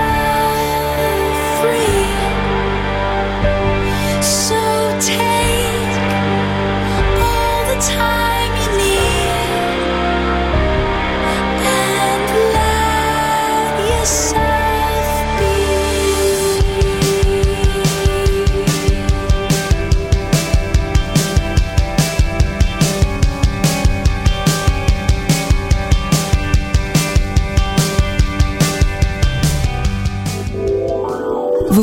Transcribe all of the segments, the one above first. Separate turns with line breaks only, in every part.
myself free. So take all the time you need and let yourself be.
Vous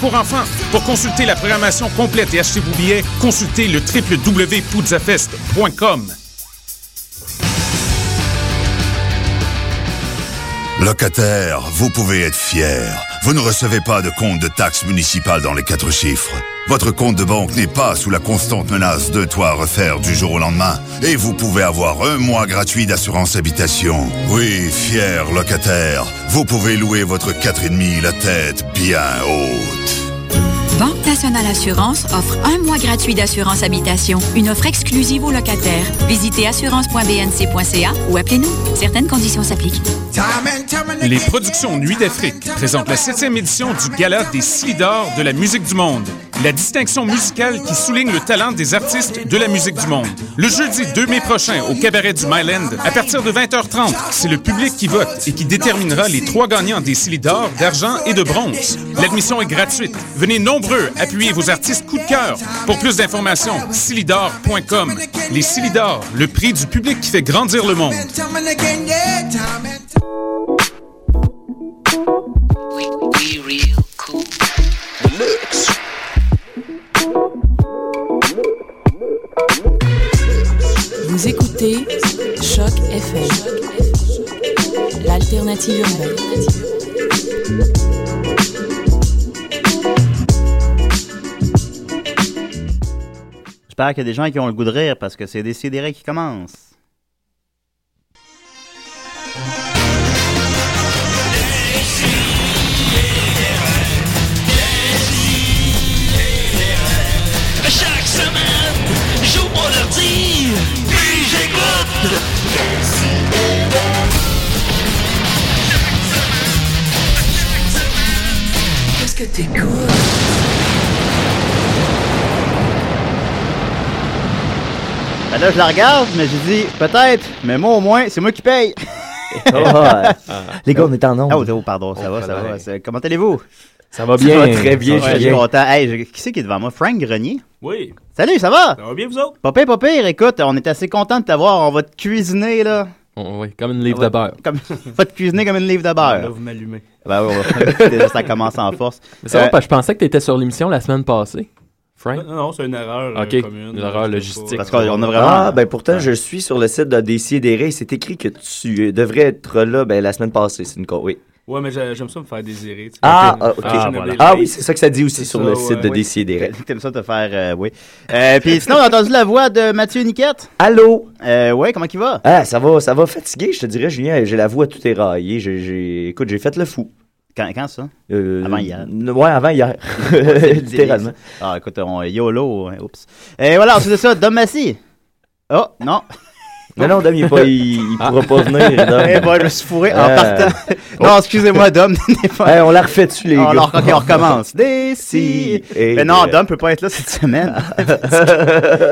pour enfants. Pour consulter la programmation complète et acheter vos billets, consultez le www.poudzafest.com.
Locataire, vous pouvez être fier. Vous ne recevez pas de compte de taxes municipales dans les quatre chiffres. Votre compte de banque n'est pas sous la constante menace de toit à refaire du jour au lendemain. Et vous pouvez avoir un mois gratuit d'assurance habitation. Oui, fier locataire, vous pouvez louer votre 4,5 la tête bien haute.
Banque Nationale Assurance offre un mois gratuit d'assurance habitation, une offre exclusive aux locataires. Visitez assurance.bnc.ca ou appelez-nous. Certaines conditions s'appliquent.
Les productions Nuit d'Afrique présentent la 7e édition du Gala des Silidors de la musique du monde, la distinction musicale qui souligne le talent des artistes de la musique du monde. Le jeudi 2 mai prochain au cabaret du Myland, à partir de 20h30, c'est le public qui vote et qui déterminera les trois gagnants des Silidors d'argent et de bronze. L'admission est gratuite. Venez nombreux appuyer vos artistes coup de cœur. Pour plus d'informations, silidor.com. Les Silidors, le prix du public qui fait grandir le monde.
Vous écoutez Choc FM, l'alternative urbaine.
J'espère qu'il y a des gens qui ont le goût de rire parce que c'est des sidérés qui commencent.
Chaque semaine, j'ouvre mon ordi, puis j'écoute.
Qu'est-ce que t'écoutes?
Ben là, je la regarde, mais je dis peut-être, mais moi au moins, c'est moi qui paye.
Ah, les gars, on est en nombre.
Ah, oh, oh, pardon, ça va, ça va. c'est- Comment allez-vous?
Ça va bien.
Ça va très bien,
Ouais, je suis
Julien.
content. Hey, je- qui c'est qui est devant moi? Frank Grenier.
Oui.
Salut, ça va?
Ça va bien, vous autres?
Pas pire, pas pire. Écoute, on est assez content de t'avoir. On va te cuisiner, là.
oui, comme une livre de beurre.
Comme... on va te cuisiner comme une livre de
Là,
beurre.
vous m'allumez.
Ah, Ben, ouais, ouais. Déjà, ça commence en force.
Mais ça va,
Euh,
parce que je pensais que tu étais sur l'émission la semaine passée, Frank.
Non, non, c'est une erreur. euh,
Ok,
commune.
une erreur logistique.
Ah, ben pourtant, je suis sur le site de Décider. C'est écrit que tu devrais être là ben, la semaine passée. C'est une co- Oui.
Ouais, mais j'a- j'aime ça me faire désirer. tu sais.
Ah,
Faire
ah, ok. Ah,
des
voilà.
lives.
Ah oui, c'est ça que ça dit aussi sur le site de
Décider. T'aimes ça te faire, euh, oui. Euh, puis sinon, on a entendu la voix de Mathieu Niquette. Allô? Euh, ouais, comment il va?
Ah, ça va, ça va fatiguer, je te dirais, Julien. J'ai la voix tout éraillée. J'ai, j'ai- Écoute, j'ai fait le fou.
Quand, quand ça?
Euh,
Avant hier.
n- Ouais, avant hier. Littéralement.
Ah, écoute, on YOLO, hein, oups. Et voilà, ensuite de ça, Dom Massy. Oh, non.
Non, non, Dom, il, est pas- il- il pourra pas venir. Dom.
Ah. Eh ben, je me suis fourré en
Euh,
partant. Non, excusez-moi, Dom. n'est pas-
Eh, on la refait-tu, les
On
gars?
la re- ok, on recommence. Des si.
Eh,
Mais non,
euh,
Dom peut pas être là cette semaine.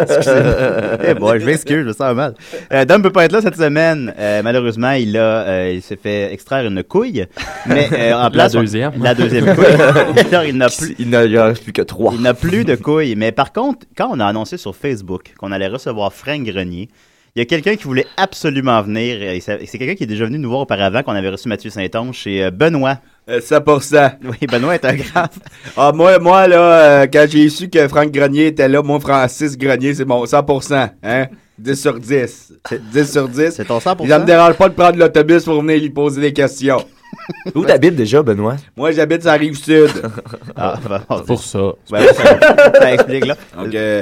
Excusez-moi. Eh bon, je m'excuse, je me sens mal. Euh, Dom peut pas être là cette semaine. Euh, malheureusement, il a, euh, il s'est fait extraire une couille. Mais euh, en
La
place, on-
deuxième.
la deuxième couille. Alors, il n'a plus.
Il n'a plus que trois.
Il n'a plus de couilles. Mais par contre, quand on a annoncé sur Facebook qu'on allait recevoir Frank Grenier, il y a quelqu'un qui voulait absolument venir. et ça- et C'est quelqu'un qui est déjà venu nous voir auparavant, qu'on avait reçu Mathieu Saint-Onge chez euh, Benoît.
100%.
Oui, Benoît est un grave.
Ah, moi, moi, là, euh, quand j'ai su que Franck Grenier était là, moi, Francis Grenier, c'est mon 100%. Hein? 10 sur 10. 10 sur 10. C'est
ton 100%.
Ça me dérange pas de prendre l'autobus pour venir lui poser des questions.
Où t'habites déjà, Benoît?
Moi, j'habite sur la rive sud.
Ah, bon,
Pour ça.
Ouais, ça, ça explique là.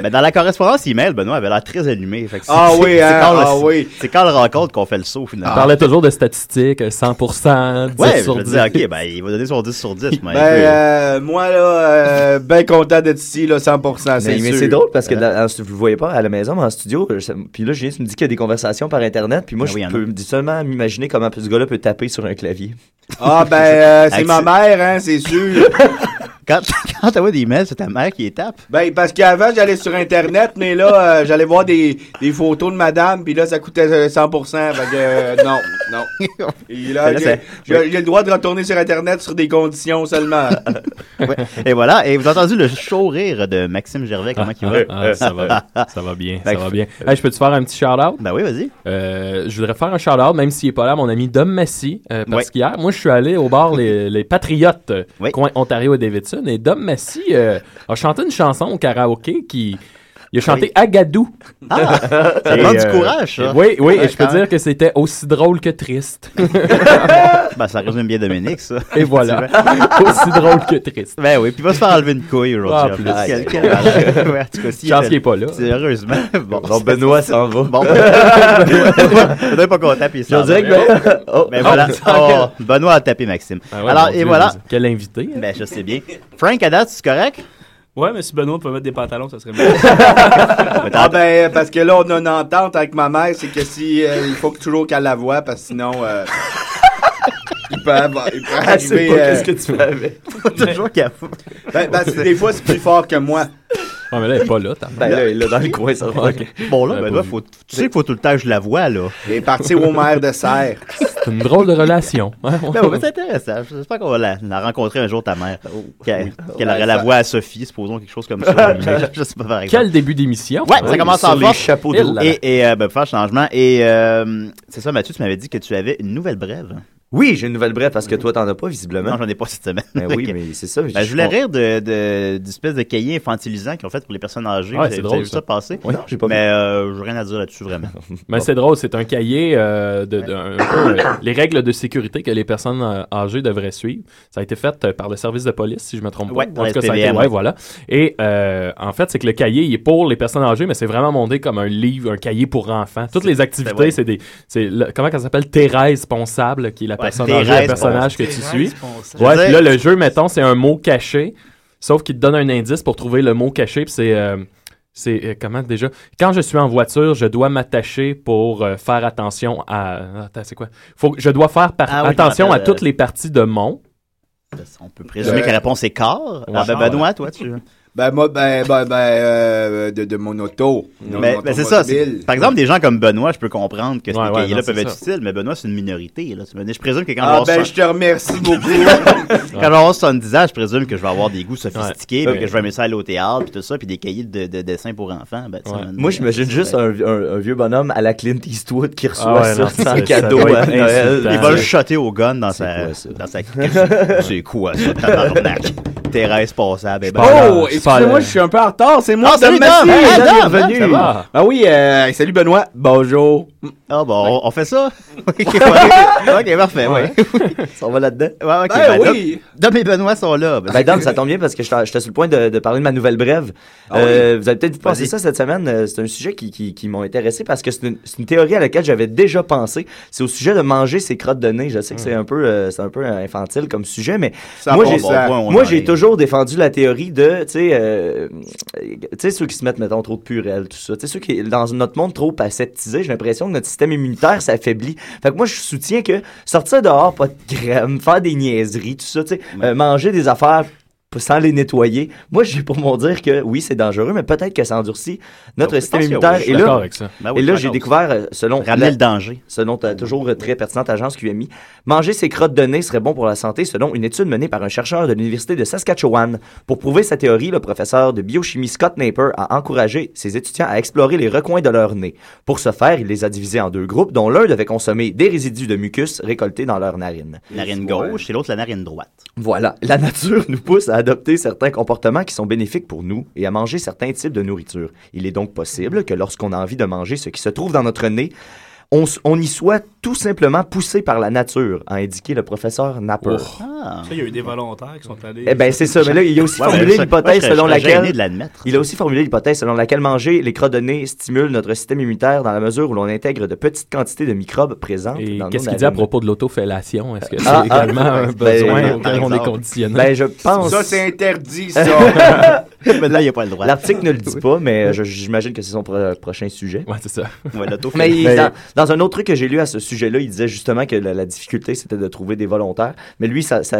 Mais dans la correspondance email, Benoît avait l'air très allumé. Fait que c'est-
Ah
c'est-
oui,
c'est
hein,
quand le-
ah oui.
C'est quand le rencontre qu'on fait le saut
On
finalement.
parlait toujours de statistiques, euh, 100%, 10
Ah. Ouais, je
sur
me
10.
disais, ok, ben, il va donner son 10 sur 10. mais
Ben, euh, moi, là, ben content d'être ici, là, 100%, c'est
Mais, mais
sûr.
c'est drôle parce que dans- en- vous le voyez pas à la maison, mais en studio, je- ça- puis là, Julien, tu me dis qu'il y a des conversations par Internet, puis moi,
Ah oui, y en
je
a.
peux me- seulement m'imaginer comment ce gars-là peut taper sur un clavier.
Ah, ben, euh, c'est
Acc-
ma mère, hein, c'est sûr.
quand quand t'envoies des mails, c'est ta mère qui les tape.
Ben, parce qu'avant, j'allais sur Internet, mais là, euh, j'allais voir des, des photos de madame, puis là, ça coûtait euh, 100%. Fait que, euh, non, non. Et là,
Là,
j'ai-
c'est-
j'ai j'ai le droit de retourner sur Internet sur des conditions seulement.
Ouais. Et voilà, et vous avez entendu le chaud rire de Maxime Gervais, comment il va?
Ah, ça va, ça va bien,
Fait
ça
que-
va bien. Hey, je peux te faire un petit
euh,
shout-out? Euh,
Ben oui, vas-y.
je voudrais faire un shout-out, même s'il n'est pas là, à mon ami Dom Massy, euh, parce
Ouais.
qu'hier, moi, je suis allé au bar Les, les Patriotes, euh, coin Ontario et Davidson, et Dom Massy euh, a chanté une chanson au karaoké qui... Il a chanté
Oui.
Agadou.
Ah, ça
Et, euh,
demande du courage, ça.
Oui, oui,
Ouais,
et je peux
quand même.
dire que c'était aussi drôle que triste.
Ben, ça résume bien Dominique, ça.
Et voilà.
Aussi
drôle que triste.
Ben oui, puis il va se faire enlever une couille aujourd'hui.
Ah, plus.
Parce que-
Aïe.
quel malheur. Ouais, en tout cas, s'il
Chance
était-
qu'il est pas là.
C'est heureusement. Bon,
Bon, Benoît s'en va.
Bon, Benoît Benoît est pas content, puis il s'en
Je dirais
va.
que Ben- Oh.
Ben voilà. Oh, Benoît a tapé Maxime.
Ah
ouais,
Alors,
mon
et
Dieu,
voilà.
Quel invité.
Ben, je sais bien. Frank, à date, c'est correct?
Ouais, mais si Benoît peut mettre des pantalons, ça serait bien.
ah ben, parce que là, on a une entente avec ma mère, c'est que si, euh, il faut que toujours qu'elle la voie, parce que sinon, euh, il peut, avoir- il peut
Ah,
arriver...
c'est pas qu'est-ce que tu fais avec.
Faut
toujours qu'elle voie.
Ben, parce que des fois, c'est plus fort que moi.
Ouais, mais là, il est pas là. t'as-
Ben là, il est dans le coin, ça va.
Bon, là,
Ben,
Benoît,
pas
faut, tu sais qu'il faut tout le temps que je la vois, là.
Et partir au maire de serre.
C'est une drôle de relation. hein.
Ben oui, mais c'est intéressant. J'espère qu'on va la, la rencontrer un jour, ta mère.
Oh.
Qu'elle qu'elle
Ouais,
aurait la
ça-
voix à Sophie, supposons quelque chose comme ça. je, je sais pas, par exemple.
Quel début d'émission.
Ouais, ça
Oui,
commence
sur
en
les
force.
chapeaux de roue.
Et, et euh, ben, pour faire changement. Et euh, c'est ça, Mathieu, tu m'avais dit que tu avais une nouvelle brève.
Oui, j'ai une nouvelle brève parce que toi, t'en as pas, visiblement.
Non, j'en ai pas cette semaine.
Ben oui,
Ok.
mais c'est ça.
Ben, je voulais rire de, de, du espèce de cahier infantilisant qu'ils ont fait pour les personnes âgées.
Ouais,
Vous
c'est
avez- vous
drôle,
avez vu
ça.
ça passer?
Ouais. Non, j'ai pas vu.
Mais euh, j'ai rien à dire là-dessus, vraiment.
Mais c'est drôle, c'est un cahier euh, de, de- un peu, euh, les règles de sécurité que les personnes euh, âgées devraient suivre. Ça a été fait euh, par le service de police, si je me trompe
Ouais,
pas.
par la
tout cas, ça a été-
SPVM.
ouais, voilà. Et euh, en fait, c'est que le cahier il est pour les personnes âgées, mais c'est vraiment monté comme un livre, un cahier pour enfants. Toutes les activités,
ben ouais.
c'est des, c'est le- comment ça s'appelle Thérèse Ponsable, qui est la
Ouais,
personne
Thérèse
âgée, le personnage que
Ponsable.
tu
Thérèse
suis.
Ponsable.
Ouais,
Je veux
puis là,
dire-
le jeu, mettons, c'est un mot caché, sauf qu'il te donne un indice pour trouver le mot caché, puis c'est. euh, c'est euh, comment déjà Quand je suis en voiture, je dois m'attacher pour euh, faire attention à. Attends, c'est quoi Faut, que- Je dois faire par-
Ah oui, je
attention
m'en
à
rappelle,
toutes les parties de mon.
On peut Présumer
Euh,
que la réponse est corps. Ah, ben,
Ouais.
Benoît, toi, tu.
Ben, moi, ben, ben, ben, euh, de, de mon auto. De
Mais,
mon
mais Ben, c'est ça.
automobile.
c'est- Par exemple, des gens comme Benoît, je peux comprendre que ces
Ouais, ouais,
cahiers-là
non,
peuvent
c'est
être
ça.
utiles, mais Benoît, c'est une minorité. Là. Tu me dis- Je présume que quand
Ah,
je vais
ben,
avoir
je te remercie beaucoup.
Quand j'aurai 70 ans, je présume que je vais avoir des goûts sophistiqués,
Ouais.
puis que je vais aimer ça aller au théâtre, puis tout ça, puis des cahiers de, de dessins pour enfants. Ben, tu sais,
Ouais.
man-
Moi, j'imagine juste un, un- un vieux bonhomme à la Clint Eastwood qui
Ah
reçoit
ouais,
ça
non,
sans
c'est-
cadeau
ça doit
à
être
Noël.
insultant. Il va le shotter au gun dans sa. dans sa- C'est quoi ça, tabarnak? Thérèse Passable. Eh ben,
Oh, excusez-moi, je suis un peu en retard. C'est moi,
Ah, salut,
Dom
Dom.
Massy.
Hey,
Dom est
Dom,
revenu.
Dom, ça va?
Ah oui, euh, salut Benoît. Bonjour.
Ah bon, on- on fait ça? ok, parfait, ouais.
On va là-dedans.
Ouais, ok,
Ben
ben,
oui.
Dom, Dom et Benoît sont là.
Ben Dom, ça tombe bien parce que j'étais j'étais sur le point de, de parler de ma nouvelle brève. Euh, Vous avez peut-être vu passer
Ah Vas-y.
ça cette semaine. Euh, C'est un sujet qui, qui, qui m'ont intéressé parce que c'est une, c'est une théorie à laquelle j'avais déjà pensé. C'est au sujet de manger ses crottes de nez. Je sais que c'est un peu euh, c'est un peu infantile comme sujet, mais
Hmm. Ça
moi
va,
j'ai
bon point, on
moi
en
j'ai
rit.
toujours défendu la théorie de tu sais euh, tu sais ceux qui se mettent mettons trop de purel tout ça. Tu sais ceux qui dans notre monde trop aseptisé, j'ai l'impression que notre système immunitaire s'affaiblit. Fait que moi je soutiens que sortir dehors pas de crème, faire des niaiseries tout ça, tu sais euh, manger des affaires p- sans les nettoyer. Moi, j'ai pour mon dire que oui, c'est dangereux, mais peut-être que ça endurcit notre
Ben,
système
je pense que oui,
immunitaire.
je suis
Et là,
d'accord avec ça. Ben oui,
et là
je suis
j'ai
d'accord.
découvert, euh, selon...
Ramener le danger.
Selon ta toujours euh, très pertinente agence QMI, manger ses crottes de nez serait bon pour la santé, selon une étude menée par un chercheur de l'Université de Saskatchewan. Pour prouver sa théorie, le professeur de biochimie Scott Naper a encouragé ses étudiants à explorer les recoins de leur nez. Pour ce faire, il les a divisés en deux groupes, dont l'un devait consommer des résidus de mucus récoltés dans leur narine.
Narine gauche et l'autre la narine droite.
Voilà, la nature nous pousse à adopter certains comportements qui sont bénéfiques pour nous et à manger certains types de nourriture. Il est donc possible que lorsqu'on a envie de manger ce qui se trouve dans notre nez, on, s- on y soit tout simplement poussé par la nature, a indiqué le professeur Napper.
Ça, il y a eu des volontaires qui sont allés.
Eh bien, c'est ça. Mais là, il a aussi
Ouais, mais
formulé
ça-
l'hypothèse
moi, je serais-
selon
je serais
laquelle.
gêné de l'admettre.
Il a aussi formulé l'hypothèse selon laquelle manger les crottes de nez stimule notre système immunitaire dans la mesure où l'on intègre de petites quantités de microbes présents.
Et
dans nos
qu'est-ce qu'il dit à
narines.
propos de l'autofellation? Est-ce que c'est
Ah, ah,
également un
ben,
besoin
par
auquel on est
exemple.
conditionné?
Ben, je pense.
Ça, c'est interdit, ça.
Mais là, il n'y a pas le droit. L'article ne le dit pas, mais euh, je- j'imagine que c'est son pro- prochain sujet.
Ouais, c'est ça.
Ouais, l'auto-fait.
mais il-
Mais-
dans, dans un autre truc que j'ai lu à ce sujet-là, il disait justement que la, la difficulté, c'était de trouver des volontaires. Mais lui, sa, sa-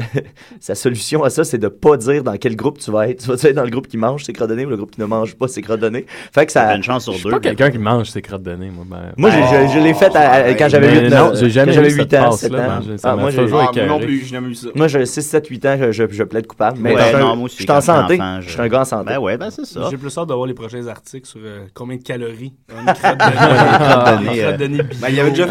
sa solution à ça, c'est de pas dire dans quel groupe tu vas être. Tu vas être dans le groupe qui mange ses crodonnées ou le groupe qui ne mange pas ses crodonnées. Fait que ça.
T'as une chance sur Je suis deux. pas quelqu'un qui mange ses crottes de nez, moi. ben.
Moi, j'ai-
Ben,
je, je l'ai faite à- à- quand j'avais
Mais
8
non,
ans.
j'ai jamais
quand j'avais
eu cette
8 ans,
passe-là,
7 ans.
ben, ça m'a
j'ai-
toujours Ah, moi écoeuré. non
plus, j'ai jamais eu ça.
Moi, j'ai 6, 7, 8 ans, je, je, je plaide coupable. Mais
Ouais,
je suis un-
non, moi aussi,
je suis en
quand j'étais
santé.
enfant,
Je
je-
suis un gars en santé.
Ben ouais, ben c'est ça.
J'ai plus hâte d'avoir les prochains articles sur euh, combien de calories. Une
Ah,
crotte de nez. Une
euh,
crotte de
Ben,
nez euh. bio.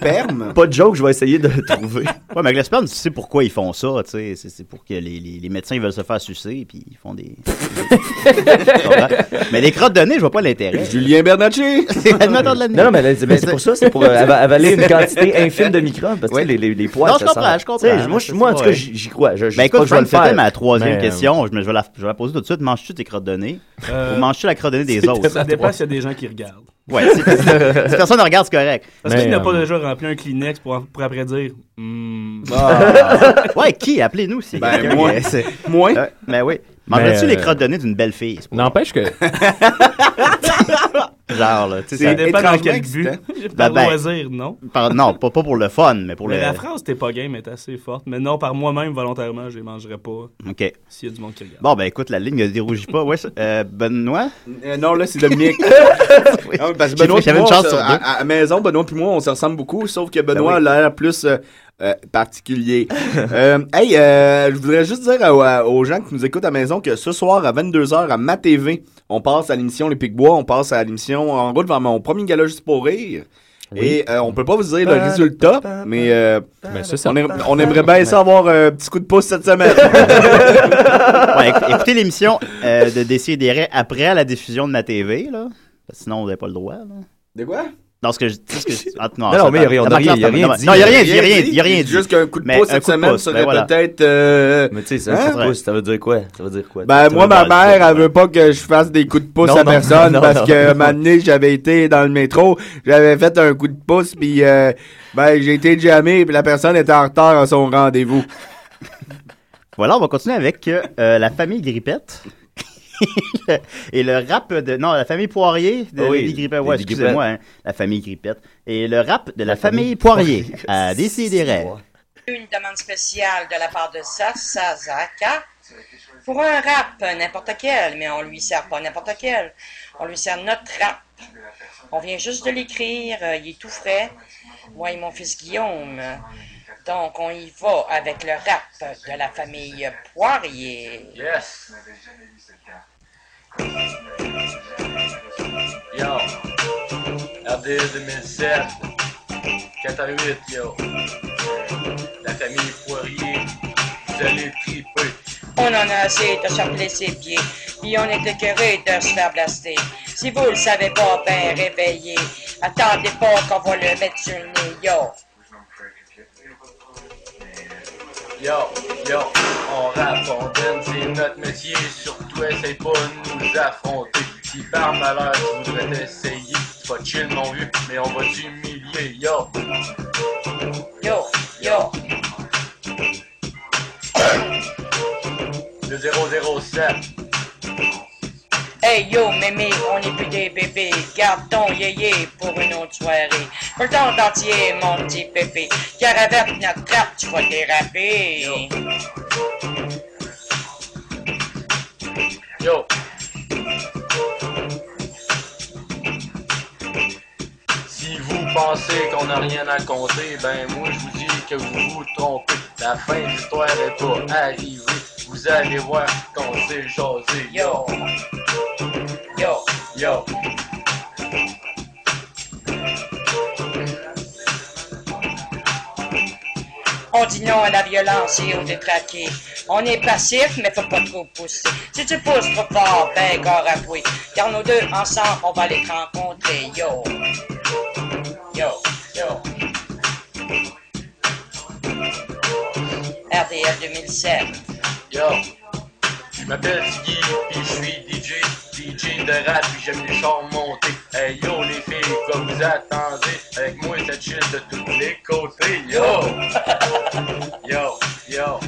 Ben, Pas de joke, je vais essayer de trouver.
Ouais, mais avec le sperme, tu sais pourquoi ils font ça, tu sais. C'est, c'est pour que les, les, les médecins ils veulent se faire sucer, puis ils font des. Tu comprends? mais les crottes de nez, je vois pas l'intérêt.
Julien Bernacci!
c'est l'animateur de l'année.
Non, non, mais, là, ben, c'est pour ça, c'est pour euh, ava- avaler une quantité infime de microbes, parce que tu sais, les, les, les poils,
non, je
ça
comprends,
sent-
je
Tu sais,
comprends.
Moi, je- moi, en tout cas, j'y j'y crois. Je, je
ben
dis pas
écoute,
que je vais le faire.
c'était ma troisième
Mais, euh,
question. Je, me- je vais la, je vais la poser tout de suite. Manges-tu tes crottes de nez?
Euh,
Ou manges-tu la crotte de nez des
c'est-
autres?
Ça dépend s'il y a des gens qui regardent.
Ouais, si, si- si personne ne regarde, c'est correct.
Parce qu'il n'a pas
euh,
déjà rempli un Kleenex pour, pour après dire. Hmm.
Ah.
Ah.
ouais, qui? Appelez-nous si.
Ben,
quelqu'un
moi.
qui- c'est-
Moi?
Euh, ben oui. Mangerais-tu
Mais,
les
euh,
crottes de nez d'une belle fille?
N'empêche que.
Genre, là, tu sais, Ben,
Ça dépend dans quel but. Par loisir, non?
Par- non, pas, pas pour le fun, mais pour
Mais
le.
la phrase t'es pas game est assez forte. Mais non, par moi-même, volontairement, je les mangerai pas.
OK.
S'il y a du monde qui regarde.
Bon, ben écoute, la ligne ne dérougit pas. Ouais, ça- euh, Benoît?
Euh, non, là, c'est Dominique. non, parce que
J'ai cru
Benoît
qu'il y
puis
avait une
moi,
chance
on se-
sur deux.
à, à maison, Benoît puis moi, on se ressemble beaucoup, sauf que Benoît
Ben oui.
a l'air plus euh, euh, particulier. Euh, hey, euh, je voudrais juste dire à- à- aux gens qui nous écoutent à maison que ce soir, à 22h, à ma TV, on passe à l'émission Les Picbois, on passe à l'émission En route vers mon premier gala juste pour rire. Et euh, on peut pas vous dire le résultat, mais euh, on, aim- on aimerait bien ça avoir un petit coup de pouce cette semaine.
Ouais, éc- écoutez l'émission euh, de Décideret après la diffusion de ma TV, là. Parce que Sinon, on n'avait pas le droit, là.
De quoi?
Non, ce que je tu sais ce que je- ah,
Non, non,
ça,
mais il y a
ça
rien- on a
marque
rien- il y a
l'entente.
rien
Non,
dit.
Non, il n'y a rien dit,
Il
il
y
n'y a
a
rien
rien
dit. il y a
dit.
rien dit.
Juste qu'un coup de
Mais
pouce
un
cette
coup de
semaine
pouce,
serait
ben voilà.
peut-être, euh,
Mais tu sais, ça,
hein?
ça, veut- ça veut dire quoi? Ça veut dire quoi?
Ben,
Ça
moi,
veut
ma
dire-
mère, elle veut pas que je fasse des coups de pouce
Non,
à
non,
personne
non,
parce
non,
que,
non.
ma année, j'avais été dans le métro, j'avais fait un coup de pouce, puis euh, ben, j'ai été jamais, puis la personne était en retard à son rendez-vous.
Voilà, on va continuer avec euh, euh, la famille Grippette. et le rap de. Non, la famille Poirier de
Ah oui,
Lady Grippette.
Lady
Ouais, excusez-moi, hein, la famille Grippette. Et le rap de la, famille,
famille
Poirier euh,
Poirier.
à Décideret.
Une demande spéciale de la part de Sasazaka pour un rap, n'importe quel, mais on lui sert pas n'importe quel. On lui sert notre rap. On vient juste de l'écrire, euh, il est tout frais. Moi et mon fils Guillaume. Donc, on y va avec le rap de la famille Poirier.
Yes. Yo, RD 2007, 4 à 8, yo. La famille Poirier, vous allez triper.
On en a assez de se rouler ses pieds, puis on est écœuré de se faire blaster. Si vous le savez pas, ben réveillez. Attendez pas qu'on va le mettre sur le nez, yo.
Yo, yo, on rappe, on donne, c'est notre métier, surtout essaye pas de nous affronter. Si par malheur tu voudrais t'essayer, tu vas chill mon vieux, mais on va t'humilier, yo.
Yo, yo.
Le 007,
Hey yo, mémé, on est plus des bébés. Garde ton yéyé pour une autre soirée. Pour le temps entier, mon petit pépé. Car avec notre trappe, tu vas déraper.
yo. Si vous pensez qu'on n'a rien à compter, ben moi je vous dis que vous vous trompez. La fin de l'histoire est pas arrivée. Vous allez voir qu'on s'est jasé, yo.
Yo,
yo.
On dit non à la violence et aux détraqués. On est passif, mais faut pas trop pousser. Si tu pousses trop fort, ben corps à toi. Car nous deux, ensemble, on va les rencontrer, yo. Yo, yo. RDL 2007.
Yo, je m'appelle Tiggy, puis je suis DJ, DJ de rap, puis j'aime les chars montés. Hey yo les filles, comme vous attendez, avec moi ça chill de tous les côtés, yo! yo, yo,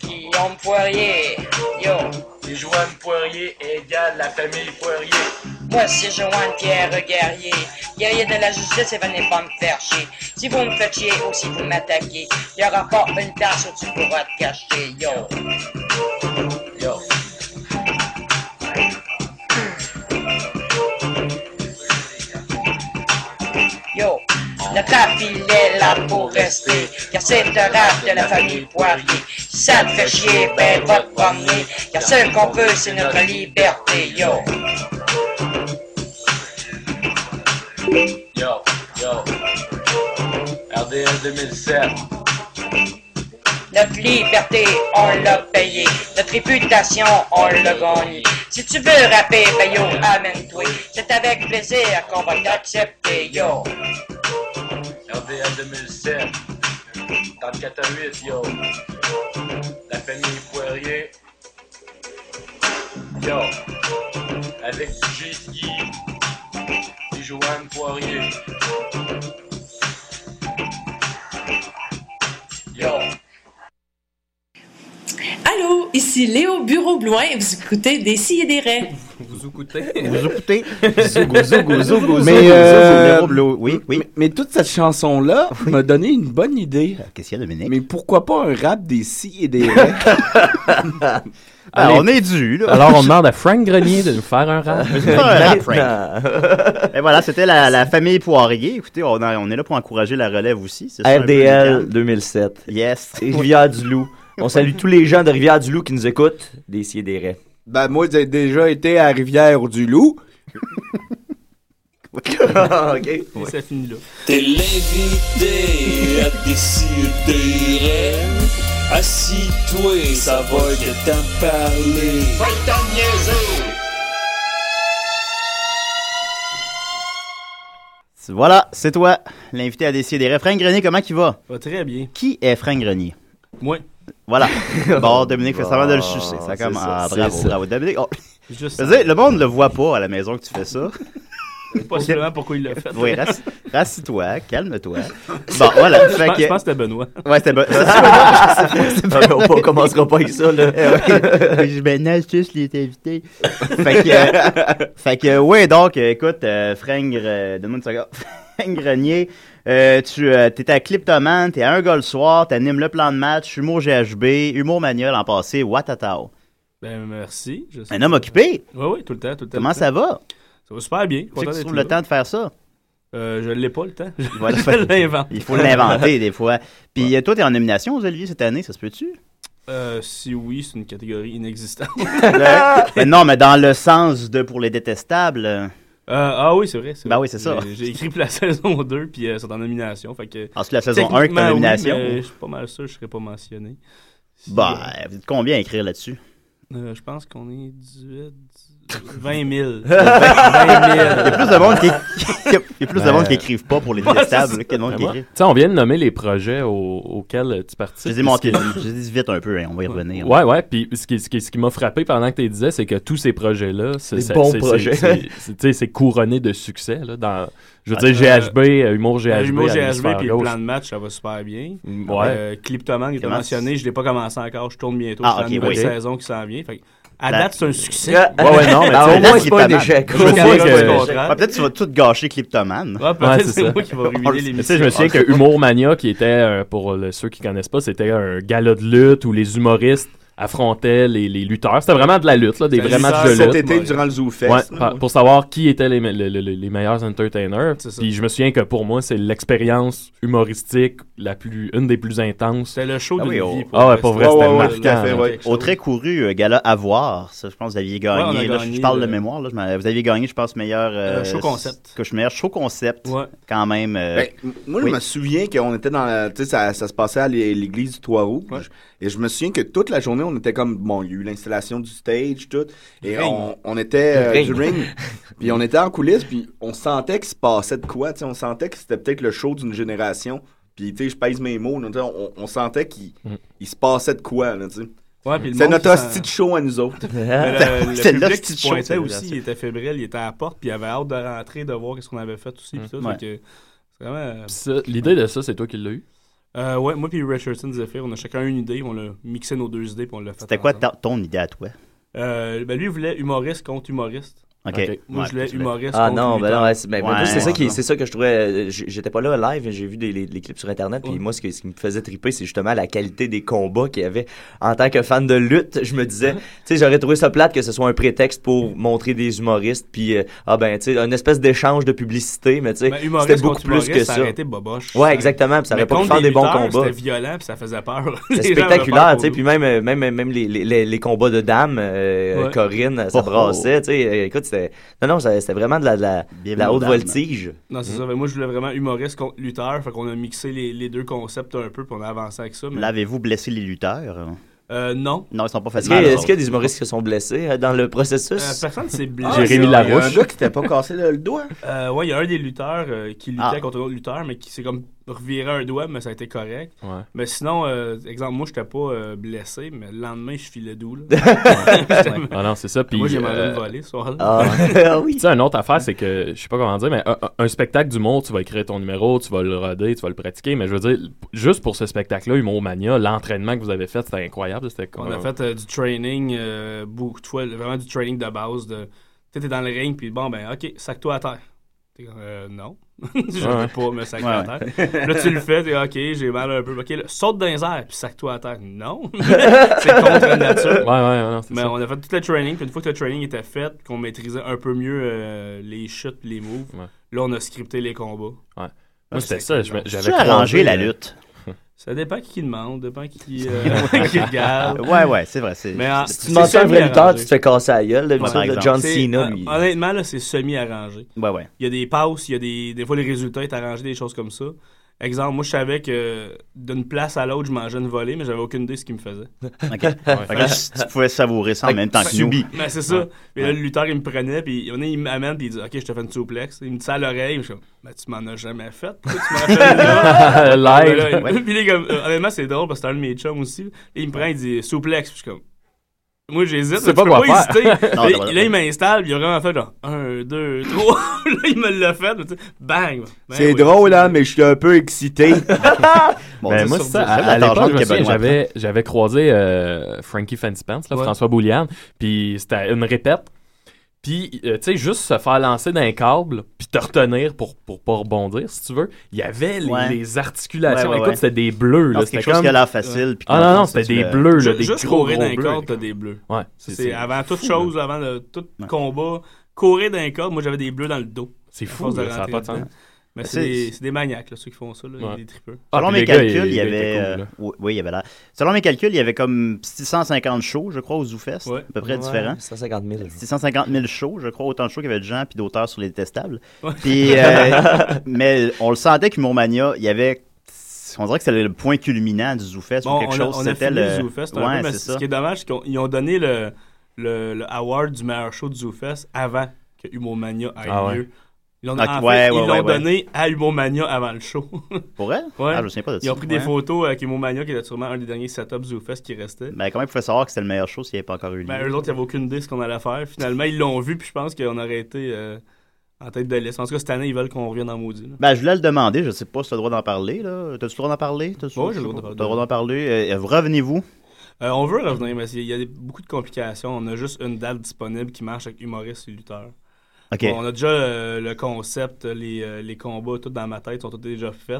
Guillaume Poirier, yo.
les Joanne Poirier égale la famille Poirier.
Moi, c'est Joanne Pierre Guerrier. Guerrier de la justice et venez pas me faire chier. Si vous me faites chier ou si vous m'attaquez, il y aura pas une tasse où tu pourras te cacher, yo.
Yo.
Yo, le rap il est là pour rester, car c'est un rap de la famille Poirier. Si ça te fait chier, ben va te promener, car ce qu'on veut c'est notre liberté, yo.
Yo, yo. RDL 2007.
Notre liberté, on l'a payée, notre réputation, on l'a gagnée. Si tu veux rapper, ben yo, amène-toi, c'est avec plaisir qu'on va t'accepter, yo.
RDL 2007. Dans le 4 à 8, yo. La famille Poirier. Yo. Avec J.Ski. Et Joanne Poirier. Yo.
Allô, ici Léo Bureau-Bloin et vous écoutez Des Scies et des Raies.
Vous écoutez.
Vous écoutez.
Zougou, zougou, zougou,
Mais,
zougou,
euh,
zougou,
oui, oui.
Mais, mais toute cette chanson-là m'a donné une bonne idée.
Euh, Qu'est-ce qu'il y a, Dominique?
Mais pourquoi pas un rap des si et des raies?
Ah,
Allez.
Ah, on est dû, là.
Alors, on demande à Frank Grenier de nous faire un rap.
Je vais faire un rap, Frank. Et voilà, c'était la, la famille Poirier. Écoutez, on, a- on est là pour encourager la relève aussi. c'est ça, un peu
RDL
l'idéal.
2007.
Yes.
Et Rivière-du-Loup. On salue tous les gens de Rivière-du-Loup qui nous écoutent. Des scies et des raies.
ben, moi, j'ai déjà été à Rivière-du-Loup.
ok.
Et ça finit là.
T'es l'invité à décider. Assis-toi, ça va que t'en parler.
Va t'en niaiser!
oh.
Voilà, c'est toi, l'invité à décider. des Frank Grenier, comment il va?
Va très bien.
Qui est Frank Grenier?
Moi.
Voilà. Bon, Dominique fait semblant de le
Bon,
sucer. Ça
c'est
commence.
ça,
Ah,
c'est
bravo,
ça.
bravo. Dominique, oh.
Juste
Je veux dire, le monde ne le voit pas à la maison que tu fais ça.
Possiblement pourquoi il l'a fait.
Oui, rassis- rassis-toi, calme-toi. Bon, voilà.
Je
fait
pense-
que-
je pense que c'était Benoît.
Ouais, c'était Benoît.
Ah, ben, on- on commencera pas avec ça, là.
Eh Je ménage juste les invités. fait que, euh, fait que, ouais, donc, euh, écoute, euh, Frank, euh, donne-moi une seconde. Frank Grenier, euh, tu euh, t'es à Cliptoman, t'es à Un Gars le soir, t'animes le plan de match, Humour GHB, Humour Manuel en passé, Watatao.
Ben, merci. je sais
Un homme
pas.
occupé.
Oui, oui, tout le temps, tout le temps.
Comment ça va?
Ça va super bien.
Tu sais
Content
que tu
d'être
trouves
là.
le temps de faire ça?
Euh, je l'ai pas le temps. Je,
Voilà.
je l'invente.
Il faut l'inventer des fois. Puis euh, toi, t'es en nomination aux Olivier cette année, ça se peut-tu?
Euh, si oui, c'est une catégorie inexistante. Ben,
Mais Ben non, mais dans le sens de pour les détestables. euh,
Euh, ah oui, c'est vrai.
Ben
vrai.
oui, c'est ça.
J'ai- J'ai écrit pour la saison 2, puis euh, c'est en nomination. Fait que,
Ah, c'est la saison 1 qui est en
techniquement, oui,
nomination.
mais je suis pas mal sûr que je serais pas mentionné.
Bah, vous êtes combien à écrire là-dessus?
Euh, je pense qu'on est 18, 20 000. 20 000.
Il y a plus de monde qui, il y a plus de monde qui
Ouais.
écrivent pas pour les
Ben, Ouais,
détestables
c'est
que de monde
ça.
qui
Vraiment.
écrivent.
Tu sais, on vient de nommer les projets au- auxquels tu participes.
Je les ai
Puis
manqués,
ce
je les ai dit vite un peu, hein, on va y revenir.
Ouais, ouais. Puis ce qui, ce qui, ce qui m'a frappé pendant que tu disais, c'est que tous ces projets-là, c'est
Des
ça-
bons
c'est-
projets.
c'est- c'est- c'est- tu sais, c'est couronné de succès. Là, dans, je veux
Ah,
dire,
euh,
GHB, euh, Humour
euh,
GHB.
Humour
allez se
GHB,
faire
puis le
gauche.
plan de match, ça va super bien.
Mm, ouais.
Euh, Cliptoman, qui était
Comment-
mentionné, je l'ai pas commencé encore, je tourne bientôt.
Ah,
c'est
ok,
la nouvelle
oui.
saison qui s'en vient. Fait que, à
La-
date, c'est un succès.
Ouais, ouais, non, mais tu sais,
Ben, au moins,
c'est pas un
Cliptoman.
échec.
Je
Je
sais
sais
pas,
que-
c'est
le
pas
contraire.
grave. Ah, Peut-être que tu vas tout gâcher Cliptoman.
Ouais, ça. On le- Tu sais, je me souviens que Humour Mania, qui était, euh, pour le- ceux qui connaissent pas, c'était un gala de lutte où les humoristes affrontaient les, les lutteurs. C'était vraiment de la lutte, là, des
C'était
vrais
les
matchs de
lutteurs
lutte.
cet été durant le Zoo Fest,
Ouais,
là,
pa-
ouais.
Pour savoir qui étaient les, me- le- le- le- les meilleurs entertainers. Puis je me souviens que pour moi, c'est l'expérience humoristique la plus, une des plus intenses.
C'était le show
de
d'une vie, pour
Ah ouais,
vrai,
pour vrai,
c'était-
c'était
Ouais, ouais, ouais,
marquant,
tout à fait,
là.
ouais.
oh. Au très couru, euh, gala à voir, ça, je pense que vous aviez
Ouais, on
gagné.
a
là, je,
gagné,
je parle de
euh,
mémoire, là, je m'en- vous aviez gagné, je pense, meilleur.
Euh, show concept.
Que je meilleur show concept. Quand même. euh,
Ben, m- moi,
oui.
je me souviens qu'on était dans la. Tu sais, ça, ça se passait à l'é- l'église du Trois-Rouges. Et je me souviens que toute la journée, on était comme. Bon, il y a eu l'installation du stage, tout. Et
Ring.
on, on était euh,
Le ring.
du ring. puis on était en coulisses, puis on sentait qu'il se passait de quoi. Tu sais, on sentait que c'était peut-être le show d'une génération. Puis, tu sais, je pèse mes mots. là, tu sais, on, on sentait qu'il il se passait de quoi, là, tu sais.
Ouais, puis le
C'est
monde,
notre
ça-
hostie de show à nous autres.
Mais le, le
C'était
public
l'hostie
qui
de
se
show,
pointait
ça,
aussi, il était fébrile, il était à la porte, puis il avait hâte de rentrer, de voir qu'est-ce qu'on avait fait aussi. puis tout,
Mm, Ouais.
fait que c'est vraiment-
Puis ça, L'idée de ça, c'est toi qui l'as eu.
Euh, ouais, moi puis Richardson Zephyr, on a chacun une idée, on a mixé nos deux idées, puis on l'a fait.
C'était quoi
ensemble.
ta- ton idée à toi?
Euh, ben lui, il voulait humoriste contre humoriste.
Ok.
Moi, je
Ouais,
voulais humoriste
Ah
contre
non, ben
lutteur.
non, ouais, c'est ben, ben,
Ouais.
c'est ça, qui- c'est ça que je trouvais. euh, j- J'étais pas là live, j'ai vu des, les, les clips sur Internet, puis
Ouais.
moi, ce, que- ce qui me faisait triper, c'est justement la qualité des combats qu'il y avait. En tant que fan de lutte, je me disais, tu sais, j'aurais trouvé ça plate que ce soit un prétexte pour montrer des humoristes, puis, euh, ah ben, tu sais, une espèce d'échange de publicité, mais tu sais,
Ben, humoriste
c'était beaucoup
contre
plus
humoriste,
que
ça
ça.
aurait été boboche. Ça-
Ouais, exactement, puis ça
Mais
aurait pas pu
contre
faire des bons
lutteurs,
combats.
C'était violent, puis ça faisait peur.
C'était
Les gens avaient
spectaculaire,
peur
tu sais, puis même, euh, même, même les, les- les- les combats de dames, euh,
Ouais.
Corinne, ça
Oh, oh.
brassait, tu sais, euh, écoute, c'était, non, non, ça- c'était vraiment de la, de la, de la haute
Madame.
voltige. Hmm.
Non, c'est ça. mais moi, je voulais vraiment humoriste contre lutteur. Fait qu'on a mixé les, les deux concepts un peu, puis on a avancé avec ça. Mais...
Hmm. L'avez-vous blessé les lutteurs?
Euh, non.
Non, ils sont pas
Est-ce
faciles.
qu'il y, a- est-ce qu'il y a des humoristes qui se sont blessés euh, dans le processus?
Euh, personne s'est blessé.
Jérémy
Ah,
Larouche.
Il y a un gars qui s'était pas cassé le, le doigt.
Euh, ouais, il y a un des lutteurs euh, qui luttait
Ah.
contre un autre lutteur, mais qui s'est comme reviré un doigt, mais ça a été correct.
Ouais.
Mais sinon, euh, exemple, moi, j'étais pas euh, blessé, mais le lendemain, je filais doux. Là.
Ah non, c'est ça. Puis,
Moi, j'ai mal
euh,
à voler ce soir-là. Ah,
Puis Tu sais, une autre affaire, c'est que, je sais pas comment dire, mais un, un- un spectacle d'humour, tu vas écrire ton numéro, tu vas le roder, tu vas le pratiquer, mais je veux dire, juste pour ce spectacle-là, Humour Mania, l'entraînement que vous avez fait, c'était incroyable. C'était comme
On a
un-
fait euh, du training euh, beaucoup de fois, vraiment du training de base. De... Tu sais, t'es dans le ring, puis bon, ben, OK, sac-toi à terre. T'es comme, euh, non. Je
Ouais.
veux pas me sacrer à
Ouais.
terre. là, tu le fais, t'es OK, j'ai mal un peu. OK, là, saute dans les airs, puis sac-toi à terre. Non. c'est contre la nature.
Ouais, ouais, ouais, non, c'est
Mais
ça.
on a fait tout le training, puis une fois que le training était fait, qu'on maîtrisait un peu mieux euh, les chutes, les moves,
Ouais.
là, on a scripté les combats.
Ouais. Moi, c'était ça, je me- j'avais
Tu as arrangé la lutte.
Ça dépend qui demande, dépend qui, euh, qui regarde.
Ouais, ouais, c'est vrai, c'est-
en-
Si tu
c'est
demandes ça à un vrai
semi-arrangé.
lutteur, tu te fais casser la gueule. D'habitude,
Ouais,
le
par
John
exemple.
Cena,
C'est-
lui-
hon- Honnêtement, là, c'est semi-arrangé.
Ouais, ouais.
Il y a des passes, il y a des. Des fois, les résultats étaient arrangés, des choses comme ça. Exemple, moi, je savais que d'une place à l'autre, je mangeais une volée, mais j'avais aucune idée de ce qu'il me faisait.
Ok. Fait que là, tu pouvais savourer ça en même temps que nous.
Subi. Ben, c'est ça.
Ouais.
Et là, le lutteur, il me prenait, puis il venait, il m'amène, puis il dit Ok, je te fais une souplex. Il me dit ça à l'oreille, puis je suis comme Ben, tu m'en as jamais fait. Pourquoi tu m'en fais là?
Live.
Ben, là,
Ouais.
Puis il est comme euh, Honnêtement, c'est drôle, parce que c'est un de mes chums aussi. Et il me prend, il dit souplex, puis je suis comme moi, j'hésite.
Tu
mais
sais
Je
pas
peux
quoi
pas
faire.
hésiter.
Non,
Là,
t'as pas-
il- là, il m'installe, puis il a vraiment fait genre 1, 2, 3. Là, il me l'a fait, mais tu sais, bang. Ben
C'est
oui.
drôle, hein, mais je suis un peu excité.
Ben, moi, c'est ça. À, à l'époque, je me souviens, j'avais, j'avais croisé euh, Frankie Fancy Pants, là,
Ouais.
François Bouliane, puis c'était une répète. Puis, euh, tu sais, juste se faire lancer d'un câble, puis te retenir pour, pour pas rebondir, si tu veux. Il y avait les,
Ouais.
les articulations.
Ouais, ouais,
Écoute,
ouais.
c'était des bleus.
Non,
Là,
c'est quelque chose
comme-
qui a l'air facile, puis
Ah
qu'on
non, non,
pense que
c'était
tu
des
le-
bleus, là,
Ju-
des
Juste
gros,
courir
gros
d'un
bleus.
corps, t'as des bleus.
Ouais,
Ça, c'est avant toute chose, avant le- tout combat. Courir d'un corps, moi j'avais des bleus dans le dos.
C'est
À
fou,
force de
là, ça a
rentrer
pas de sens.
dedans. Mais
Mais
c'est
c'est-
des, c'est des maniaques, là, ceux qui font ça, là,
Ouais. Ah,
des tripeux.
Selon mes calculs, il y avait.
cool,
euh,
là.
oui, oui, il y avait là. Selon mes calculs, il y avait comme 650 shows, je crois, au ZooFest,
Ouais.
à peu près
Ouais,
différents.
650 000.
650 000 shows, je crois, autant de shows qu'il y avait de gens puis d'auteurs sur les détestables.
Ouais.
Puis, euh, mais on le sentait qu'Humour Mania, il y avait. On dirait que c'était le point culminant du ZooFest
Bon,
ou quelque
on a-
chose.
on a
c'était
fini
le.
le ZooFest un
ouais,
peu, mais
c'est
ce
ça.
qui est dommage, c'est qu'ils ont donné le, le, le award du meilleur show du ZooFest avant que Humomania aille
Ah ouais.
mieux. Ils l'ont
Ok,
en fait,
ouais,
ils
ouais,
l'ont
ouais, ouais.
donné à Humomania avant le show.
Pour vrai?
Ouais.
Ah, je me souviens pas de
Ils
ça.
ont pris
Ouais.
des photos avec Humomania, qui était sûrement un des derniers setups ZooFest qui restait.
Ben, comment ils pouvaient savoir que c'était le meilleur show s'il n'y avait pas encore eu lieu?
Ben, eux autres, ils n'avaient aucune idée de ce qu'on allait faire. Finalement, ils l'ont vu, puis je pense qu'on aurait été euh, en tête de liste. En tout cas, cette année, ils veulent qu'on revienne en maudit. là.
Ben, je voulais le demander, je sais pas si tu as le droit d'en parler. là. T'as-tu le droit d'en parler? T'as-tu-
Ouais, j'ai le droit d'en parler.
T'as le droit d'en parler. Euh, revenez-vous.
Euh, on veut revenir, mais il y a des- beaucoup de complications. On a juste une date disponible qui marche avec humoristes et lutteurs.
OK.
Bon, on a déjà euh, le concept, les, euh, les combats, tout dans ma tête, sont tous déjà faits.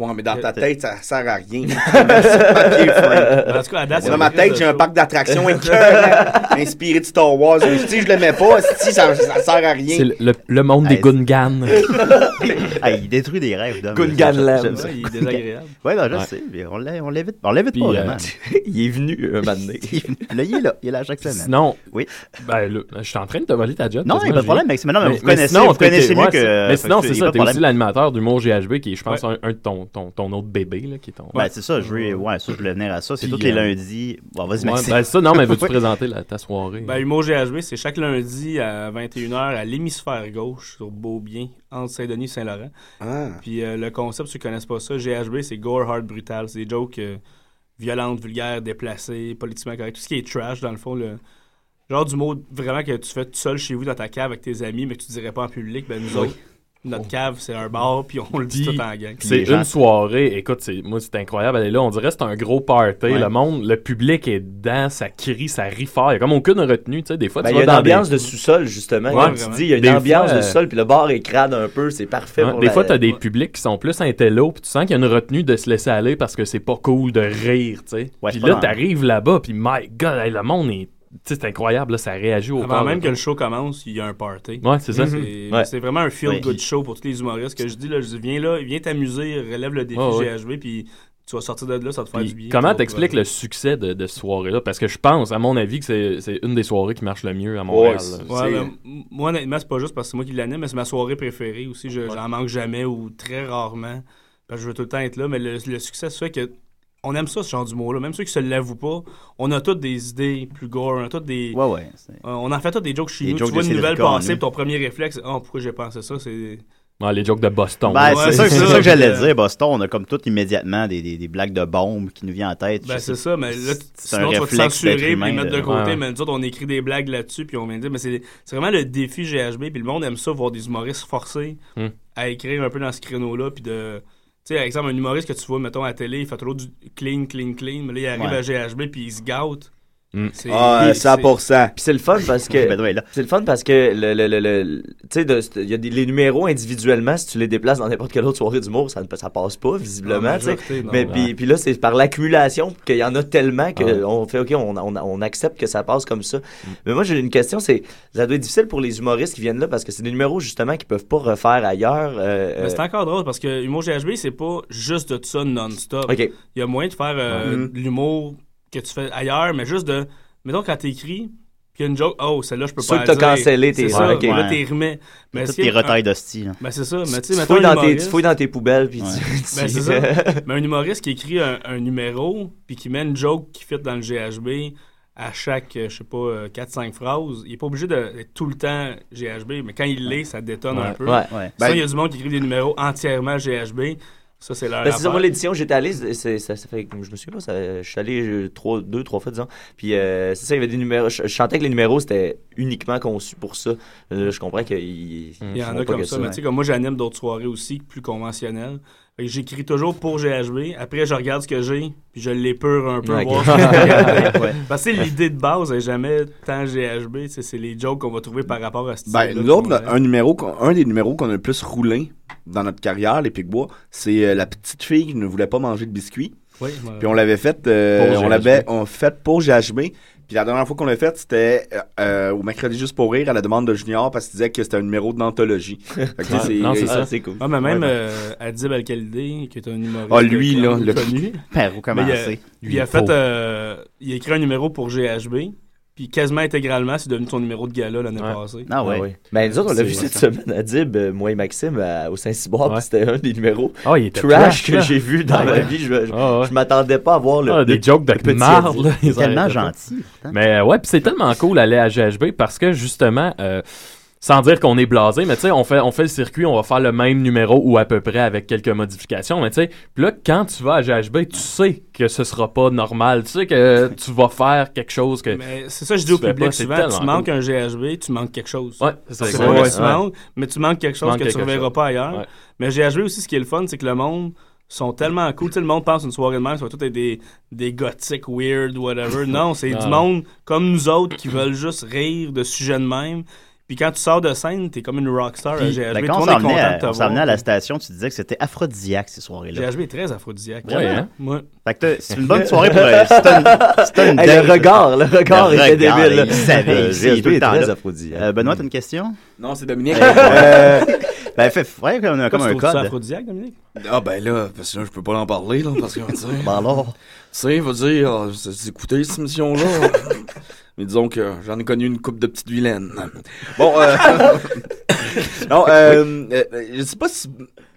Euh,
Ouais, mais dans ta tête, ça sert à rien.
Ben, En tout cas, à date,
dans ma tête, j'ai un parc d'attractions écœurant, inspiré de Star Wars. Mais si je l'aimais pas, si ça, ça sert à rien.
C'est le, le- le monde des Gungans.
Ah, il détruit des rêves d'hommes.
Gungan
J'aime
Lab.
ça.
Ouais, il est
Gungan.
désagréable.
Ouais, non, je
Ouais.
sais. mais on l'é- on l'évite on l'évite
Puis,
pas
euh,
vraiment.
il est venu un moment donné.
Là, il est là. Il est là chaque semaine.
Sinon,
oui.
ben, là, je suis en train de te voler ta job.
Non,
quasiment,
il y a pas de
Julien.
problème, mais c'est- mais non, mais vous connaissez-
sinon,
vous
t'es-
connaissez
t'es-
mieux
ouais,
que-
c'est-
fait
Mais sinon,
que
c'est
y a pas
ça.
de
T'es aussi
problème.
l'animateur d'humour GHB qui est, je pense, un, un de ton, ton, ton autre bébé. Là, qui est ton...
Ben, c'est ça, je veux, ouais, ça, je voulais venir à ça. C'est
Puis,
tous les
euh,
lundis. Bon, vas-y,
ouais,
Maxime.
ben, ça, non, mais veux-tu
Ouais.
présenter la- ta soirée?
Ben, Humour GHB, c'est chaque lundi à 21h à l'hémisphère gauche sur Beaubien, entre Saint-Denis et Saint-Laurent.
Ah.
Puis euh, le concept, si tu ne connais pas ça, GHB, c'est Gore Hard Brutal. C'est des jokes euh, violentes, vulgaires, déplacées, politiquement correctes. Tout ce qui est trash, dans le fond. Le genre du mot vraiment que tu fais tout seul chez vous dans ta cave avec tes amis, mais que tu dirais pas en public. Ben, nous
Oui.
autres, notre cave, c'est un bar, puis on le dit tout en gang.
C'est une soirée, écoute, c'est, moi c'est incroyable. Elle est là, on dirait que c'est un gros party.
Ouais.
Le monde, le public est dedans, ça crie, ça rit fort. Il n'y a comme aucune retenue, tu sais. Des fois,
Ben,
tu
il y a
vas
une
dans
ambiance
des-
de sous-sol, justement.
Ouais,
comme tu
vraiment.
dis, il y a une
Des
ambiance
euh,
fois,
de sous-sol, puis le bar est crade un peu, c'est parfait.
Ouais,
pour
des
la-
fois, t'as des publics qui sont plus intello, puis tu sens qu'il y a une retenue de se laisser aller parce que c'est pas cool de rire, tu sais. puis
c'est pas
là,
dans-
t'arrives là-bas, puis my God, hey, le monde est, tu sais, c'est incroyable, là, ça réagit au
Avant
corps.
même que le show commence, il y a un party.
Ouais, c'est ça.
C'est
Ouais.
c'est vraiment un feel-good
Ouais.
show pour tous les humoristes. Que je dis, là, je dis, viens là, viens t'amuser, relève le défi
Ouais, ouais.
GHB, puis tu vas sortir de là, ça va te faire
Puis
du bien.
comment
Ça va
t'expliques
te-
le succès de, de cette soirée-là? Parce que je pense, à mon avis, que c'est, c'est une des soirées qui marche le mieux à Montréal. là.
Ouais, ben, m- moi, honnêtement, c'est pas juste parce que c'est moi qui l'anime, mais c'est ma soirée préférée aussi. Je- J'en manque jamais ou très rarement. Parce que je veux tout le temps être là, mais le, le succès, c'est fait que. On aime ça, ce genre d'humour-là. Même ceux qui se l'avouent pas, on a toutes des idées plus gore, on a toutes des.
Ouais, ouais,
Euh, on en fait toutes des jokes chez
Des
nous.
jokes
tu vois
de
une nouvelle
Silicon,
passer,
nous.
puis ton premier réflexe, oh, pourquoi j'ai pensé ça, c'est.
Ouais, les jokes de Boston.
Ben,
Ouais,
c'est ça,
c'est
c'est
ça.
ça que j'allais
Euh,
dire. Boston, on a comme tout immédiatement des, des, des blagues de bombes qui nous viennent en tête.
Ben,
Je sais-
c'est ça, mais là, tu-
c'est
sinon,
un
tu vas te
réflexe
censurer
d'être
puis
humain,
les mettre de
là.
côté.
Ouais.
Mais nous autres, on écrit des blagues là-dessus, puis on vient de dire. Mais c'est c'est vraiment le défi GHB, puis le monde aime ça, voir des humoristes forcés
Hmm.
à écrire un peu dans ce créneau-là, puis de. Tu sais, par exemple, un humoriste que tu vois, mettons, à la télé, il fait trop du clean, clean, clean, mais là, il arrive
Ouais.
à GHB, puis il se gâte. C'est-
Ah,
puis c'est-
100%.
Puis c'est le fun parce que.
Ben
c'est le fun parce que le, le, le, le- tu sais, de- il y a des, les numéros individuellement, si tu les déplaces dans n'importe quelle autre soirée d'humour, ça ne ça passe pas, visiblement.
En
tu sais.
majorité, non.
Mais
Ouais.
puis, puis là, c'est par l'accumulation qu'il y en a tellement
Ah ouais.
qu'on fait, OK, on, on, on accepte que ça passe comme ça. Mais moi, j'ai une question, c'est ça doit être difficile pour les humoristes qui viennent là parce que c'est des numéros justement qu'ils peuvent pas refaire ailleurs. euh,
Mais c'est
euh,
encore drôle parce que l'humour GHB, c'est pas juste de ça non-stop.
Ok.
Il y a moyen de faire euh,
Mhm.
de l'humour que tu fais ailleurs, mais juste de. Mettons, quand t'écris, puis il y a une joke, oh, celle-là, je peux
Ceux
pas.
que t'as
la dire.
cancellé, t'es-
C'est ça,
ouais, ok.
là,
Ouais.
t'es remets. Mais
Toutes
est-ce qu'il y a
tes retailles
un-
d'hostie, hein. là.
Ben, c'est ça.
Tu-
Mais tu
tu
sais,
fouilles
mettons, un
dans tes- tu
humoriste-
fouilles dans tes poubelles, puis tu- tu-
Ben, c'est ça. Mais un humoriste qui écrit un, un numéro, puis qui met une joke qui fit dans le GHB à chaque, euh, je sais pas, euh, 4-5 phrases, il est pas obligé de- d'être tout le temps GHB, mais quand il l'est, ça détonne
Ouais.
un peu.
Ouais. Ouais.
Ça,
Ben-
il y a du monde qui écrit des numéros entièrement GHB. Ça, c'est leur
Ben, c'est ça,
affaire.
moi, l'édition, j'étais allé, c'est- c'est- ça, ça fait, je me souviens pas, ça- je suis allé euh, trois, deux, trois fois, disons. Puis, euh, c'est ça, il y avait des numéros, je, je chantais que les numéros, c'était uniquement conçu pour ça. Euh, je comprends qu'ils.
Il y en a comme ça,
hein.
mais tu sais, comme moi, j'anime d'autres soirées aussi, plus conventionnelles. Fait que J'écris toujours pour GHB. Après, je regarde ce que j'ai, puis je l'épure un peu.
Ouais,
voir
ok.
ce que j'ai regardé.
Ouais.
Parce que l'idée de base n'est jamais tant GHB. tu sais, C'est les jokes qu'on va trouver par rapport à ce
Ben, nous autres, un, numéro, qu'on- un des numéros qu'on a le plus roulé dans notre carrière, les Picbois, c'est euh, la petite fille qui ne voulait pas manger de biscuits.
Oui, moi-
Puis on l'avait fait, euh,
Pour
on
GHB.
l'avait on fait pour GHB. Puis la dernière fois qu'on l'a fait, c'était euh, euh, au mercredi juste pour rire à la demande de Junior parce qu'il disait que c'était un numéro d'anthologie. Fait que, tu sais,
non, c'est ça.
c'est cool.
Ah, mais même
Ouais,
euh, Adib Al-Khalidi, qui est un humoriste.
Ah, lui,
euh,
là, le-
connu. Mais il
Par où
a-
commencer?
Il a,
Lui,
fait.
pauvre.
euh, il a écrit un numéro pour GHB. Puis quasiment intégralement, c'est devenu ton numéro de gala l'année passée.
Ah,
Ben, nous autres, on l'a vu
C'est-
cette semaine à Dib, euh, moi et Maxime, à- au Saint-Cyboire, puis c'était un des numéros
Ah, il était
trash
trash,
que
là.
j'ai vu dans
Ah,
ma
ouais.
vie. Je, je-
Ah, ouais.
je m'attendais pas à voir le.
Ah, des
le-
jokes
le
de
petit
marde,
Adib.
là, ils arrêtent pas. Mais euh, ouais, puis c'est tellement cool aller à GHB parce que justement, euh, sans dire qu'on est blasé, mais tu sais, on fait, on fait le circuit, on va faire le même numéro ou à peu près avec quelques modifications. Mais tu sais, puis là, quand tu vas à GHB, tu sais que ce sera pas normal. Tu sais que tu vas faire quelque chose que.
Mais Ben, c'est ça que je dis au
tu fais pas,
public
c'est
souvent.
tellement
Tu manques un GHB, tu manques quelque chose.
Ouais, c'est ça,
C'est
exactement.
pas que tu
Ouais.
manques, mais tu manques quelque
Tu
chose
manques
que tu
quelque
ne reverras
chose.
pas ailleurs.
Ouais.
Mais GHB aussi, ce qui est le fun, c'est que le monde sont tellement cool. Tu sais, le monde pense une soirée de même, ça va tout être des, des gothiques, weird, whatever. Non, c'est
Ah,
du
ouais.
monde comme nous autres qui veulent juste rire de sujets de même. Puis quand tu sors de scène, t'es comme une rockstar à
Puis,
GHB.
ben,
Tout le
quand on
monde est
s'en
content
venait
de
à,
te
on s'en
voir.
venait à la station, tu disais que c'était aphrodisiaque ces soirées-là.
GHB est très aphrodisiaque.
Vraiment.
Ouais, hein? Ouais.
Fait que t'as- c'est une bonne soirée pour. euh, c'est une- c'est une
Hey,
date,
le regard,
ça.
le regard était
regard,
débile, là.
Il savait,
Euh,
il sait, il est
GHB
tout le
est
temps
très
là.
aphrodisiaque.
Euh, Benoît, t'as une question
Non, c'est Dominique.
Euh, ben, fait vrai qu'on a
Toi,
comme
tu
un
trouves ça
code.
aphrodisiaque, Dominique?
Ah ben là, parce que là, je peux pas en parler, là, parce que, tu sais...
Ben alors?
Tu sais, va dire, ah, vous avez écouté cette émission-là? Mais disons que j'en ai connu une coupe de petites vilaines. Bon, euh... non, euh, euh, je sais pas si,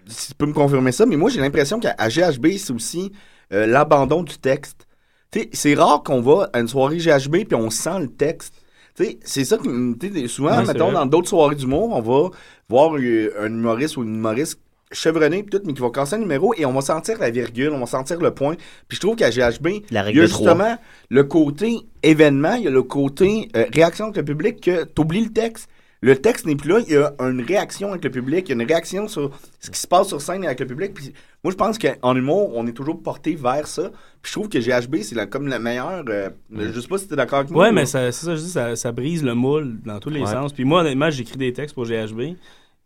si tu peux me confirmer ça, mais moi, j'ai l'impression qu'à à GHB, c'est aussi euh, l'abandon du texte. Tu sais, c'est rare qu'on va à une soirée GHB puis on sent le texte. Tu sais, c'est ça que, tu sais, souvent,
Ouais, c'est
mettons,
vrai.
dans d'autres soirées d'humour, on va voir euh, un humoriste ou une humoriste chevronné puis tout, mais qui va casser un numéro et on va sentir la virgule, on va sentir le point. Puis je trouve qu'à GHB, il y a
règle de trois.
justement le côté événement, il y a le côté euh, réaction avec le public que t'oublies le texte. Le texte n'est plus là, il y a une réaction avec le public, il y a une réaction sur ce qui se passe sur scène avec le public. Puis moi, je pense qu'en humour, on est toujours porté vers ça. Puis je trouve que GHB, c'est la- comme la meilleure. euh, Je sais pas si t'es d'accord avec moi.
Ouais,
ou-
mais ça, c'est ça, je dis, ça, ça brise le moule dans tous les
Ouais.
sens. Puis moi, honnêtement, j'écris des textes pour GHB. Puis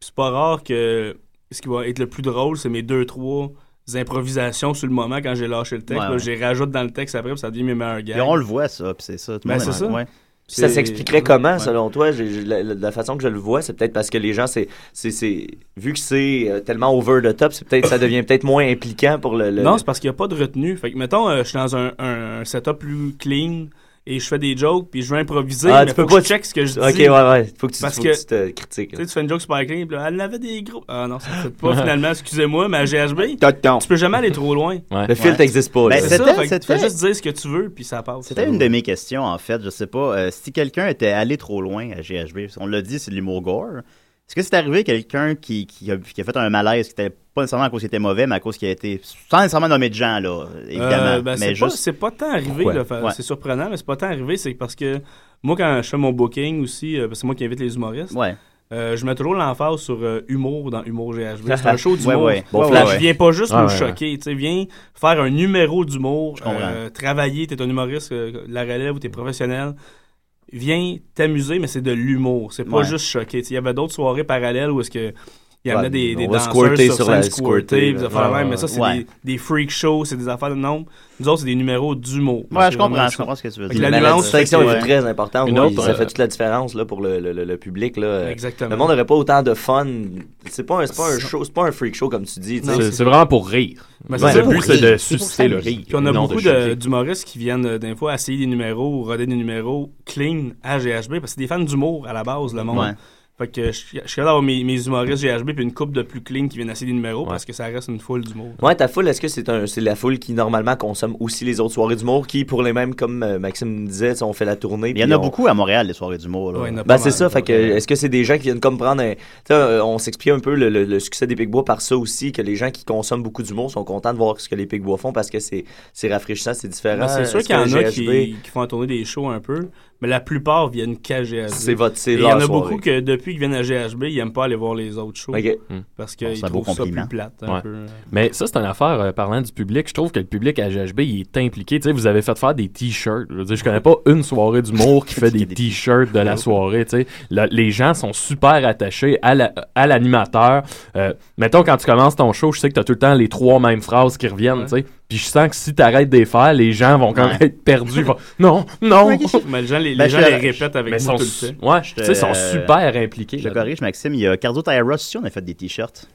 c'est pas rare que ce qui va être le plus drôle, c'est mes deux, trois improvisations sur le moment quand j'ai lâché le texte.
Ouais,
Là,
ouais.
J'ai rajoute dans le texte après, puis ça devient mes meilleurs gags.
Et on le voit, ça, puis c'est ça. tout le
Ben,
monde
c'est
est-
ça.
ouais.
Puis ça
C'est-
s'expliquerait comment,
Ouais.
selon toi? J'ai- j'ai- la, la- la façon que je le vois, c'est peut-être parce que les gens, c'est, c'est, c'est- vu que c'est euh, tellement over the top, c'est peut-être, ça devient peut-être moins impliquant pour le... le-
Non, c'est parce qu'il n'y a pas de retenue. Fait que, mettons, euh, je suis dans un, un- un setup plus clean et je fais des jokes, puis je veux improviser,
Ah,
mais
tu peux
faut
pas-
que je check ce que je dis.
Ok, ouais, ouais. Faut que tu-
Parce
faut que tu te critiques,
Tu
là.
sais, tu fais une joke super clean, puis là, elle avait des gros... Ah non, ça ne fait pas finalement, excusez-moi, mais à GHB, tu peux jamais aller trop loin.
Le filtre existe pas, là.
Ben,
C'est ça,
c'était-
fait que tu
c'était-
fais juste dire ce que tu veux, puis ça passe.
C'était une de mes questions, en fait. Je sais pas. euh, si quelqu'un était allé trop loin à GHB, on l'a dit, c'est de l'humour gore. Est-ce que c'est arrivé quelqu'un qui, qui, a, qui a fait un malaise, qui était pas nécessairement à cause qu'il était mauvais, mais à cause qu'il a été. sans nécessairement nommer de gens, là, évidemment.
Euh, ben,
mais
c'est pas-
juste.
c'est pas, tant arrivé,
Pourquoi?
là, fa-
Ouais.
c'est surprenant, mais c'est pas tant arrivé, c'est parce que moi, quand je fais mon booking aussi, euh, parce que c'est moi qui invite les humoristes,
Ouais.
euh, je mets toujours l'emphase sur euh, humour dans Humour GHB. C'est un show
Ouais,
d'humour.
ouais.
Bon,
Ouais,
Flash,
ouais.
viens pas juste
Ah, Ouais,
nous
ouais,
choquer, tu sais, viens faire un numéro d'humour,
Je comprends.
euh, travailler, t'es un humoriste, euh, la relève ou t'es professionnel. Viens t'amuser, mais c'est de l'humour, c'est pas
Ouais.
juste choquer. Tu sais, Il y avait d'autres soirées parallèles où est-ce que il y en
Ouais,
a des, des
on va
danseurs
squirter
sur,
sur
scène,
la-
squirter,
squirter,
puis des
là.
affaires de
Ouais,
même, mais
ouais,
ça, c'est
ouais.
des, des freak shows, c'est des affaires de nombre. Nous autres, c'est des numéros d'humour.
Ouais,
C'est
je comprends,
vraiment
je
ça.
comprends ce que tu veux
Fait
dire.
la
Mais
nuance,
distinction
c'est
est
que-
très importante.
Une
ouais,
autre,
ça fait
euh,
toute la différence là, pour le, le- le- le public. Là. Euh,
Exactement.
Le monde n'aurait pas autant de fun. C'est pas, un, c'est pas un show, c'est pas un freak show comme tu dis. tu sais.
C'est c'est vraiment pour rire.
Mais
Ouais,
ça,
le but,
pour
c'est
rire.
de
C'est pour
susciter le
s'amuser.
rire.
Puis on a
non de
beaucoup
choquer.
de- d'humoristes qui viennent euh, des fois essayer des numéros, roder des numéros clean à GHB, parce que c'est des fans d'humour à la base, le monde.
Ouais.
Fait que je suis je suis content d'avoir mes, mes humoristes GHB puis une coupe de plus clean qui viennent essayer des numéros parce que ça reste une foule d'humour.
Ouais, ta foule, est-ce que c'est un, c'est la foule qui normalement consomme aussi les autres soirées d'humour qui, pour les mêmes, comme euh, Maxime disait, tu sais, on fait la tournée.
Il y en
puis
a
on-
beaucoup à Montréal, les soirées d'humour. là.
Ben, c'est ça, fait que euh, est-ce que c'est des gens qui viennent comme prendre un... tu sais, euh, on s'explique un peu le, le- le succès des Pigbois par ça aussi, que les gens qui consomment beaucoup d'humour sont contents de voir ce que les Pigbois font parce que c'est c'est rafraîchissant, c'est différent.
Ben, c'est sûr
euh, Est-ce
qu'il y en
que
a
GHB
qui, qui font tourner des shows un peu, mais la plupart viennent qu'à GHB.
C'est votre- c'est
Et Il y
leur
en a
soirée.
beaucoup que depuis qu'ils viennent à GHB, ils n'aiment pas aller voir les autres shows.
Ok.
Parce
Bon,
qu'ils
c'est un beau
trouvent ça plus
compliment.
plate. un
Hmm. Ouais.
peu.
Mais ça, c'est une affaire, euh, parlant du public, je trouve que le public à GHB, il est impliqué. Tu sais, vous avez fait faire des t-shirts. Je veux dire, je connais pas une soirée d'humour qui fait des t-shirts de la soirée. tu sais. Le- les gens sont super attachés à la- à l'animateur. Euh, mettons, quand tu commences ton show, je sais que tu as tout le temps les trois mêmes phrases qui reviennent. tu sais. Puis je sens que si t'arrêtes de les faire, les gens vont quand même
Ouais.
être perdus. Ils vont, non, non.
Mais les gens les,
Ben,
les gens
je-
les répètent avec
Mais
moi
sont
tout
su-
le temps.
ouais, je te- Tu sais, ils sont super impliqués
euh, Je corrige, Maxime. Il y a Cardio Tire Rush aussi, on a fait des t-shirts.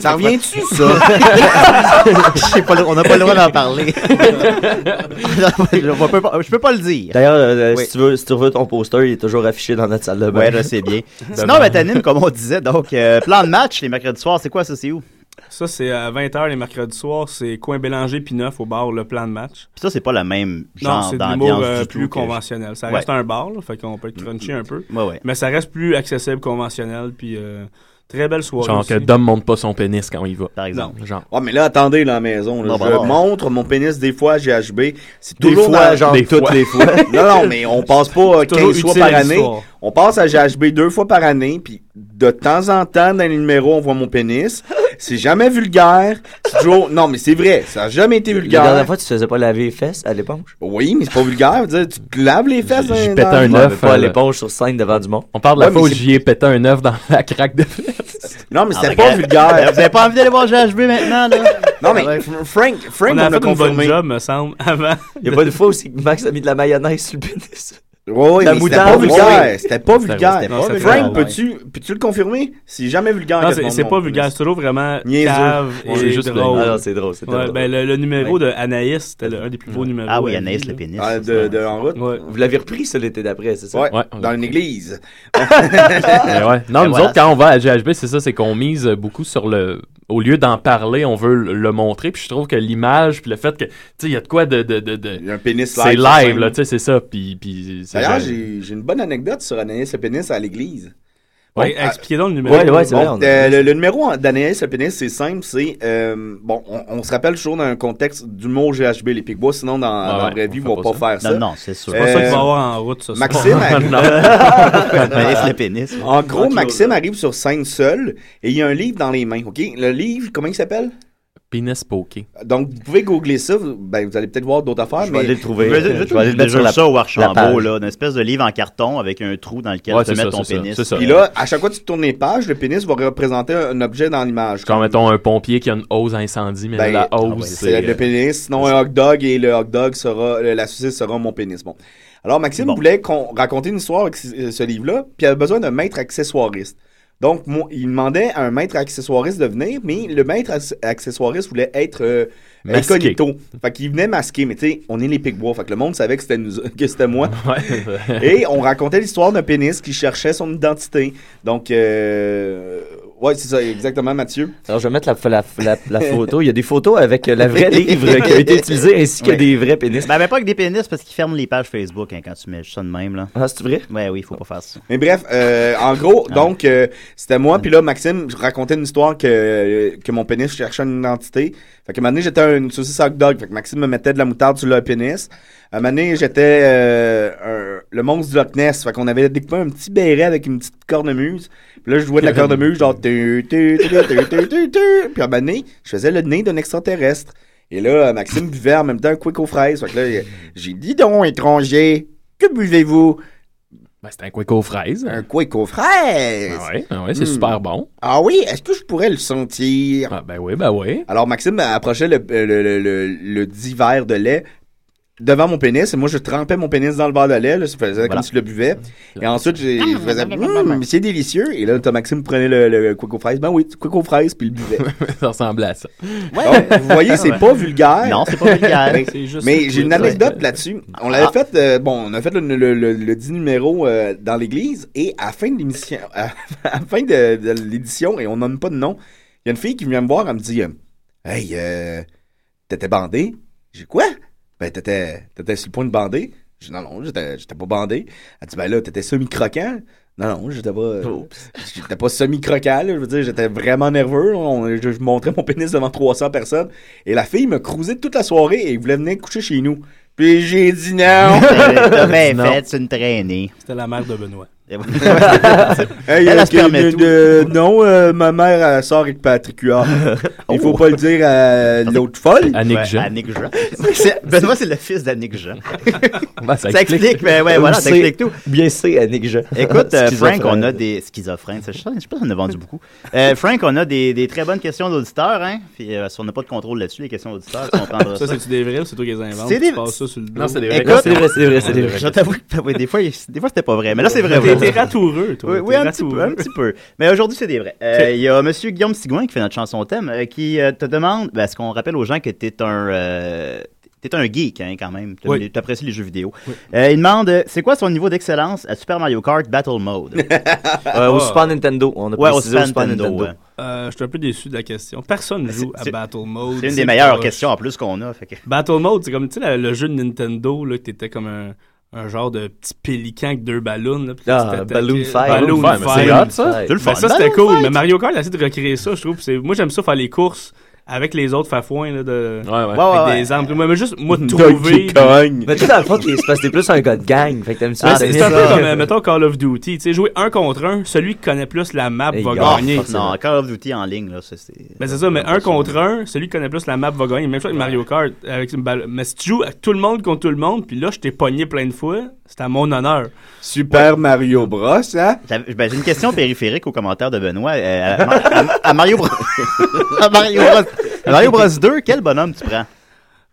Ça revient-tu, ça?
Je sais pas, le- on n'a pas le droit d'en parler. je, peux pas, je peux pas le dire.
D'ailleurs, euh,
Oui.
si, tu veux, si tu veux ton poster, il est toujours affiché dans notre salle de bain.
Ouais, je sais bien. Sinon, ben, t'animes, comme on disait, donc, euh, plan de match les mercredis soirs, c'est quoi ça, c'est où?
Ça, c'est à 20h les mercredis soirs. C'est coin Bélanger puis Neuf au bar Le Plan de Match.
Puis ça, c'est pas le même
Non,
genre
c'est de l'humour
d'ambiance
euh,
du tout
plus
que-
conventionnel. Ça
Ouais.
reste un bar, là, fait qu'on peut être crunchy un peu.
Ouais, ouais.
Mais ça reste plus accessible, conventionnel, puis euh, très belle soirée.
Genre
aussi.
que Dom monte pas son pénis quand il va.
Par
exemple.
Genre.
Ouais, Ah, mais là, attendez, là, à la maison. là.
Non,
je
ben non.
montre mon pénis des fois à GHB. C'est
Des
toujours
fois,
dans-
genre, Des toutes fois. les fois.
non, non, mais on passe pas euh,
C'est toujours
15 fois
utile
par
à
année.
l'histoire.
On passe à GHB deux fois par année, puis de temps en temps, dans les numéros, on voit mon pénis. C'est jamais vulgaire. C'est toujours... Non, mais c'est vrai, ça a jamais été
La
vulgaire.
dernière fois, tu te faisais pas laver les fesses à l'éponge?
Oui, mais c'est pas vulgaire. Je veux dire, tu te laves les fesses.
J'ai
euh,
hein,
pété
dans-
un
Ouais, mais
œuf
pas
à
à l'époque.
l'éponge sur scène devant du monde.
euh, On parle de la
Ouais,
fois
mais
où j'y ai pété un œuf dans la craque de fesses.
Non, mais
Ah,
c'était
ben,
pas vulgaire.
Vous avez pas envie d'aller voir GHB maintenant, là?
Non, mais Frank, Frank,
on a fait une
confirmé.
bonne job, me semble, avant.
Il y a pas une fois aussi que Max a mis de la mayonnaise sur le pénis.
Oui,
la
mais c'était pas
moutarde.
vulgaire.
oui.
C'était pas
C'était-
vulgaire.
c'était pas vulgaire.
Frank,
Ouais.
peux-tu peux-tu le confirmer? C'est jamais vulgaire.
Non,
que
c'est-
mon-
c'est
mon
pas
pénis.
vulgaire, c'est toujours vraiment
Niaiseux.
cave
On
et
est juste
drôle.
là. Ah non, c'est drôle, c'était
Ouais,
drôle.
ben, le, le numéro
Ouais.
de Anaïs, c'était le- un des plus beaux numéros. euh,
Ah oui,
à
Anaïs
vie,
le
là.
pénis. Ah, de- de- en route.
Vous l'avez repris, ça, l'été d'après, c'est ça?
Ouais, dans une église.
Mais ouais. Non,
Mais
nous
voilà.
autres, quand on va à GHB, c'est ça, c'est qu'on mise beaucoup sur le. Au lieu d'en parler, on veut le, le montrer. Puis je trouve que l'image, puis le fait que. Tu sais, il y a de quoi de. de, de, de-
un pénis
C'est
live sur
live,
scène.
là, tu sais, c'est ça. Puis. puis c'est
D'ailleurs,
genre-
j'ai j'ai une bonne anecdote sur Anaïs le pénis à l'église.
Ouais,
à-
expliquez-donc le numéro.
Ouais, ouais,
c'est
bon,
vrai, on a-
euh, le, le numéro en- d'Anaïs le pénis, c'est simple, c'est... euh, bon, on, on se rappelle toujours dans un contexte du mot GHB, les Pigbois, sinon dans, dans la
ouais,
vraie
on
vie,
fait
ils vont
pas
pas,
ça.
faire ça. Euh,
Non, non, c'est sûr. C'est pas ça qu'il va y avoir en route ce soir.
Maxime...
Non.
arrive-
Anaïs le pénis.
En gros,
Tranquille.
Maxime arrive sur scène seul, et il y a un livre dans les mains, OK? Le livre, comment il s'appelle?
Penis poké.
Donc, vous pouvez googler ça. vous- Ben, vous allez peut-être voir d'autres affaires.
Je
mais...
vais aller le trouver. Je vais, aller le mettre ça au Archambault, là. Une espèce de livre en carton avec un trou dans lequel tu peux mettre ton pénis.
Puis là, à chaque fois que tu tournes les pages, le pénis va représenter un objet dans l'image.
Quand mettons un pompier qui a une hose à incendie, mais
Ben,
la
ah
hose,
ouais,
c'est.
c'est le
euh,
pénis, sinon un hot dog et le hot dog sera, le- la saucisse sera mon pénis. Bon. Alors, Maxime voulait qu'on raconter une histoire avec ce ce livre-là, puis il avait besoin d'un maître accessoiriste. Donc, moi, il demandait à un maître accessoiriste de venir, mais le maître ac- accessoiriste voulait être euh,
Masqué.
incognito. Fait qu'il venait masqué, mais tu sais, on est les pics-bois, fait que le monde savait que c'était nous- que c'était moi.
euh,
Et on racontait l'histoire d'un pénis qui cherchait son identité. Donc, euh, ouais, c'est ça, exactement, Mathieu.
Alors, je vais mettre la, la, la, la photo. Il y a des photos avec euh, la vraie livre qui a été utilisée ainsi que
Oui.
des vrais pénis.
Ben, ben, pas avec des pénis parce qu'ils ferment les pages Facebook hein, quand tu mets ça de même, là.
Ah, c'est vrai?
Ouais, oui, il faut pas faire ça.
Mais bref, euh, en gros, donc, euh, c'était moi, puis là, Maxime, je racontais une histoire que, euh, que mon pénis cherchait une identité. Fait que un moment donné, j'étais un- une saucisse hot dog. Fait que Maxime me mettait de la moutarde sur le pénis. Un moment donné, j'étais euh, un- le monstre du Loch Ness. Fait qu'on avait découpé un petit béret avec une petite cornemuse. Puis là, je jouais de la cornemuse, genre... tu, tu, tu, tu, tu, tu, tu. Puis à un moment donné, je faisais le nez d'un extraterrestre. Et là, Maxime buvait en même temps un quick aux fraises. Fait que là, j'ai dit donc, étranger, que buvez-vous?
Ben, c'est un quick aux fraises.
Un quick aux fraises.
Ah ouais, ah ouais, c'est super bon.
Ah oui, est-ce que je pourrais le sentir?
Ah ben oui, ben oui.
Alors Maxime approchait le, euh, le, le, le, le dit verre de lait devant mon pénis et moi je trempais mon pénis dans le verre de lait, là, ça faisait comme
Voilà.
si je le buvais. Et ensuite j'ai- je
Ah,
faisais Hum, c'est délicieux et là t'as Maxime prenait le, le quick aux fraises, ben oui, quick aux fraises puis il le buvait.
ça ressemblait à ça. Ah
Donc, vous voyez, c'est pas vulgaire.
Non, c'est pas vulgaire.
Mais-
C'est juste
Mais
le
j'ai une
tweet,
anecdote
ouais.
là-dessus. On l'avait
Ah.
fait, euh, bon, on a fait le, le, le, le 10 numéro euh, dans l'église et à la fin de l'émission, à, à la fin de, de l'édition, et on nomme pas de nom, il y a une fille qui vient me voir, elle me dit euh, Hey, euh, t'étais bandé J'ai quoi Ben, t'étais, t'étais sur le point de bander J'ai dit Non, non, j'étais, j'étais pas bandé. Elle dit Ben là, t'étais semi-croquant non, non, j'étais pas. J'étais pas semi-croquant, là, je veux dire, j'étais vraiment nerveux. on- je, je montrais mon pénis devant 300 personnes. Et la fille me cruisait toute la soirée et voulait venir coucher chez nous. Puis j'ai dit non!
T'as bien fait, c'est une traînée.
C'était la mère de Benoît.
Hey,
elle,
euh,
elle se
que-
permet
de-
tout.
de- non, euh, ma mère elle sort avec Patrick Huard. Il faut pas le dire à l'autre folle.
À Nick Ouais, Jean. à Nick Jean. C'est- Benoît, c'est le fils d'Annick Jean. ça, explique, mais ouais, voilà, ça explique tout.
Bien c'est Annick Jean.
Écoute, euh, Frank, on a
Schizophrène.
des schizophrènes. Je sais pas si on a vendu beaucoup. Euh, Frank, on a des, des très bonnes questions d'auditeurs. Hein? Puis, euh, si on n'a pas de contrôle là-dessus, les questions d'auditeurs, on prendra ça.
Ça, c'est-tu des vrais ou c'est toi qui les inventes?
C'est des-
Tu passes ça sur le dos?
Non, c'est des vrais. Écoute, Je t'avoue que ouais, des fois, il- des fois c'était pas vrai, mais là, c'est vrai.
T'es-
vrai.
t'es ratoureux, toi.
Oui, oui,
T'es
un, petit peu,
ratoureux.
un petit peu. Mais aujourd'hui, c'est des vrais. Euh,
Ok.
Il y a M. Guillaume Sigouin qui fait notre chanson thème, euh, qui euh, te demande, ben, est-ce qu'on rappelle aux gens que t'es un... euh, T'es un geek, hein, quand même. T'as-
Oui.
T'apprécies les jeux vidéo. Euh, il demande, euh, c'est quoi son niveau d'excellence à Super Mario Kart Battle Mode?
Euh,
Ah.
au Super Nintendo. On a
Ah. Ouais, au
précisé
Super Nintendo, ouais.
Euh, je suis un peu déçu de la question. Personne joue à
c'est-
Battle Mode.
c'est une des meilleures
proche.
questions en plus qu'on a. fait que-
Battle Mode, c'est comme tu sais, la- le jeu de Nintendo, là, que t'étais comme un, un genre de petit pélican avec deux ballons. Là, puis
Ah,
tu t'attaquais.
Balloon Fight.
Balloon
Balloon Fight, mais c'est
Fight.
hot, ça. C'est le
Mais
fun.
ça, c'était
Balloon
cool.
Fight.
Mais Mario Kart, il a essayé de recréer ça, je trouve. C'est- Moi, j'aime ça faire les courses avec les autres fafouins là, de... avec
Ouais, ouais,
des armes. Moi, mais juste, moi,
Donkey
trouver...
Kong. Mais tu sais, dans le fond, t'es- c'est parce que t'es plus un gars de gang. Fait que t'aimes ça.
Ah, c'est c'est un peu comme, euh, mettons, Call of Duty. Tu sais, jouer un contre un, celui qui connaît plus la map
Hey,
va
ah,
gagner.
Non, Call of Duty en ligne, là, ça, c'est...
Ben c'est ça,
Euh,
mais un contre un, celui qui connaît plus la map va gagner. Même chose avec Mario Kart. Avec une balle. Mais si tu joues avec tout le monde contre tout le monde, puis là, je t'ai pogné plein de fois, c'est à mon honneur.
Super Mario Bros, hein?
Ben, j'ai une question périphérique aux commentaires de Benoît. Euh, à, à- à Mario Bros. à Mario Bros. à Mario Bros 2, quel bonhomme tu prends?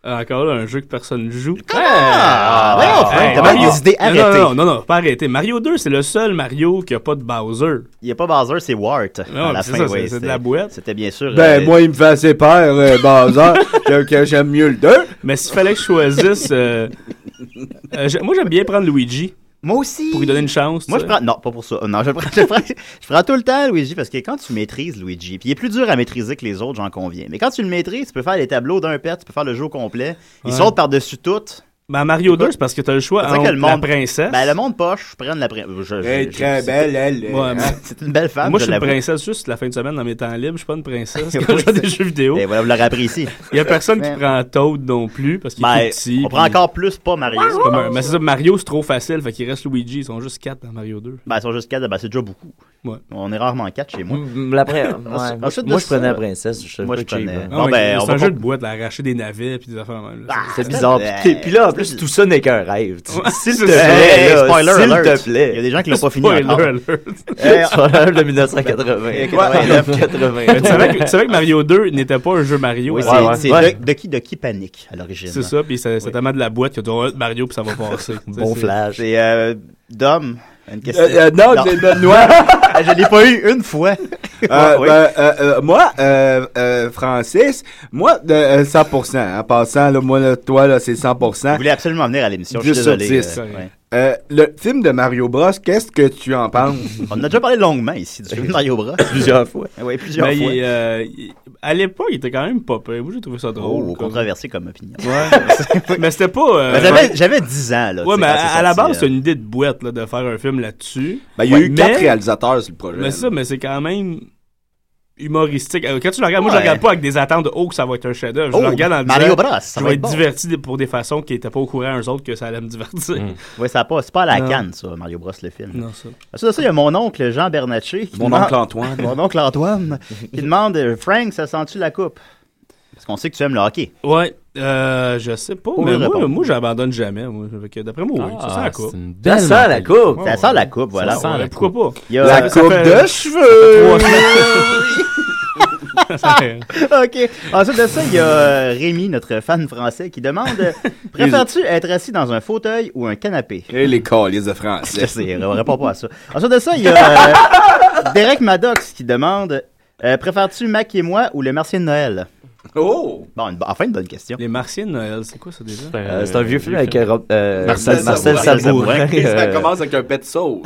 Euh, Encore là, un jeu que personne ne joue.
Ah! voyons, Frank, t'as bien des idées
Non, non,
arrêtées.
Non, non, non, pas arrêté. Mario 2, c'est le seul Mario qui a pas de Bowser.
Il n'y a pas Bowser, c'est Wart. à la
c'est
fin,
ça,
oui,
c'est- c'est de
c'était-
la boîte.
C'était bien sûr.
Ben,
euh,
moi, il me fait assez peur, euh, Bazar, que- que j'aime mieux le 2.
Mais s'il fallait que je choisisse. euh, euh, j'ai- moi, j'aime bien prendre Luigi.
Moi aussi.
Pour lui donner une chance. euh.
Moi,
tu
je
sais.
prends. Non, pas pour ça. Non, je prends, je prends, je prends tout le temps Luigi parce que quand tu maîtrises Luigi, puis il est plus dur à maîtriser que les autres, j'en conviens. Mais quand tu le maîtrises, tu peux faire les tableaux d'un pet, tu peux faire le jeu au complet. Il
Ouais.
saute par-dessus tout.
Ben, Mario 2, c'est parce que t'as le choix
C'est vrai que
entre
le monde-
la princesse.
Ben, le monde poche, je prends la princesse.
Elle est très belle, elle, elle. Ouais, mais-
C'est une belle femme.
Moi, je suis une
l'avoue.
princesse juste la fin de semaine dans mes temps libres. Je suis pas une princesse
Oui,
quand je joue à
c'est-
des jeux vidéo.
Ben, voilà, vous l'aurez appris ici.
Il y a personne qui
Ben.
prend Toad non plus parce qu'il
Ben,
est tout petit.
on prend
puis-
encore plus pas Mario.
C'est comme un- Mais c'est ça, Mario, c'est trop facile. Fait qu'il reste Luigi. Ils sont juste 4 dans Mario 2.
Ben, ils sont juste 4, ben, c'est déjà beaucoup. On est rarement 4 chez moi.
La prin- ouais. Moi,
Ensuite de
moi, je
ça,
prenais la princesse. Je
Moi, je
cheap,
prenais-
hein.
Bon, ben, on
Ah, c'est un
va
jeu
pas- Ah,
de boîte, d'arracher des navets puis des affaires. même, là.
C'est bizarre. Puis, t'es- puis là, en plus, tout ça n'est qu'un rêve. Tu-
Ouais,
S'il te
c'est
plaît,
ça.
Hey,
là,
spoiler
s'il
alert.
te plaît.
Il y a des gens qui l'ont pas fini
Spoiler
encore.
alert.
Euh,
Spoiler alert de 1980.
Ouais, 89, 80.
Mais tu, savais que, tu savais que Mario 2 n'était pas un jeu Mario.
Oui,
à
c'est
la base.
c'est De, de qui de qui panique à l'origine.
C'est ça, puis c'est c'est tellement de la boîte que tu dois Mario puis ça va passer. Tu sais, c'est-
C'est euh, Dom. Une question.
Euh, euh, non, c'est Benoît.
Ah, Je l'ai pas eu une fois.
ah,
Euh,
Oui.
ben, euh, euh, moi, euh, euh, Francis, moi, de, euh, 100%. En passant, là, moi, là, toi, là, c'est 100%.
Je voulais absolument venir à l'émission. Je suis
10 sur
désolé.
10.
euh, ouais.
Euh, le film de Mario Bros, qu'est-ce que tu en penses?
On a déjà parlé longuement ici du film de Mario Bros.
Plusieurs fois.
Oui, plusieurs
Mais il-
fois.
euh, il- à l'époque, il était quand même pas pire. Moi, j'ai trouvé ça drôle.
Oh, controversé comme opinion.
Ouais. mais c'était pas. euh,
Ben, j'avais- J'avais 10 ans. Là,
ouais,
tu
mais
sais, quand c'est
à, à la
sorti,
base,
euh.
c'est une idée de boîte là, de faire un film là-dessus.
Ben, il y a
Ouais,
eu
mais-
quatre réalisateurs sur le projet.
Mais ça, mais c'est quand même humoristique. Euh, Quand tu le regardes, moi, je
Ouais.
le regarde pas avec des attentes de « Oh, que ça va être un chef-d'œuvre ».
Oh,
Je le regarde en disant
Mario Bros, ça
Je
va
vais
être
être
bon.
diverti de- pour des façons qui n'étaient pas au courant eux autres que ça allait me divertir.
Oui, Mm. ça passe pas à la
Non.
canne, ça, Mario Bros, le film.
Non, ça.
Ensuite de ça, il y a mon oncle Jean Bernatchez. qui
Mon
demande-
oncle Antoine.
mon oncle Antoine, qui demande euh, Frank, ça sent-tu la coupe Parce qu'on sait que tu aimes le hockey.
Ouais, euh, je sais pas,
Pour
mais
le
moi,
répondre.
moi j'abandonne jamais. Moi. Fait que D'après moi, oui, ça sent la
Ah, c'est
coupe.
une belle Ça sent la mentalité. coupe. Ça sent la coupe, voilà.
Ça sent
Ouais,
la
pourquoi
coupe.
pas? Il y a-
La
ça
coupe
fait-
de cheveux!
OK. Ensuite de ça, il y a euh, Rémi, notre fan français, qui demande euh, Préfères-tu être assis dans un fauteuil ou un canapé
Et les calices de France.
Je sais, on répond pas à ça. Ensuite de ça, il y a euh, Derek Maddox qui demande euh, Préfères-tu Mac et moi ou le Martien de Noël
Oh
Bon, une- enfin une bonne question.
Les Martiens de Noël, c'est quoi ça déjà?
Euh, c'est un vieux film avec euh, Rob- euh,
Marcel
Sabourin.
Ça
Euh,
commence avec un pet de sauce.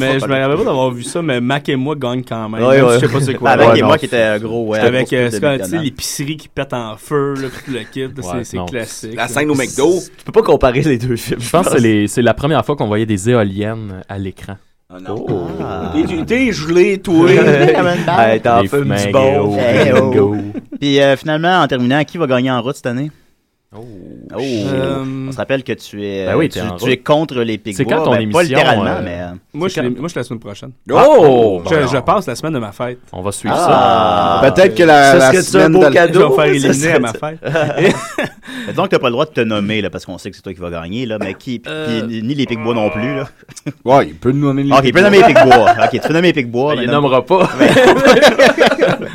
mais je me rappelle pas d'avoir vu ça, mais Mac et moi gagnent quand même.
Ouais,
Même
ouais.
si Je sais pas c'est quoi.
Bah, Mac et Ouais, moi non. qui était un gros, ouais,
C'était avec
pour
euh,
tout
c'est quoi,
le
tu sais,
McDonald's.
l'épicerie qui pète en feu, là, puis tout le kit. là, c'est- c'est
non.
classique.
La
là.
scène au McDo.
Tu peux pas comparer les deux films.
Je pense que c'est les- c'est la première fois qu'on voyait des éoliennes à l'écran. Ah.
Oh. T'es- T'es gelé, toi.
Ah. Hey, t'en
Les
fumes du
fumins
bon.
gros,
Hey,
fumins
oh.
gros.
Puis euh, finalement, en terminant, qui va gagner en route cette année Oh.
Euh,
On se rappelle que tu es,
Ben oui,
tu,
t'es en
tu
route.
es contre les
C'est
Pigbois.
quand ton
ben,
émission,
Pas littéralement,
euh, ben
mais... euh,
Moi, je
c'est
suis
quand-
moi, je suis la semaine prochaine.
Oh!
Je,
Bon.
je passe la semaine de ma fête.
On va
suivre Ah. ça.
Peut-être que la-
Ça, la c'est semaine un beau de- cadeau,
Je vais me faire
ça
éliminer
serait-
à ma fête.
Mais donc, t'as pas le droit de te nommer, là, parce qu'on sait que c'est toi qui vas gagner, là, mais qui, puis-
Euh.
puis ni les Pigbois non plus, là.
Ouais, il peut nous nommer les
Ok, il peut
Pigbois.
nommer les Pigbois. Ok, tu peux nommer les Pigbois.
Ben,
mais
il
nomme-
nommera pas.
Mais-
Ouais,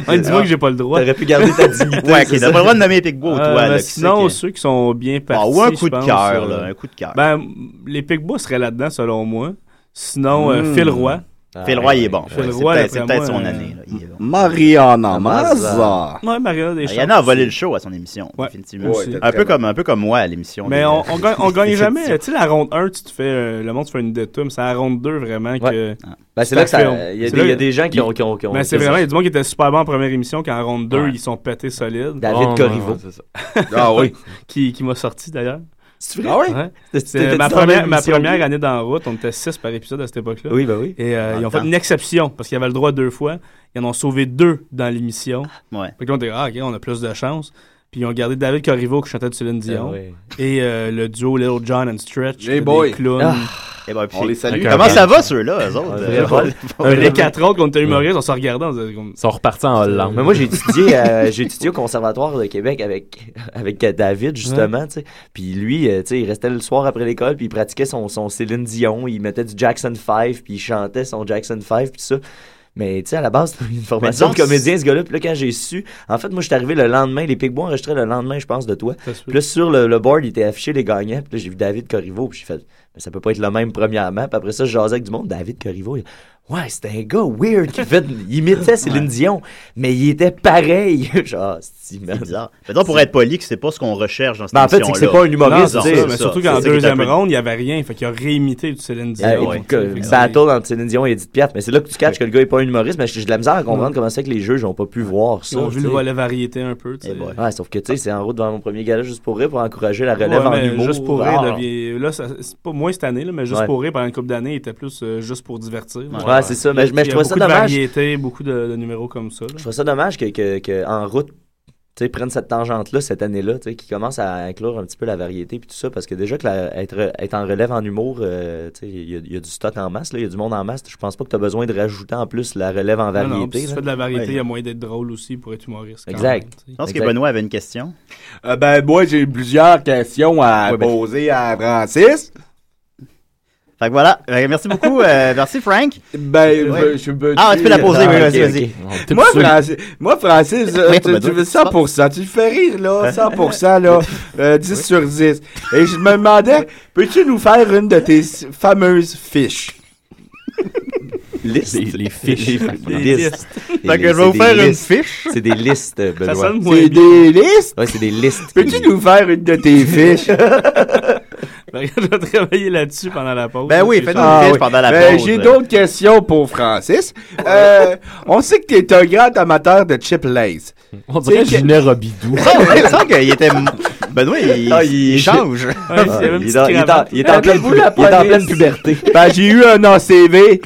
ah, Dis-moi que j'ai pas le droit.
T'aurais pu garder ta dignité.
Ouais, ok, t'as pas le droit de nommer les Pigbois, toi,
Euh, ben,
Alex,
Sinon,
c'est que-
ceux qui sont bien partis.
ou un coup
je
de
pense,
cœur,
euh,
là, un coup de cœur.
Ben, les Pigbois seraient là-dedans, selon moi. Sinon, euh,
Hmm.
Phil Roy.
Phil Roy, il est bon.
Phil
Ouais, c'est
Roy,
peut-être- c'est
d'après
peut-être
moi,
son
euh,
année, là.
Mariana Mazza.
Ouais, Mariana Deschamps.
Mariana a volé le show à son émission, définitivement.
Ouais,
un, peu
vraiment.
comme, un peu comme moi à l'émission.
Mais
des-
on, on gagne, on gagne
des
jamais.
éditions.
Tu sais, la ronde 1, tu te fais, euh, le monde se fait une dette, mais c'est la ronde 2 vraiment que.
Ben, c'est là que ça- il y a
C'est
des-
là-
il y a des gens qui ont- qui ont- qui ont-
Ben, c'est
qui ont-
vraiment, il y a du monde qui était super bon en première émission, qu'en ronde 2,
Ouais.
ils sont pétés solides.
David Oh, Corriveau. ouais, c'est ça. Ah oui.
qui qui m'a sorti d'ailleurs.
C'est vrai? Ah oui? T'étais-
C'est
t'étais
ma
dans la
première,
même
ma
émission que
première
lui?
année d'en route, on était 6 par épisode à cette époque-là.
Oui, ben oui.
Et euh,
Dans
ils
le
ont fait
temps.
une exception parce qu'ils avaient le droit deux fois. Ils en ont sauvé deux dans l'émission.
Ouais.
Fait que là, on était, ah, ok, on a plus de chance. Puis ils ont gardé David Corriveau qui chantait de Céline Dion.
Ah oui.
Et euh, le duo Little John and Stretch.
Hey
des
boy.
clowns.
Ah. Eh ben, puis On les salue. avec un Comment ça va, ceux-là, eux autres?
Un vrai
Euh,
vol.
un vrai
Les
vol.
quatre autres qu'on était humoristes, on se regardait. on se disait comme-
Ils sont repartis en Hollande.
Euh, Mais moi, j'ai étudié, euh, j'ai étudié au Conservatoire de Québec avec, avec David, justement. tu sais. Puis lui, euh, tu sais, il restait le soir après l'école, puis il pratiquait son, son Céline Dion, il mettait du Jackson 5, puis il chantait son Jackson 5, puis tout ça. Mais tu sais, à la base, c'était une formation
donc,
de comédien, ce gars-là. Puis là, quand j'ai su, en fait, moi, je suis arrivé le lendemain, les Pigbois enregistraient le lendemain, je pense, de toi.
Ça se peut.
Puis là, sur le, le board, il était affiché les gagnants. Puis là, j'ai vu David Corriveau, puis j'ai fait, mais ça peut pas être le même premièrement. Puis après ça, je jasais avec du monde. David Corriveau, il- ouais, c'était un gars weird qui fait, il imitait Céline Dion, mais il était pareil. Genre, c'est bizarre.
Mettons, pour être poli, que c'est pas ce qu'on recherche dans cette
Ben, en fait,
émission.
c'est que c'est pas un humoriste,
Non, c'est ça, mais surtout qu'en deuxième ronde, il n'y avait rien. Fait qu'il a réimité du Céline Dion.
Euh,
Fait
que-
que c'est-
battle entre Céline Dion et Edith Piaf, mais c'est là que tu catches que le gars est pas un humoriste, mais j'ai de la misère à comprendre
Ouais.
comment c'est que les juges ont pas pu voir ça.
Ils ont vu
tu
le
sais.
volet variété un
Eh
peu. tu sais.
Ouais, sauf que tu sais, c'est en route vers mon premier gala juste pour rire, pour encourager la relève
Ouais,
en
mais
humour.
Juste pour
Ah.
rire, devient- là, ça- c'est pas moins cette année, là, mais juste
Ouais.
pour rire, pendant une couple d'années, il était plus euh, juste pour divertir.
Ouais, c'est ça, mais je- mais je
Il y a
trouvais ça
beaucoup de
dommage.
variété, beaucoup de, de numéros comme ça. là.
Je trouve ça dommage que, que, que en route, tu sais, prennent cette tangente-là cette année-là, tu sais, qui commence à inclure un petit peu la variété puis tout ça, parce que déjà que la- être, être en relève en humour, euh, tu sais, il y, a- il y a du stock en masse, là, il y a du monde en masse. Je pense pas que tu as besoin de rajouter en plus la relève en
Non, non,
variété.
puis si tu
là.
fais de la variété, il y
Ouais.
a moyen d'être drôle aussi pour être humoriste. quand
Exact.
même, tu sais.
Je pense que Benoît avait une question.
Ah,
ben,
Euh, ben, moi, j'ai plusieurs questions à poser à Francis.
Fait que voilà. Euh, Merci beaucoup. euh, merci, Frank.
Ben,
Ouais.
je- je peux-
Ah, tu peux la poser, oui,
Ah,
vas-y,
ok,
vas-y.
ok. Moi, ben, Francis, moi, Francis euh,
Oui,
tu,
ben,
tu veux
donc,
100%, tu le fais rire, là, 100%, là, euh, 10 sur 10. Et je me demandais, peux-tu nous faire une de tes s- fameuses fiches?
Liste. Les,
fiches.
Les
Des
listes.
listes.
Les
Fait que je vais
listes,
vous
c'est
faire
des
une
listes.
fiche.
C'est des listes, Benoît.
sonne moins C'est bien. des listes?
Ouais, c'est des listes.
Peux-tu nous faire une de tes fiches?
Ben, Je vais travailler là-dessus pendant la pause.
Ben oui,
Puis
fais-nous
Ah
ça-
une fiche pendant la
Ben,
pause. Ben,
euh.
J'ai d'autres questions pour Francis. Euh, on sait que tu es un grand amateur de chip lays.
On dirait
C'est que-
Ginette Robidoux.
ouais,
c'est vrai qu'il était. Benoît, il,
Ah,
il change.
il est en- il est en- il est en pleine pu- il est en pleine
puberté.
Ben, j'ai eu un ACV.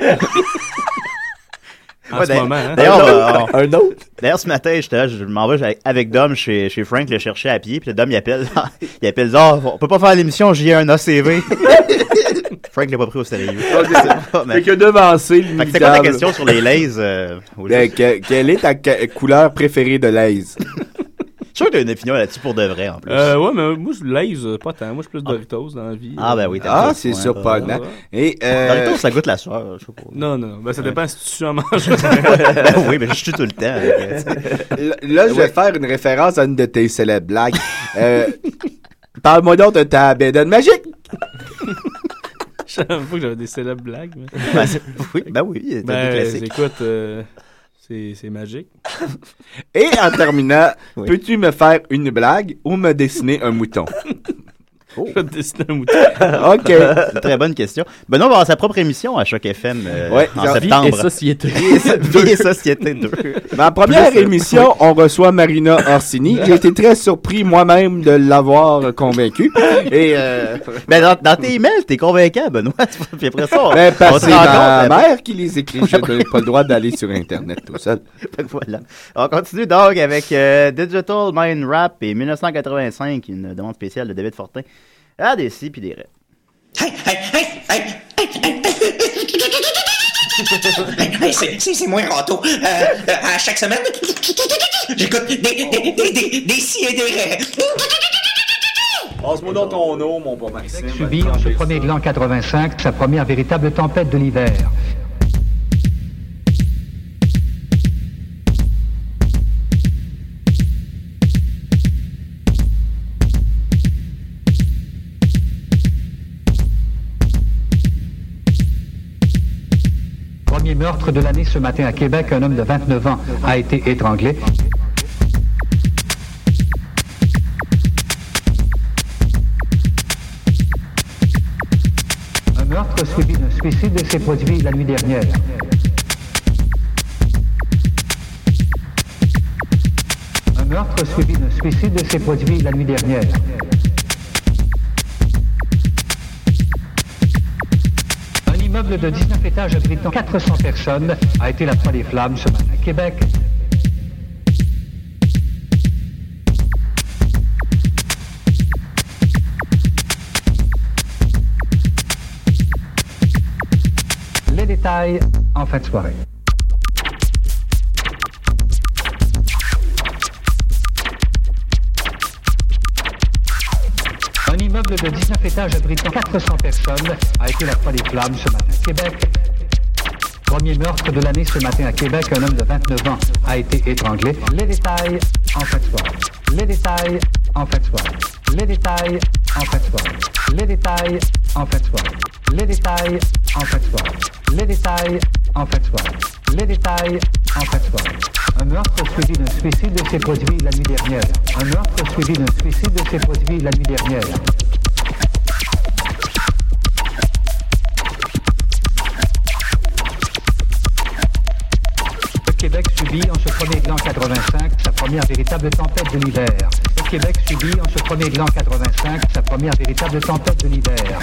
Ouais,
En ce
d'ailleurs-
moment, hein.
D'ailleurs,
Un autre.
euh,
un autre.
D'ailleurs, ce matin, j'étais là, je m'en vais avec- avec Dom chez, chez Frank le chercher à pied. Puis le Dom, il appelle. il appelle, oh, on peut pas faire l'émission, j'ai un ACV. Frank l'a pas pris au sérieux.
Fait que devancer
Fait que c'est quoi ta question sur les lays? euh, au
Ben,
juste?
que- quelle est ta ca- couleur préférée de lays?
Je suis sûr que t'as une opinion là-dessus pour de vrai, en plus.
Euh, ouais, mais moi, je laise euh, pas tant. Moi, je suis
Ah.
plus Doritos dans la vie.
Ah, ben oui,
Ah, c'est surprenant. Et, euh,
Doritos, ça goûte la sueur, je sais pas.
Non, non, non. Ben, ça
Ouais.
dépend si tu en manges.
Ben oui, mais je tue tout le temps.
Là, là, je vais faire une référence à une de tes célèbres blagues. Euh, Parle-moi donc de ta bédaine magique.
Je savais pas que j'avais des célèbres blagues. mais-
Ben, c'est- oui, ben oui, t'as des
Ben,
classiques.
Écoute, euh, c'est c'est magique.
Et en terminant, peux-tu me faire une blague ou me dessiner un mouton?
Oh.
Je vais te dessiner un mouton.
Ah,
OK. C'est une très bonne question. Benoît va avoir sa propre émission à Choc FM euh,
Ouais,
en
Vie
septembre.
et Société.
Vie et so- Vie et Société 2.
Ma première
Plus, euh,
émission,
oui.
on reçoit Marina Orsini. J'ai été très surpris moi-même de l'avoir convaincue. Et euh,
Mais dans, dans tes emails, t'es convaincant, Benoît. Puis après ça, on,
ben, parce
on
que
se
c'est
rend
ma
compte.
mère qui les écrit. Je n'ai pas le droit d'aller sur Internet tout seul.
Fait que Ben, voilà. On continue donc avec euh, Digital Mind Rap et 1985, une demande spéciale de David Fortin. Ah, des si puis des rêves.
Hey, c'est- c'est c'est moi, Ranto. Euh, euh, à chaque semaine, j'écoute des, des, des, des, des si et des raies.
Passe-moi dans ton eau, Ah, mon bon Maxime.
subit en ce 1er de l'an 85 sa première véritable tempête de l'hiver. Premier meurtre de l'année ce matin à Québec, un homme de 29 ans a été étranglé. Un meurtre suivi d'un suicide s'est produit la nuit dernière. Un meurtre suivi d'un suicide s'est produit la nuit dernière. Un immeuble de 19 étages abritant 400 personnes a été la proie des flammes ce matin à Québec. Les détails en fin de soirée. Un immeuble de 19 étages abritant 400 personnes a été la proie des flammes ce matin à Québec. Premier meurtre de l'année ce matin à Québec, un homme de 29 ans a été étranglé. Les détails en fin de soirée. Les détails en fin de soirée. Les détails en fin de soirée. Les détails en fin de soirée. Les détails en fin de soirée. Les détails en fin de soirée. Les détails en fin de soirée. Un meurtre suivi d'un suicide s'est produit la nuit dernière. Un meurtre suivi d'un suicide s'est produit la nuit dernière. Le Québec subit en ce premier de l'an 85 sa première véritable tempête de l'hiver. Le Québec subit en ce premier de l'an 85 sa première véritable tempête de l'hiver.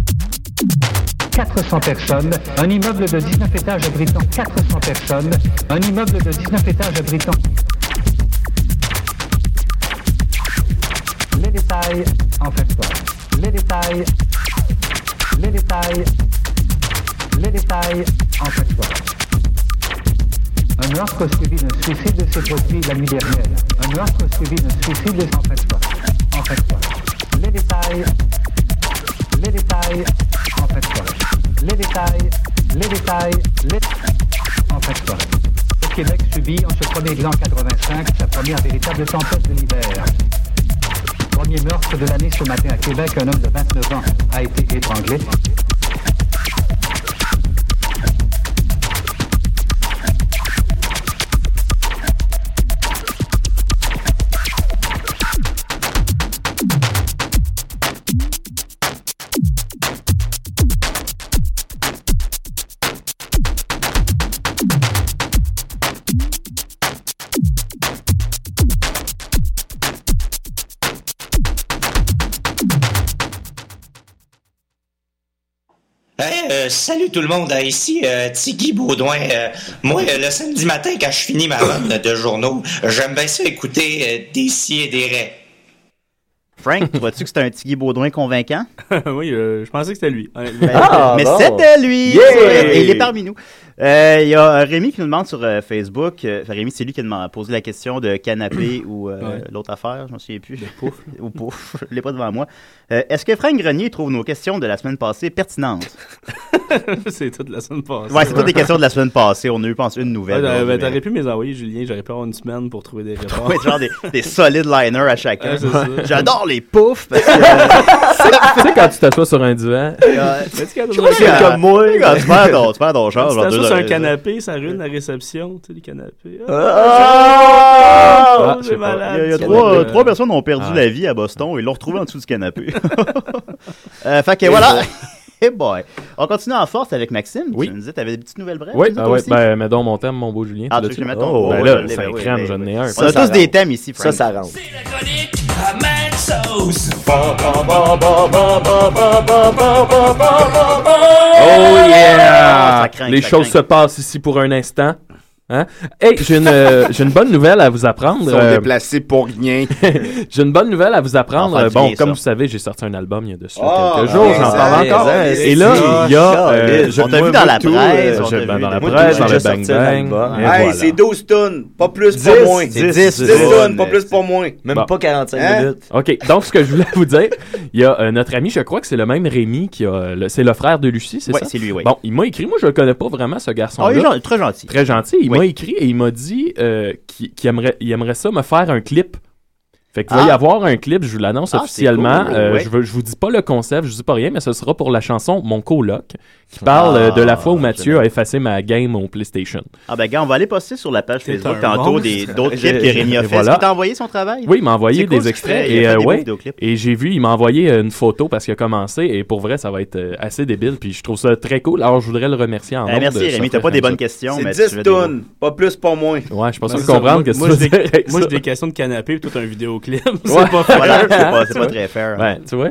« 400 personnes, un immeuble de 19 étages abritant 400 personnes, un immeuble de 19 étages abritant. Les détails en fait soirée. Les détails, les détails, les détails en fait soirée. Un meurtre suivi d'un suicide s'est produit la nuit dernière. Un meurtre suivi d'un suicide en fait soirée. En fait soirée. Les détails, les détails en fin de soirée. Les détails, les détails, les... En fin de soirée. Le Québec subit en ce premier de l'an 85 sa première véritable tempête de l'hiver. Premier meurtre de l'année ce matin à Québec, un homme de 29 ans a été étranglé.
Hey, euh, salut tout le monde, Euh, ici euh, Tiggy Baudouin. Euh, moi, euh, le samedi matin, quand je finis ma run de journaux, j'aime bien ça écouter euh, des si et des raies.
Frank, vois-tu que c'est un Tiggy Baudouin convaincant?
oui, euh, je pensais que c'était lui. honnêtement.
Ben, mais c'était lui!
Yeah!
Et il est parmi nous. Euh, Il y a Rémi qui nous demande sur euh, Facebook. euh, Rémi, c'est lui qui m'a posé la question de canapé ou euh,
Ouais.
l'autre affaire, je ne me souviens plus. pouf. ou pouf, je l'ai pas devant moi. Euh, Est-ce que Frank Grenier trouve nos questions de la semaine passée pertinentes?
c'est toute la semaine passée.
Ouais, c'est toutes des questions de la semaine passée. On a eu, pense, une
Ouais,
nouvelle.
t'aurais-
aujourd'hui,
ben,
mais-
T'aurais pu me les envoyer, Julien. J'aurais pu avoir une semaine pour trouver des réponses.
Ouais, genre des, des solides liners à chacun.
Ouais, c'est ça.
J'adore les poufs parce que. euh,
tu sais, quand tu t'assois sur un divan.
comme moi. Quand tu perds ton- tu perds ton
Quand
char,
tu
genre,
t'assois
deux
sur un
heures,
canapé, ça ruine la réception, tu sais, les canapés.
Ah!
Ah, c'est malade.
Il y a, il y a
Tu
trois,
canapé.
trois personnes ont perdu
Ah.
la vie à Boston et l'ont retrouvé en dessous du canapé. euh, fait que voilà. Hey boy. On continue en force avec Maxime. Tu nous disais, t'avais des petites nouvelles brèves.
Oui,
tu nous
ah
autres
ouais,
aussi?
ben, mets donc mon thème, mon beau Julien.
Ah,
tu
tu
l'as-tu?
veux que je mette ton-
ben
Oh,
là,
ouais,
c'est
ben
un
oui,
crème,
ben
j'en
oui.
ai un.
On a tous des thèmes ici,
Ça,
Frank.
ça rentre.
À mac sauce.
Oh
Ça
Ah,
yeah!
craint,
Les
ça
choses se passent ici pour un instant. Hein? Hey, j'ai une, euh, j'ai une bonne nouvelle à vous apprendre.
Ils sont
Euh,
déplacés pour rien.
j'ai une bonne nouvelle à vous apprendre.
Enfin,
Euh, bon,
bien,
comme
ça.
vous savez, j'ai sorti un album il y a de cela
Ah,
quelques jours.
ben,
J'en
ça,
parle
ben,
encore.
ça,
Et là,
c'est
il y a.
ça,
euh,
Alice.
je-
On t'a
moi,
vu dans
moi,
la
tout,
presse,
euh,
on
je-
t'a
ben,
vu.
Dans la
Moi, tout,
presse,
j'ai
dans le
déjà
bang
sorti un
bang.
album.
Et
Hey,
voilà.
c'est 12 tonnes, pas plus,
Dix,
pas moins.
c'est dix,
10
dix
tonnes,
tonnes,
pas plus, pas moins.
Même pas 45
Hein?
minutes.
OK. Donc, ce que je voulais vous dire, il y a euh, notre ami, je crois que c'est le même Rémi, qui a, euh, le- c'est le frère de Lucie, c'est
Ouais,
ça?
c'est lui, oui.
Bon, il m'a écrit, moi, je le connais pas vraiment, ce garçon-là.
Ah, il est gen- très gentil.
Très gentil. Il m'a écrit et il m'a dit euh, qu'il qu'il aimerait, il aimerait ça me faire un clip. Fait qu'il va y
Ah.
avoir un clip, je vous l'annonce
Ah, c'est
officiellement.
cool,
Euh,
ouais.
je, veux, je vous dis pas le concept, je vous dis pas rien, mais ce sera pour la chanson Mon coloc, qui parle euh, de la fois où Mathieu a effacé ma game au PlayStation.
Ah, ben, gars, on va aller poster sur la page
T'es
Facebook
un
tantôt
monstre.
des- d'autres
J'ai-
clips que Rémi a
et
fait.
voilà.
Est-ce qu'il t'a envoyé son travail?
Oui, il m'a envoyé
C'est cool
des
ce qu'il fait.
extraits
Il a
et,
fait
euh,
des beaux
ouais,
vidéoclips.
et j'ai vu, il m'a envoyé euh, une photo parce qu'il a commencé et pour vrai, ça va être euh, assez débile puis je trouve ça très cool. Alors je voudrais le remercier en
Eh,
nombre
merci,
de ce
Rémi, t'as
frère
pas des
comme
bonnes
ça.
questions,
C'est 10 tonnes, pas plus, pas moins.
Ouais, je suis
Ben,
pas sûr de
c'est ça.
comprendre
Moi-
qu'est-ce
moi,
que tu
j'ai
veux
des-
dire avec
Moi, j'ai
ça.
des questions de canapé puis tout un vidéoclip.
Ouais.
C'est pas fair.
Voilà,
c'est pas très fair. hein.
Ouais, tu vois.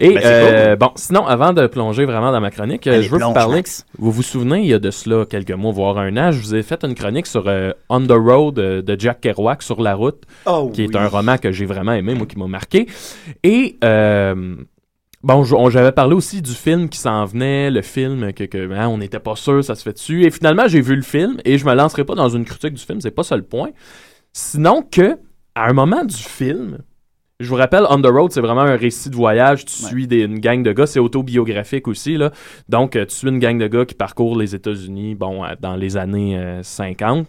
Et
Ben, c'est
euh, bon, sinon, avant de plonger vraiment dans ma chronique, euh,
Allez,
je veux
plonge,
vous parler.
Max.
Vous vous souvenez, il y a de cela quelques mois, voire un an, je vous ai fait une chronique sur euh, On the Road euh, de Jack Kerouac sur la route,
Oh
qui
oui.
est un roman que j'ai vraiment aimé, moi, qui m'a marqué. Et euh, bon, je- on- j'avais parlé aussi du film qui s'en venait, le film que, que, hein, on n'était pas sûr, ça se fait dessus. Et finalement, j'ai vu le film et je me lancerai pas dans une critique du film, c'est pas ça le point. Sinon que, à un moment du film, je vous rappelle, On the Road, c'est vraiment un récit de voyage. Tu suis des- une gang de gars. C'est autobiographique aussi. Là. Donc, euh, tu suis une gang de gars qui parcourent les États-Unis bon, euh, dans les années euh, 50.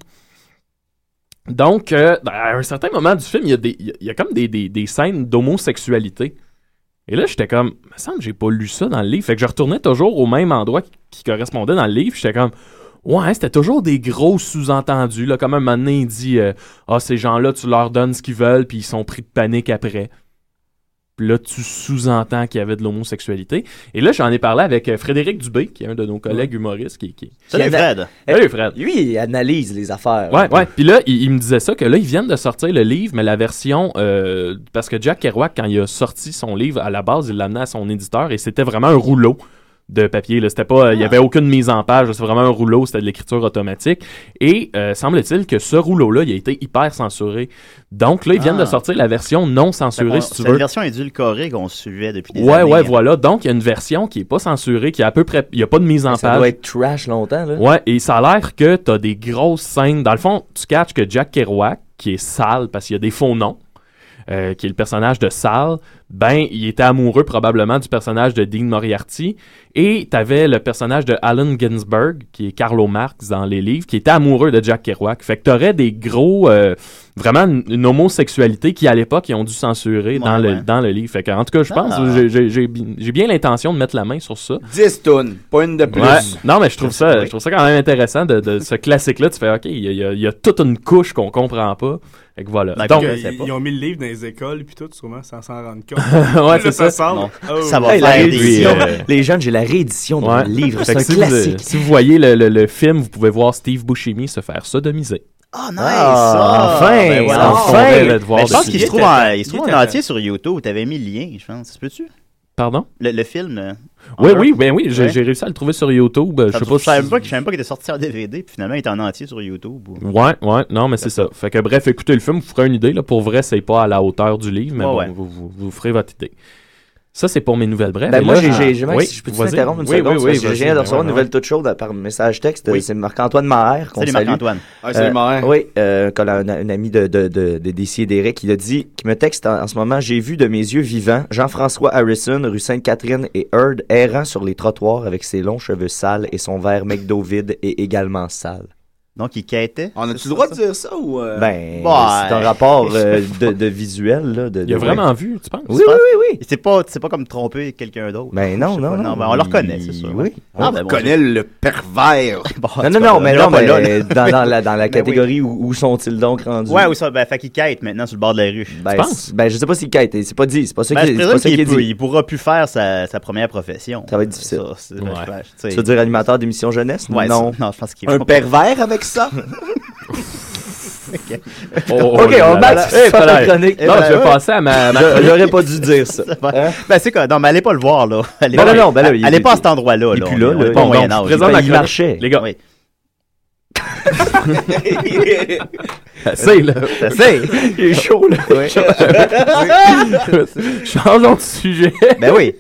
Donc, euh, à un certain moment du film, il y a, des, il y a- il y a comme des, des- des scènes d'homosexualité. Et là, j'étais comme, il me semble que j'ai pas lu ça dans le livre. Fait que je retournais toujours au même endroit qui, qui correspondait dans le livre. J'étais comme, ouais, hein, c'était toujours des gros sous-entendus. Là, comme un moment donné, il dit, euh, ah, ces gens-là, tu leur donnes ce qu'ils veulent, puis ils sont pris de panique après. Puis là, tu sous-entends qu'il y avait de l'homosexualité. Et là, j'en ai parlé avec euh, Frédéric Dubé, qui est un de nos collègues humoristes. Qui, qui...
Salut, Fred.
Salut, Fred.
Eh, Lui, il analyse les affaires.
Ouais, ouais. Puis là, il, il me disait ça, que là, ils viennent de sortir le livre, mais la version. euh, parce que Jack Kerouac, quand il a sorti son livre, à la base, il l'amenait à son éditeur et c'était vraiment un rouleau de papier. là. C'était pas,
Ah.
euh, Il n'y avait aucune mise en page, c'était vraiment un rouleau, c'était de l'écriture automatique. Et euh, semble-t-il que ce rouleau-là, il a été hyper censuré. Donc là, ils viennent
Ah.
de sortir la version non censurée, si tu
C'est
veux.
une version édulcorée qu'on suivait depuis des
Ouais, ben,
années.
ouais, voilà. Donc, il y a une version qui est pas censurée, qui est à peu près. Il n'y a pas de mise en
Ça
page.
doit être trash longtemps, là.
Ouais, et ça a l'air que t'as des grosses scènes. Dans le fond, tu catches que Jack Kerouac, qui est sale parce qu'il y a des faux noms, euh, qui est le personnage de Sal, ben, il était amoureux probablement du personnage de Dean Moriarty. Et t'avais le personnage de Allen Ginsberg, qui est Carlo Marx dans les livres, qui était amoureux de Jack Kerouac. Fait que t'aurais des gros, euh, vraiment une, une homosexualité qui, à l'époque, ils ont dû censurer dans, le, dans le livre. Fait que, en tout cas, je pense,
Ah.
j'ai- j'ai j'ai bi- j'ai bien l'intention de mettre la main sur ça.
10 tonnes, pas une de plus.
Ouais. Non, mais je trouve ça, je trouve ça quand même intéressant de, de ce classique-là. Tu fais, OK, il y, a- il y a- il y a toute une couche qu'on comprend pas. Fait que
Ben,
voilà.
Donc,
ben, Donc,
euh, ils, ils ont mis le livre dans les écoles puis tout, sûrement, sans s'en rendre compte.
ouais, c'est ça.
sort. Oh.
Hey, la réédition.
euh,
Les jeunes, j'ai la réédition de mon
Ouais.
livre.
Fait
C'est
que
un
si
classique.
Vous, euh, si vous voyez le, le- le film, vous pouvez voir Steve Buscemi se faire sodomiser.
Ah, nice!
Ah,
ça!
enfin,
Ben voilà,
enfin.
on devait
le devoir
Mais Je pense
de-
qu'il
Il
se trouve
était
en,
temps.
il se trouve
Il
en
était
entier sur YouTube. T'avais mis le lien, je pense. Tu peux-tu?
Pardon?
Le, le film. euh,
Oui,
Under-
oui, ben oui, j'ai
Ouais.
j'ai réussi à le trouver sur YouTube. Je
Ça,
sais
Je savais
pas si...
même pas que- je savais même pas qu'il était sorti en DVD, puis finalement, il était en entier sur YouTube. ou-
Ouais, ouais, non, mais c'est ça. Fait que bref, écoutez le film, vous ferez une idée. Là. Pour vrai, c'est pas à la hauteur du livre, mais
Ouais,
bon,
ouais.
Vous, vous, vous ferez votre idée. Ça, c'est pour mes nouvelles brèves.
Ben
Et
moi,
là,
j'ai,
ah,
j'ai, j'ai- Max,
oui,
si je peux
vas-y.
t'interrompre une
Oui,
seconde,
oui,
parce
oui,
que
vas-y,
je viens de
ben
recevoir
ouais,
une
ouais.
nouvelle toute chaude à- par message texte.
Oui.
C'est Marc-Antoine Maher qu'on
Salut,
salue.
Marc-Antoine.
Ah, salut,
Euh,
Maher.
Oui, euh, qu'on a un, un ami de, de, de, de Décideret qui l'a dit, qui me texte en, en ce moment, j'ai vu de mes yeux vivants Jean-François Harrison, rue Sainte-Catherine et Heard errant sur les trottoirs avec ses longs cheveux sales et son verre McDo vide et également sale.
Donc, il quêtait.
On a-tu le droit de dire ça ou. euh?
Ben,
Bah,
c'est un rapport
je
euh,
sais pas.
de, de visuel. Là, de, de- ouais. Oui,
Tu
oui,
penses?
oui, oui.
Il s'est pas, c'est pas comme tromper quelqu'un d'autre.
Ben non,
Je sais
non,
pas.
non.
ben on le reconnaît, c'est sûr.
Oui.
Ah,
On
ben, bon
reconnaît Ah,
Dieu.
le pervers.
Non,
en
non,
tout cas,
non,
on
mais
ira
non,
pas
mais euh,
là, Ben là.
dans, dans la, dans la
Mais
catégorie où, où sont-ils donc rendus?
Ouais, ou ça, ben, fait qu'il quête maintenant sur le bord de la rue.
Ben, c'est- ben, je sais pas si quête, c'est pas dit, c'est pas ça
Ben,
qui
je
est, c'est pas
présume
ça qui
qu'il
est
peut-
dit.
il pourra plus faire sa, sa première profession.
Ça va être difficile.
Ça, c'est-
Ouais.
je- je-
Tu veux dire animateur d'émission jeunesse?
Ouais,
non.
ça- non, je pense qu'il-
Un pervers avec ça?
Ok.
Oh,
Oh,
ok, on bat
Eh,
sur la
voilà.
chronique.
Eh, voilà, ouais.
Je- J'aurais pas dû dire ça.
C'est vrai. Ben, c'est quoi? Non, mais allez pas le voir, là. Allez
Non,
pas-
non, non, ben là, il-
allez pas à cet endroit-là.
il est
là.
plus
On-
là,
on est
là.
pas au
Bon,
Moyen
donc,
Âge.
je présente Ben, la il chronique. marchait. Les gars.
Oui.
Assez, là.
Assez.
Il est chaud, là.
Changeons de sujet.
Ben oui.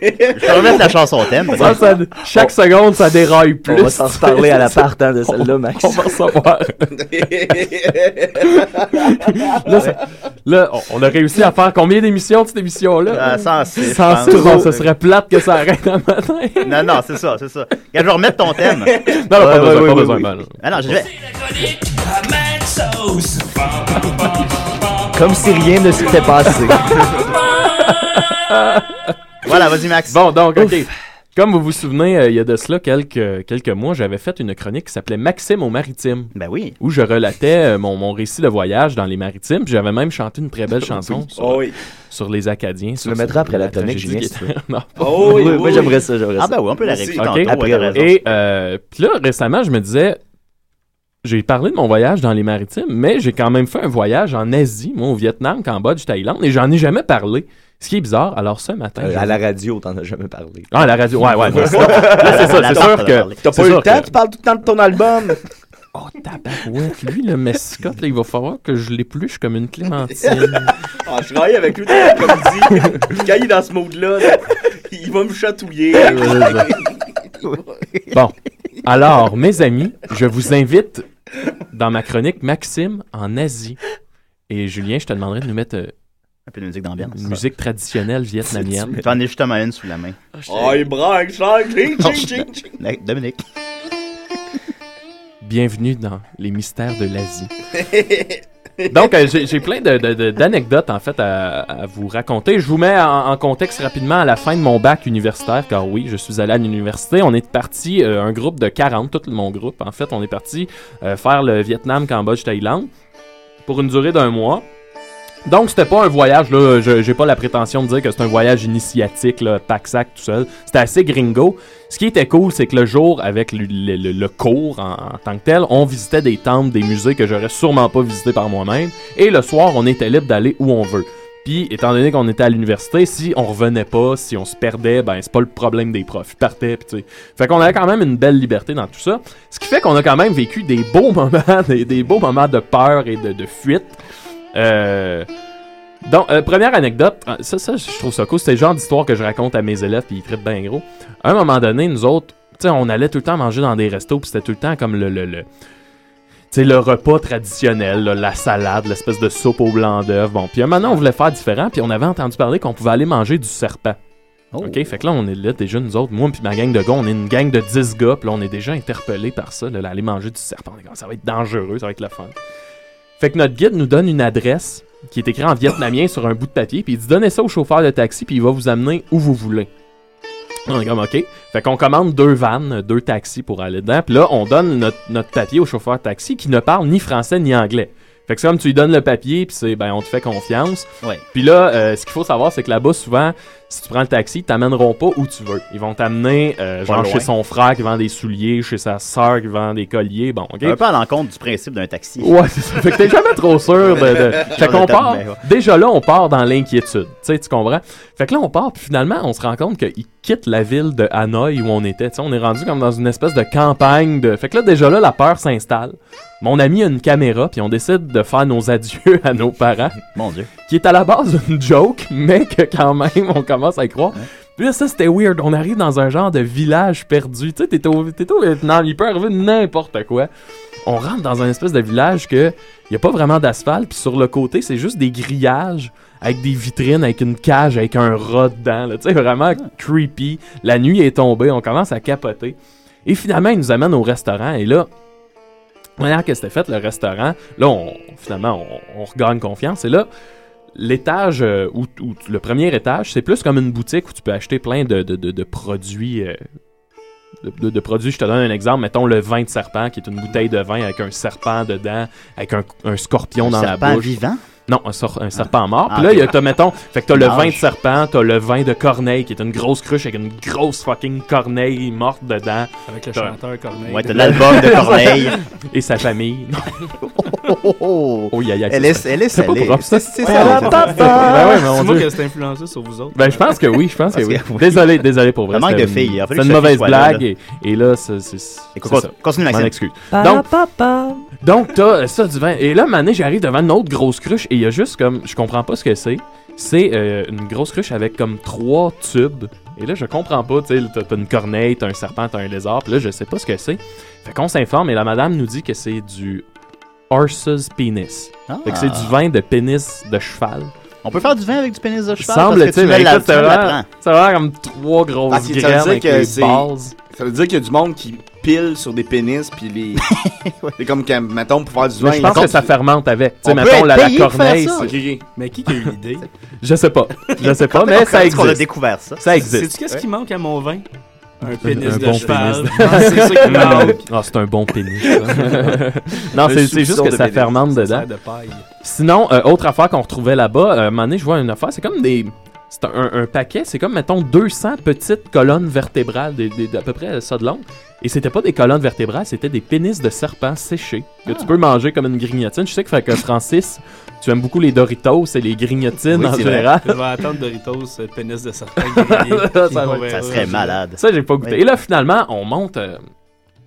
Je vais remettre la chanson thème. parce
Ça,
que-
ça- chaque seconde, ça déraille plus.
On va s'en reparler à la part hein, de celle-là, Max.
On va savoir. Là, ça- là, on- on a réussi à faire combien d'émissions de cette émission-là?
Ah,
Euh, 106, je
106,
pense.
bon, ce serait plate que ça arrête un matin.
Non, non, c'est ça, c'est ça. Regarde, je vais remettre ton thème.
Non, non, pas besoin, pas besoin, ben, non.
Ah non, je vais.
Comme si rien ne s'était passé.
voilà, vas-y, Max.
Bon, donc, OK. Comme vous vous souvenez, euh, il y a de cela quelques, quelques mois, j'avais fait une chronique qui s'appelait Maxime aux Maritimes.
Ben oui.
Où je relatais euh, mon, mon récit de voyage dans les Maritimes. puis J'avais même chanté une très belle chanson sur,
Oh oui.
sur les Acadiens.
le mettras après la chronique, Julien, si tu veux.
Oh
Oh oui, Oui, oui, moi, oui. j'aimerais ça, j'aimerais Ah ça. ben oui, on peut la Merci. réécouter tantôt, ouais, t'as raison.
Et euh, puis là, récemment, je me disais, j'ai parlé de mon voyage dans les maritimes, mais j'ai quand même fait un voyage en Asie, moi, au Vietnam, Cambodge, Thaïlande, et j'en ai jamais parlé. Ce qui est bizarre. Alors ce matin.
Euh,
je-
à la radio, t'en as jamais parlé.
Ah, à la radio. Ouais, ouais. ouais. Là, c'est ça. C'est sûr que.
T'as
c'est
pas eu
sûr
le temps,
que-
tu parles tout le temps de ton album.
Tabarouette, lui, le mascotte, là, il va falloir que je l'épluche comme une clémentine.
Ah, je travaille avec lui dans la comédie. Quand il est dans ce mode-là, là, il va me chatouiller.
Bon. Alors, mes amis, je vous invite dans ma chronique Maxime en Asie. Et Julien, je te demanderai de nous mettre euh,
Un peu de musique d'ambiance.
une musique traditionnelle vietnamienne.
J'en ai justement une sous la main.
Ah, il braque, ching, ching,
Non,
ching, ching, ching.
je- Dominique.
Bienvenue dans les mystères de l'Asie. Donc, euh, j'ai j'ai plein de- de- de- d'anecdotes, en fait, à, à vous raconter. Je vous mets en, en contexte rapidement à la fin de mon bac universitaire, car oui, je suis allé à l'université. On est parti, euh, un groupe de 40, tout mon groupe, en fait, on est parti euh, faire le Vietnam, Cambodge, Thaïlande pour une durée d'un mois. Donc, c'était pas un voyage, là. je- J'ai pas la prétention de dire que c'est un voyage initiatique, là, pack-sac tout seul. C'était assez gringo. Ce qui était cool, c'est que le jour, avec le, le- le- le cours en, en tant que tel, on visitait des temples, des musées que j'aurais sûrement pas visité par moi-même. Et le soir, on était libre d'aller où on veut. Puis, étant donné qu'on était à l'université, si on revenait pas, si on se perdait, ben c'est pas le problème des profs. Ils partaient, puis tu sais. Fait qu'on avait quand même une belle liberté dans tout ça. Ce qui fait qu'on a quand même vécu des beaux moments, des, des beaux moments de peur et de, de fuite. Euh, donc, euh, première anecdote, euh, ça, ça, je trouve ça cool. C'est le genre d'histoire que je raconte à mes élèves, puis ils trippent bien gros. À un moment donné, nous autres, tu sais, on allait tout le temps manger dans des restos, puis c'était tout le temps comme le. le, le tu sais, le repas traditionnel, là, la salade, l'espèce de soupe au blanc d'œuf. Bon, puis un moment donné, on voulait faire différent, puis on avait entendu parler qu'on pouvait aller manger du serpent. OK, fait que là, on est là déjà, nous autres, moi puis ma gang de gars, on est une gang de 10 gars, puis là, on est déjà interpellés par ça, là, aller manger du serpent. On est comme, Ça va être dangereux, ça va être le fun. Fait que notre guide nous donne une adresse qui est écrite en vietnamien sur un bout de papier, puis il dit donnez ça au chauffeur de taxi, puis il va vous amener où vous voulez. On est comme OK. Fait qu'on commande deux vannes, deux taxis pour aller dedans. Puis là, on donne notre, notre papier au chauffeur de taxi qui ne parle ni français ni anglais. Fait que c'est comme tu lui donnes le papier, puis c'est ben on te fait confiance.
Ouais.
Puis là, euh, ce qu'il faut savoir, c'est que là-bas, souvent, si tu prends le taxi, ils t'amèneront pas où tu veux. Ils vont t'amener
Pas
euh, genre
loin.
chez son frère qui vend des souliers, chez sa sœur qui vend des colliers. Bon, ok.
Un peu à l'encontre du principe d'un taxi.
Ouais, c'est ça. Fait que t'es jamais trop sûr de. de- Fait qu'on
Genre de
part.
tabac, ouais.
Déjà là, on part dans l'inquiétude. Tu sais, tu comprends? Fait que là, on part, puis finalement, on se rend compte qu'ils quittent la ville de Hanoï où on était. Tu sais, on est rendu comme dans une espèce de campagne de. Fait que là, déjà là, la peur s'installe. Mon ami a une caméra, puis on décide de faire nos adieux à nos parents.
Mon Dieu.
Qui est à la base une joke, mais que quand même, on commence commence à y croire. Puis là, ça, c'était weird. On arrive dans un genre de village perdu. Tu sais, t'es au, t'es au Vietnam, il peut arriver n'importe quoi. On rentre dans un espèce de village que y a pas vraiment d'asphalte, puis sur le côté, c'est juste des grillages avec des vitrines, avec une cage, avec un rat dedans. là. Tu sais, vraiment creepy. La nuit est tombée, on commence à capoter. Et finalement, ils nous amènent au restaurant, et là, la manière que c'était fait, le restaurant, là, on, finalement, on, on regagne confiance. Et là, l'étage, euh, où, où tu- le premier étage, c'est plus comme une boutique où tu peux acheter plein de, de- de- de produits. euh, de, de- de produits, je te donne un exemple, mettons le vin de serpent, qui est une bouteille de vin avec un serpent dedans, avec un, un scorpion
Un
dans la
serpent
bouche.
vivant?
Non, un, sor- un serpent mort.
Ah,
Puis là,
ok.
il y a, t'as, mettons, fait que t'as le
Lâche.
vin de serpent, t'as le vin de corneille, qui est une grosse cruche avec une grosse fucking corneille morte dedans.
Avec le
T'as-
chanteur Corneille.
Ouais, t'as l'album de Corneille.
Et sa famille.
Oh, oh, oh.
Oh, yeah, yeah,
Elle
ça,
est-
ça-
elle est
c'est pas
salée.
propre, ça.
C'est salé,
Ben
ça.
ouais, mais mon
C'est moi
Dieu.
qui ai cette influence sur vous autres.
Ben, je pense que oui, je pense que
Parce
oui.
que oui.
Désolé, désolé pour vrai.
Ça manque
c'était
de filles. Il a
une-
fallu
C'est
que
une
Sophie
mauvaise
soit là,
blague
là.
et, et là, c'est. c'est- c'est
Écoute,
ça.
continue, Maxime.
M'en excuse.
Ben
Pa,
Donc,
pa, pa.
donc t'as euh, ça du vin. Et là, Mané, j'arrive devant une autre grosse cruche et il y a juste comme. Je comprends pas ce que c'est. C'est euh, une grosse cruche avec comme trois tubes. Et là, je comprends pas. Tu sais, t'as t'as une corneille, t'as un serpent, t'as un lézard. Puis là, je sais pas ce que c'est. Fait qu'on s'informe et la madame nous dit que c'est du horse's penis. Fait que c'est du
Ah.
vin de pénis de cheval.
On peut faire du vin avec du pénis de cheval. parce que tu
Semble-t-il,
me
mais
l'as-
écoute,
tu me
c'est
l'apprends.
vraiment, c'est vraiment comme trois grosses
Parce que
graines
ça veut dire
avec
que
des
Ah, c'est-
balles.
Ça veut dire qu'il y a du monde qui pile sur des pénis, puis les. C'est comme quand, mettons, pour faire du
Mais
vin.
je pense que ça fermente avec. Tu sais,
On peut
mettons,
être
la, la
payé pour faire
corneille.
ça.
c'est-
Ok, ok.
Mais qui qui a eu l'idée?
Je sais pas. Je sais pas,
Comment-
mais
comment
ça
est-ce
existe.
qu'on a découvert ça?
Ça existe.
Sais-tu qu'est-ce qui manque à mon vin? Un
Un-
pénis
un
de
bon
cheval.
pénis.
Ah, c'est ça qui manque.
Ah, c'est un bon pénis. ça. non,
Un
c'est- c'est juste
soupçon
que
de
ça
pénis.
fermente
Ça
dedans.
sert de paille.
Sinon, euh, autre affaire qu'on retrouvait là-bas, euh, à un moment donné, je vois une affaire, c'est comme des. C'est un, un paquet, c'est comme, mettons, 200 petites colonnes vertébrales, des- des- d'à peu près ça de long. Et c'était pas des colonnes vertébrales, c'était des pénis de serpent séchés que
Ah.
tu peux manger comme une grignotine. Je sais que, fait que Francis, tu aimes beaucoup les Doritos et les grignotines en général.
Je vais attendre Doritos, euh, pénis de serpent grillé. Puis on verra.
Ça, j'ai pas goûté.
Oui.
Et là, finalement, on monte. euh,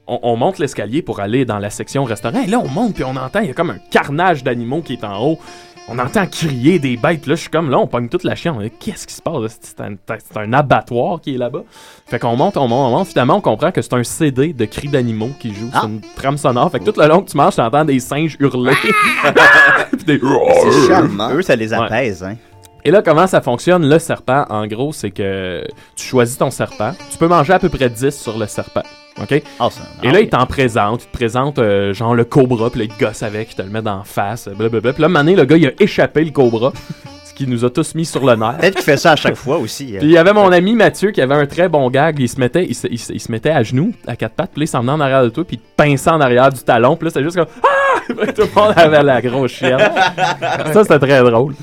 on, on monte l'escalier pour aller dans la section restaurant. Et là, on monte, puis on entend, il y a comme un carnage d'animaux qui est en haut. On entend crier des bêtes. Puis Là, je suis comme, là, on pogne toute la chienne. On est, Qu'est-ce qui se passe? là? C'est un, c'est un abattoir qui est là-bas. Fait qu'on monte, on monte, on monte. Finalement, on comprend que c'est un CD de cris d'animaux qui joue. C'est une trame sonore. Fait que tout le long que tu marches, t'entends des singes hurler. Puis des-
C'est charmant. Eux, ça les apaise, hein.
et là, comment ça fonctionne le serpent En gros, c'est que tu choisis ton serpent. Tu peux manger à peu près 10 sur le serpent. OK?
Ah,
Et là, il t'en présente. Il te présente, euh, genre, le cobra, puis là, il te gosse avec, il te le met dans la face, blablabla. Puis là, mané, le gars, il a échappé le cobra, ce qui nous a tous mis sur le nerf.
Peut-être qu'il fait ça à chaque fois aussi. euh.
Puis il y avait mon ami Mathieu qui avait un très bon gag. Il se mettait, il se, il se- il se mettait à genoux, à quatre pattes, puis là, il s'en venait en arrière de toi, puis il te pinçait en arrière du talon. Puis là, c'était juste comme Ah! Puis Tout le monde avait la grosse chienne. ça, c'était très drôle.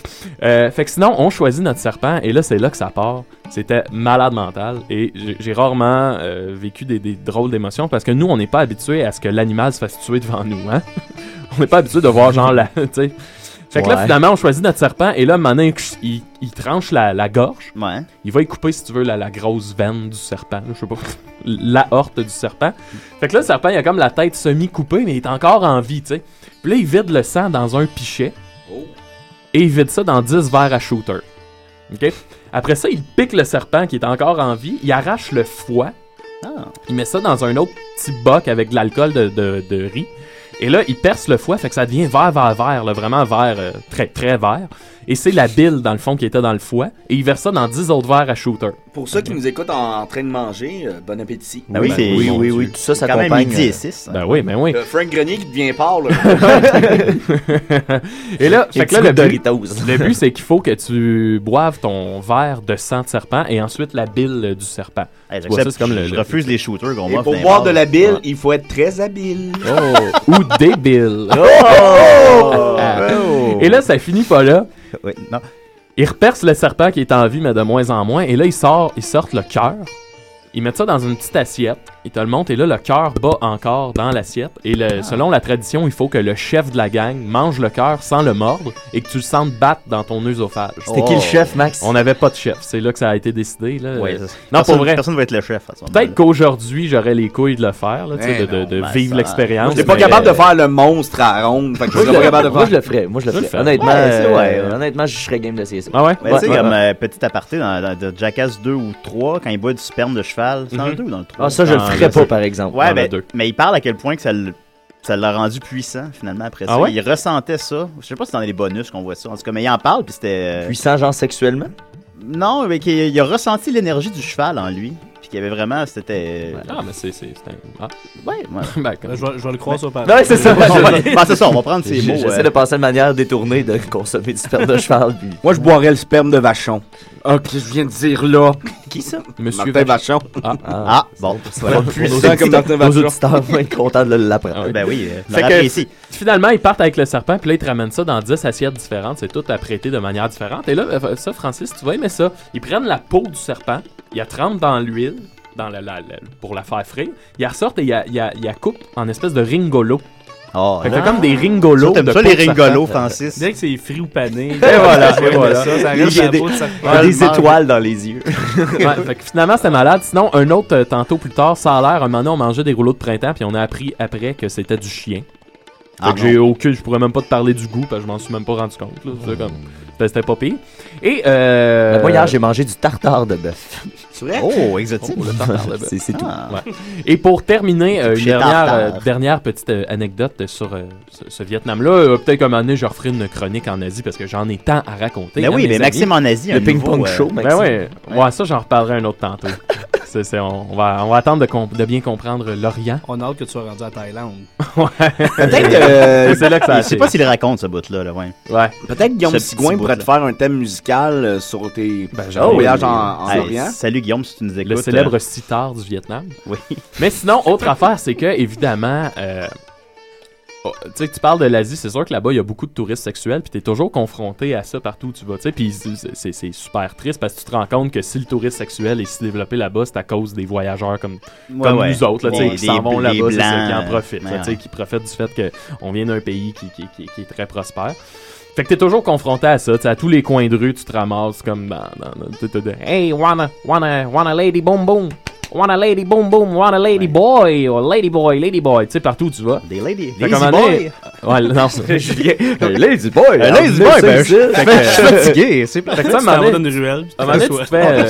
Euh, fait que sinon, on choisit notre serpent, et là, c'est là que ça part. C'était malade mental, et j'ai- j'ai rarement euh, vécu des, des drôles d'émotions parce que nous, on n'est pas habitué à ce que l'animal se fasse tuer devant nous. Hein? on n'est pas habitué de voir genre la. tu sais. Fait que là,
Ouais.
finalement, on choisit notre serpent et là, Manin, il, il tranche la, la gorge. Il va y couper, si tu veux, la, la grosse veine du serpent. là, Je sais pas. La horte du serpent. Fait que là, le serpent, il a comme la tête semi-coupée, mais il est encore en vie, tu sais. Puis là, il vide le sang dans un pichet. Et il vide ça dans 10 verres à shooter. OK? Après ça, il pique le serpent qui est encore en vie. Il arrache le foie.
Ah.
Il met ça dans un autre petit boc avec de l'alcool de, de- de riz. Et là, il perce le foie, fait que ça devient vert, vert, vert, là, vraiment vert, euh, très, très vert. Et c'est la bile, dans le fond, qui était dans le foie. Et il verse ça dans 10 autres verres à shooter.
Pour ceux qui nous écoutent en, en train de manger, euh, bon appétit.
Ah oui, Oui, c'est- oui, mon oui, Dieu. oui.
Tout ça, ça
Quand même
accompagne,
midi et
euh,
six, hein. Ben oui, ben oui.
Le Frank Grenier qui devient pâle.
Et là,
Et
fait que là, le
petit goût de
but,
Doritos.
le but, c'est qu'il faut que tu boives ton verre de sang de serpent et ensuite la bile euh, du serpent. Tu vois, ça, c'est comme le- le-
les shooters qu'on
Et pour boire de la bile, il faut être très habile.
Oh, ou débile.
Oh!
Et là, ça finit pas là. Il reperce le serpent qui est en vie, mais de moins en moins. Et là, il sort, ils sortent le cœur. Ils mettent ça dans une petite assiette. Il te le montre et là, le cœur bat encore dans l'assiette. Et le-
Ah.
selon la tradition, il faut que le chef de la gang mange le cœur sans le mordre et que tu le sentes battre dans ton œsophage.
C'était qui le chef, Max?
On n'avait pas de chef. C'est là que ça a été décidé. Là.
Ouais, ça-
Euh, non,
personne-
pour vrai.
personne va être le chef, à ce
Peut-être qu'aujourd'hui, j'aurais les couilles de le faire, là, tu sais,
Eh
de, de-
non,
de
ben,
vivre
ça-
l'expérience.
Moi, J'étais pas
mais,
capable de
euh,
faire le monstre à ronde. Fait que
Moi,
j'étais
je
pas
le-
capable de faire.
moi, je le ferais, moi, je le ferais. Honnêtement, euh, honnêtement, je serais game d'essayer ça. Ah ouais?
tu sais,
Ouais,
comme
ouais.
euh, petit aparté dans, dans- dans Jackass 2 ou 3, quand il boit du sperme de cheval, c'est dans le
Mhm.
2 ou dans le 3
Ah, ça, je le
Dans
ferais pas,
deux.
par exemple.
Ouais,
Dans
ben,
le deux.
mais il parle à quel point que ça le- ça l'a rendu puissant, finalement, après ça.
Ah ouais?
Il ressentait ça. Je sais pas si dans les bonus qu'on voit ça. En tout cas, mais il en parle, puis c'était. euh,
Puissant, genre sexuellement?
Non, mais qu'il il a ressenti l'énergie du cheval en lui. Puis qu'il y avait vraiment. C'était.
Ah, mais c'est. c'est- c'est un- ah.
Ouais, ouais.
Ben,
Ben, je vais- je vais le croire, ça, par-
Non, c'est ça.
On va- on va- ben, c'est ça, on va prendre ces mots,
J'essaie
euh.
de passer de manière détournée de consommer du sperme de cheval. Puis...
Moi, je boirais le sperme de Vachon. Ah, qu'est-ce que je viens de dire là?
Qui ça?
Monsieur Martin Vachon.
Ah,
Ah, bon,
Voilà,
Voilà.
Puis,
Autant comme Martin
nos
Vachon.
auditeurs vont être contents de
Ah
l'apprendre.
Ben oui,
euh,
Fait que, Finalement, ils partent avec le serpent, puis là, ils te ramènent ça dans 10 assiettes différentes. C'est tout apprêté de manière différente. Et là, euh, ça, Francis, tu vas aimer ça. Ils prennent la peau du serpent, ils la trempent dans l'huile dans la, la- la- pour la faire frire. Ils la ressortent et ils la, ils la- ils la coupent en espèce de ringolo.
Oh,
fait que
Ah, là.
t'as comme des ringolos.
Ça, t'aimes
de
ça,
peau
les
de serpent.
ringolos, Francis? Dès que c'est frit ou pané. Et
voilà,
Ouais,
et voilà.
ça, ça
Il y a
reste la
des-
peau de serpent.
il y a des étoiles dans les yeux.
Ouais, fait que finalement, c'était malade. Sinon, un autre, euh, tantôt plus tard, ça a l'air, un moment donné, on mangeait des rouleaux de printemps, puis on a appris après que c'était du chien. Fait
Ah
que
non.
j'ai aucune, je pourrais même pas te parler du goût, parce que je m'en suis même pas rendu compte. là. C'était comme-
Hmm.
c'était- C'était pas pire. Et. Euh...
Ben, Moi, hier, j'ai mangé du tartare de bœuf.
C'est vrai?
Oh, exotique.
le tartare de bœuf. Ah.
C'est- c'est tout.
Ouais. Et pour terminer, euh, une
Chez
dernière,
Tartare.
euh, dernière petite euh, anecdote sur euh, ce, ce Vietnam-là. Euh, Peut-être qu'à un moment donné, je referai une chronique en Asie parce que j'en ai tant à raconter.
Ben
hein,
oui,
mes
ben
amis.
Maxime en Asie,
Le un ping-pong nouveau, euh, show, Maxime.
Ben ouais. Ouais, ça, j'en reparlerai un autre tantôt. C'est- c'est- on, on va, on va attendre de, comp- de bien comprendre l'Orient.
On a hâte que tu sois rendu à Thaïlande.
Peut-être. euh,
C'est là que ça
Je sais pas s'il raconte ce bout-là, là, ouais.
Ouais.
Peut-être Guillaume
Ce
Sigouin
petit
pourrait te
bout-là.
faire un thème musical euh, sur tes
j'aurais
tes voyages en,
aimé.
en
Hey,
Orient.
Salut Guillaume, si tu nous écoutes. euh,
Le célèbre sitar du Vietnam. Oui. Mais sinon, autre affaire, c'est que, évidemment, euh, oh, tu sais, tu parles de l'Asie, c'est sûr que là-bas, il y a beaucoup de touristes sexuels, puis tu es toujours confronté à ça partout où tu vas. tu sais, Puis c'est- c'est c'est super triste parce que tu te rends compte que si le tourisme sexuel est si développé là-bas, c'est à cause des voyageurs comme,
Ouais,
comme
ouais.
nous autres, là, tu sais,
Des-
qui s'en
des-
vont
des
là-bas, c'est
Blancs,
ceux qui en profitent, là,
ouais.
tu sais, qui profitent du fait qu'on vient d'un pays qui, qui- qui- qui est très prospère. Fait que t'es toujours confronté à ça, tu sais, à tous les coins de rue, tu te ramasses comme dans... dans- dans- t'es- t'es- t'es- Hey, wanna, wanna, wanna lady boom boom. Wanna lady boom boom. Wanna lady boy. Or lady boy, lady boy. Tu sais, partout où tu vas.
Des lady.
Fait qu'à un
lazy
moment donné- Ouais, non.
Julien. Lazy boy.
Euh, lazy boy, ben, je- fait que- Fait que ça, à un moment donné-
donne une ruelle.
à un moment donné, tu te fais, euh,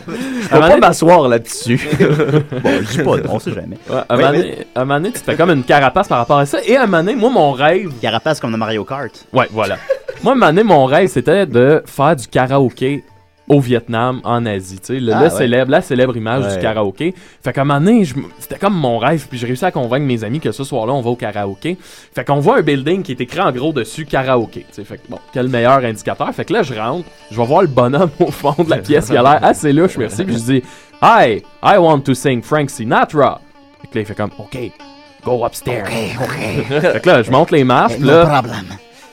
Je peux pas m'asseoire là-dessus.
Bon, je dis pas, on sait jamais.
Ouais, à un moment donné- à un moment donné, tu te fais comme une carapace par rapport à ça. Et à un moment donné, moi, mon rêve.
Carapace comme dans Mario Kart.
Ouais, voilà. moi, à un moment donné, mon rêve, c'était de faire du karaoké au Vietnam, en Asie. Tu sais, le,
Ah,
le
ouais.
célèbre, la célèbre image
Ouais.
du karaoké. Fait qu'à un moment donné, je m- c'était comme mon rêve. Puis j'ai réussi à convaincre mes amis que ce soir-là, on va au karaoké. Fait qu'on voit un building qui est écrit en gros dessus karaoké. tu sais. Fait que bon, quel meilleur indicateur. Fait que là, je rentre, je vais voir le bonhomme au fond de la pièce qui a l'air assez louche, merci. Puis je dis, Hi, I want to sing Frank Sinatra. Fait que là, il fait comme, OK, go upstairs. fait que là, je monte les marches.
Eh,
puis
no
là,
problem.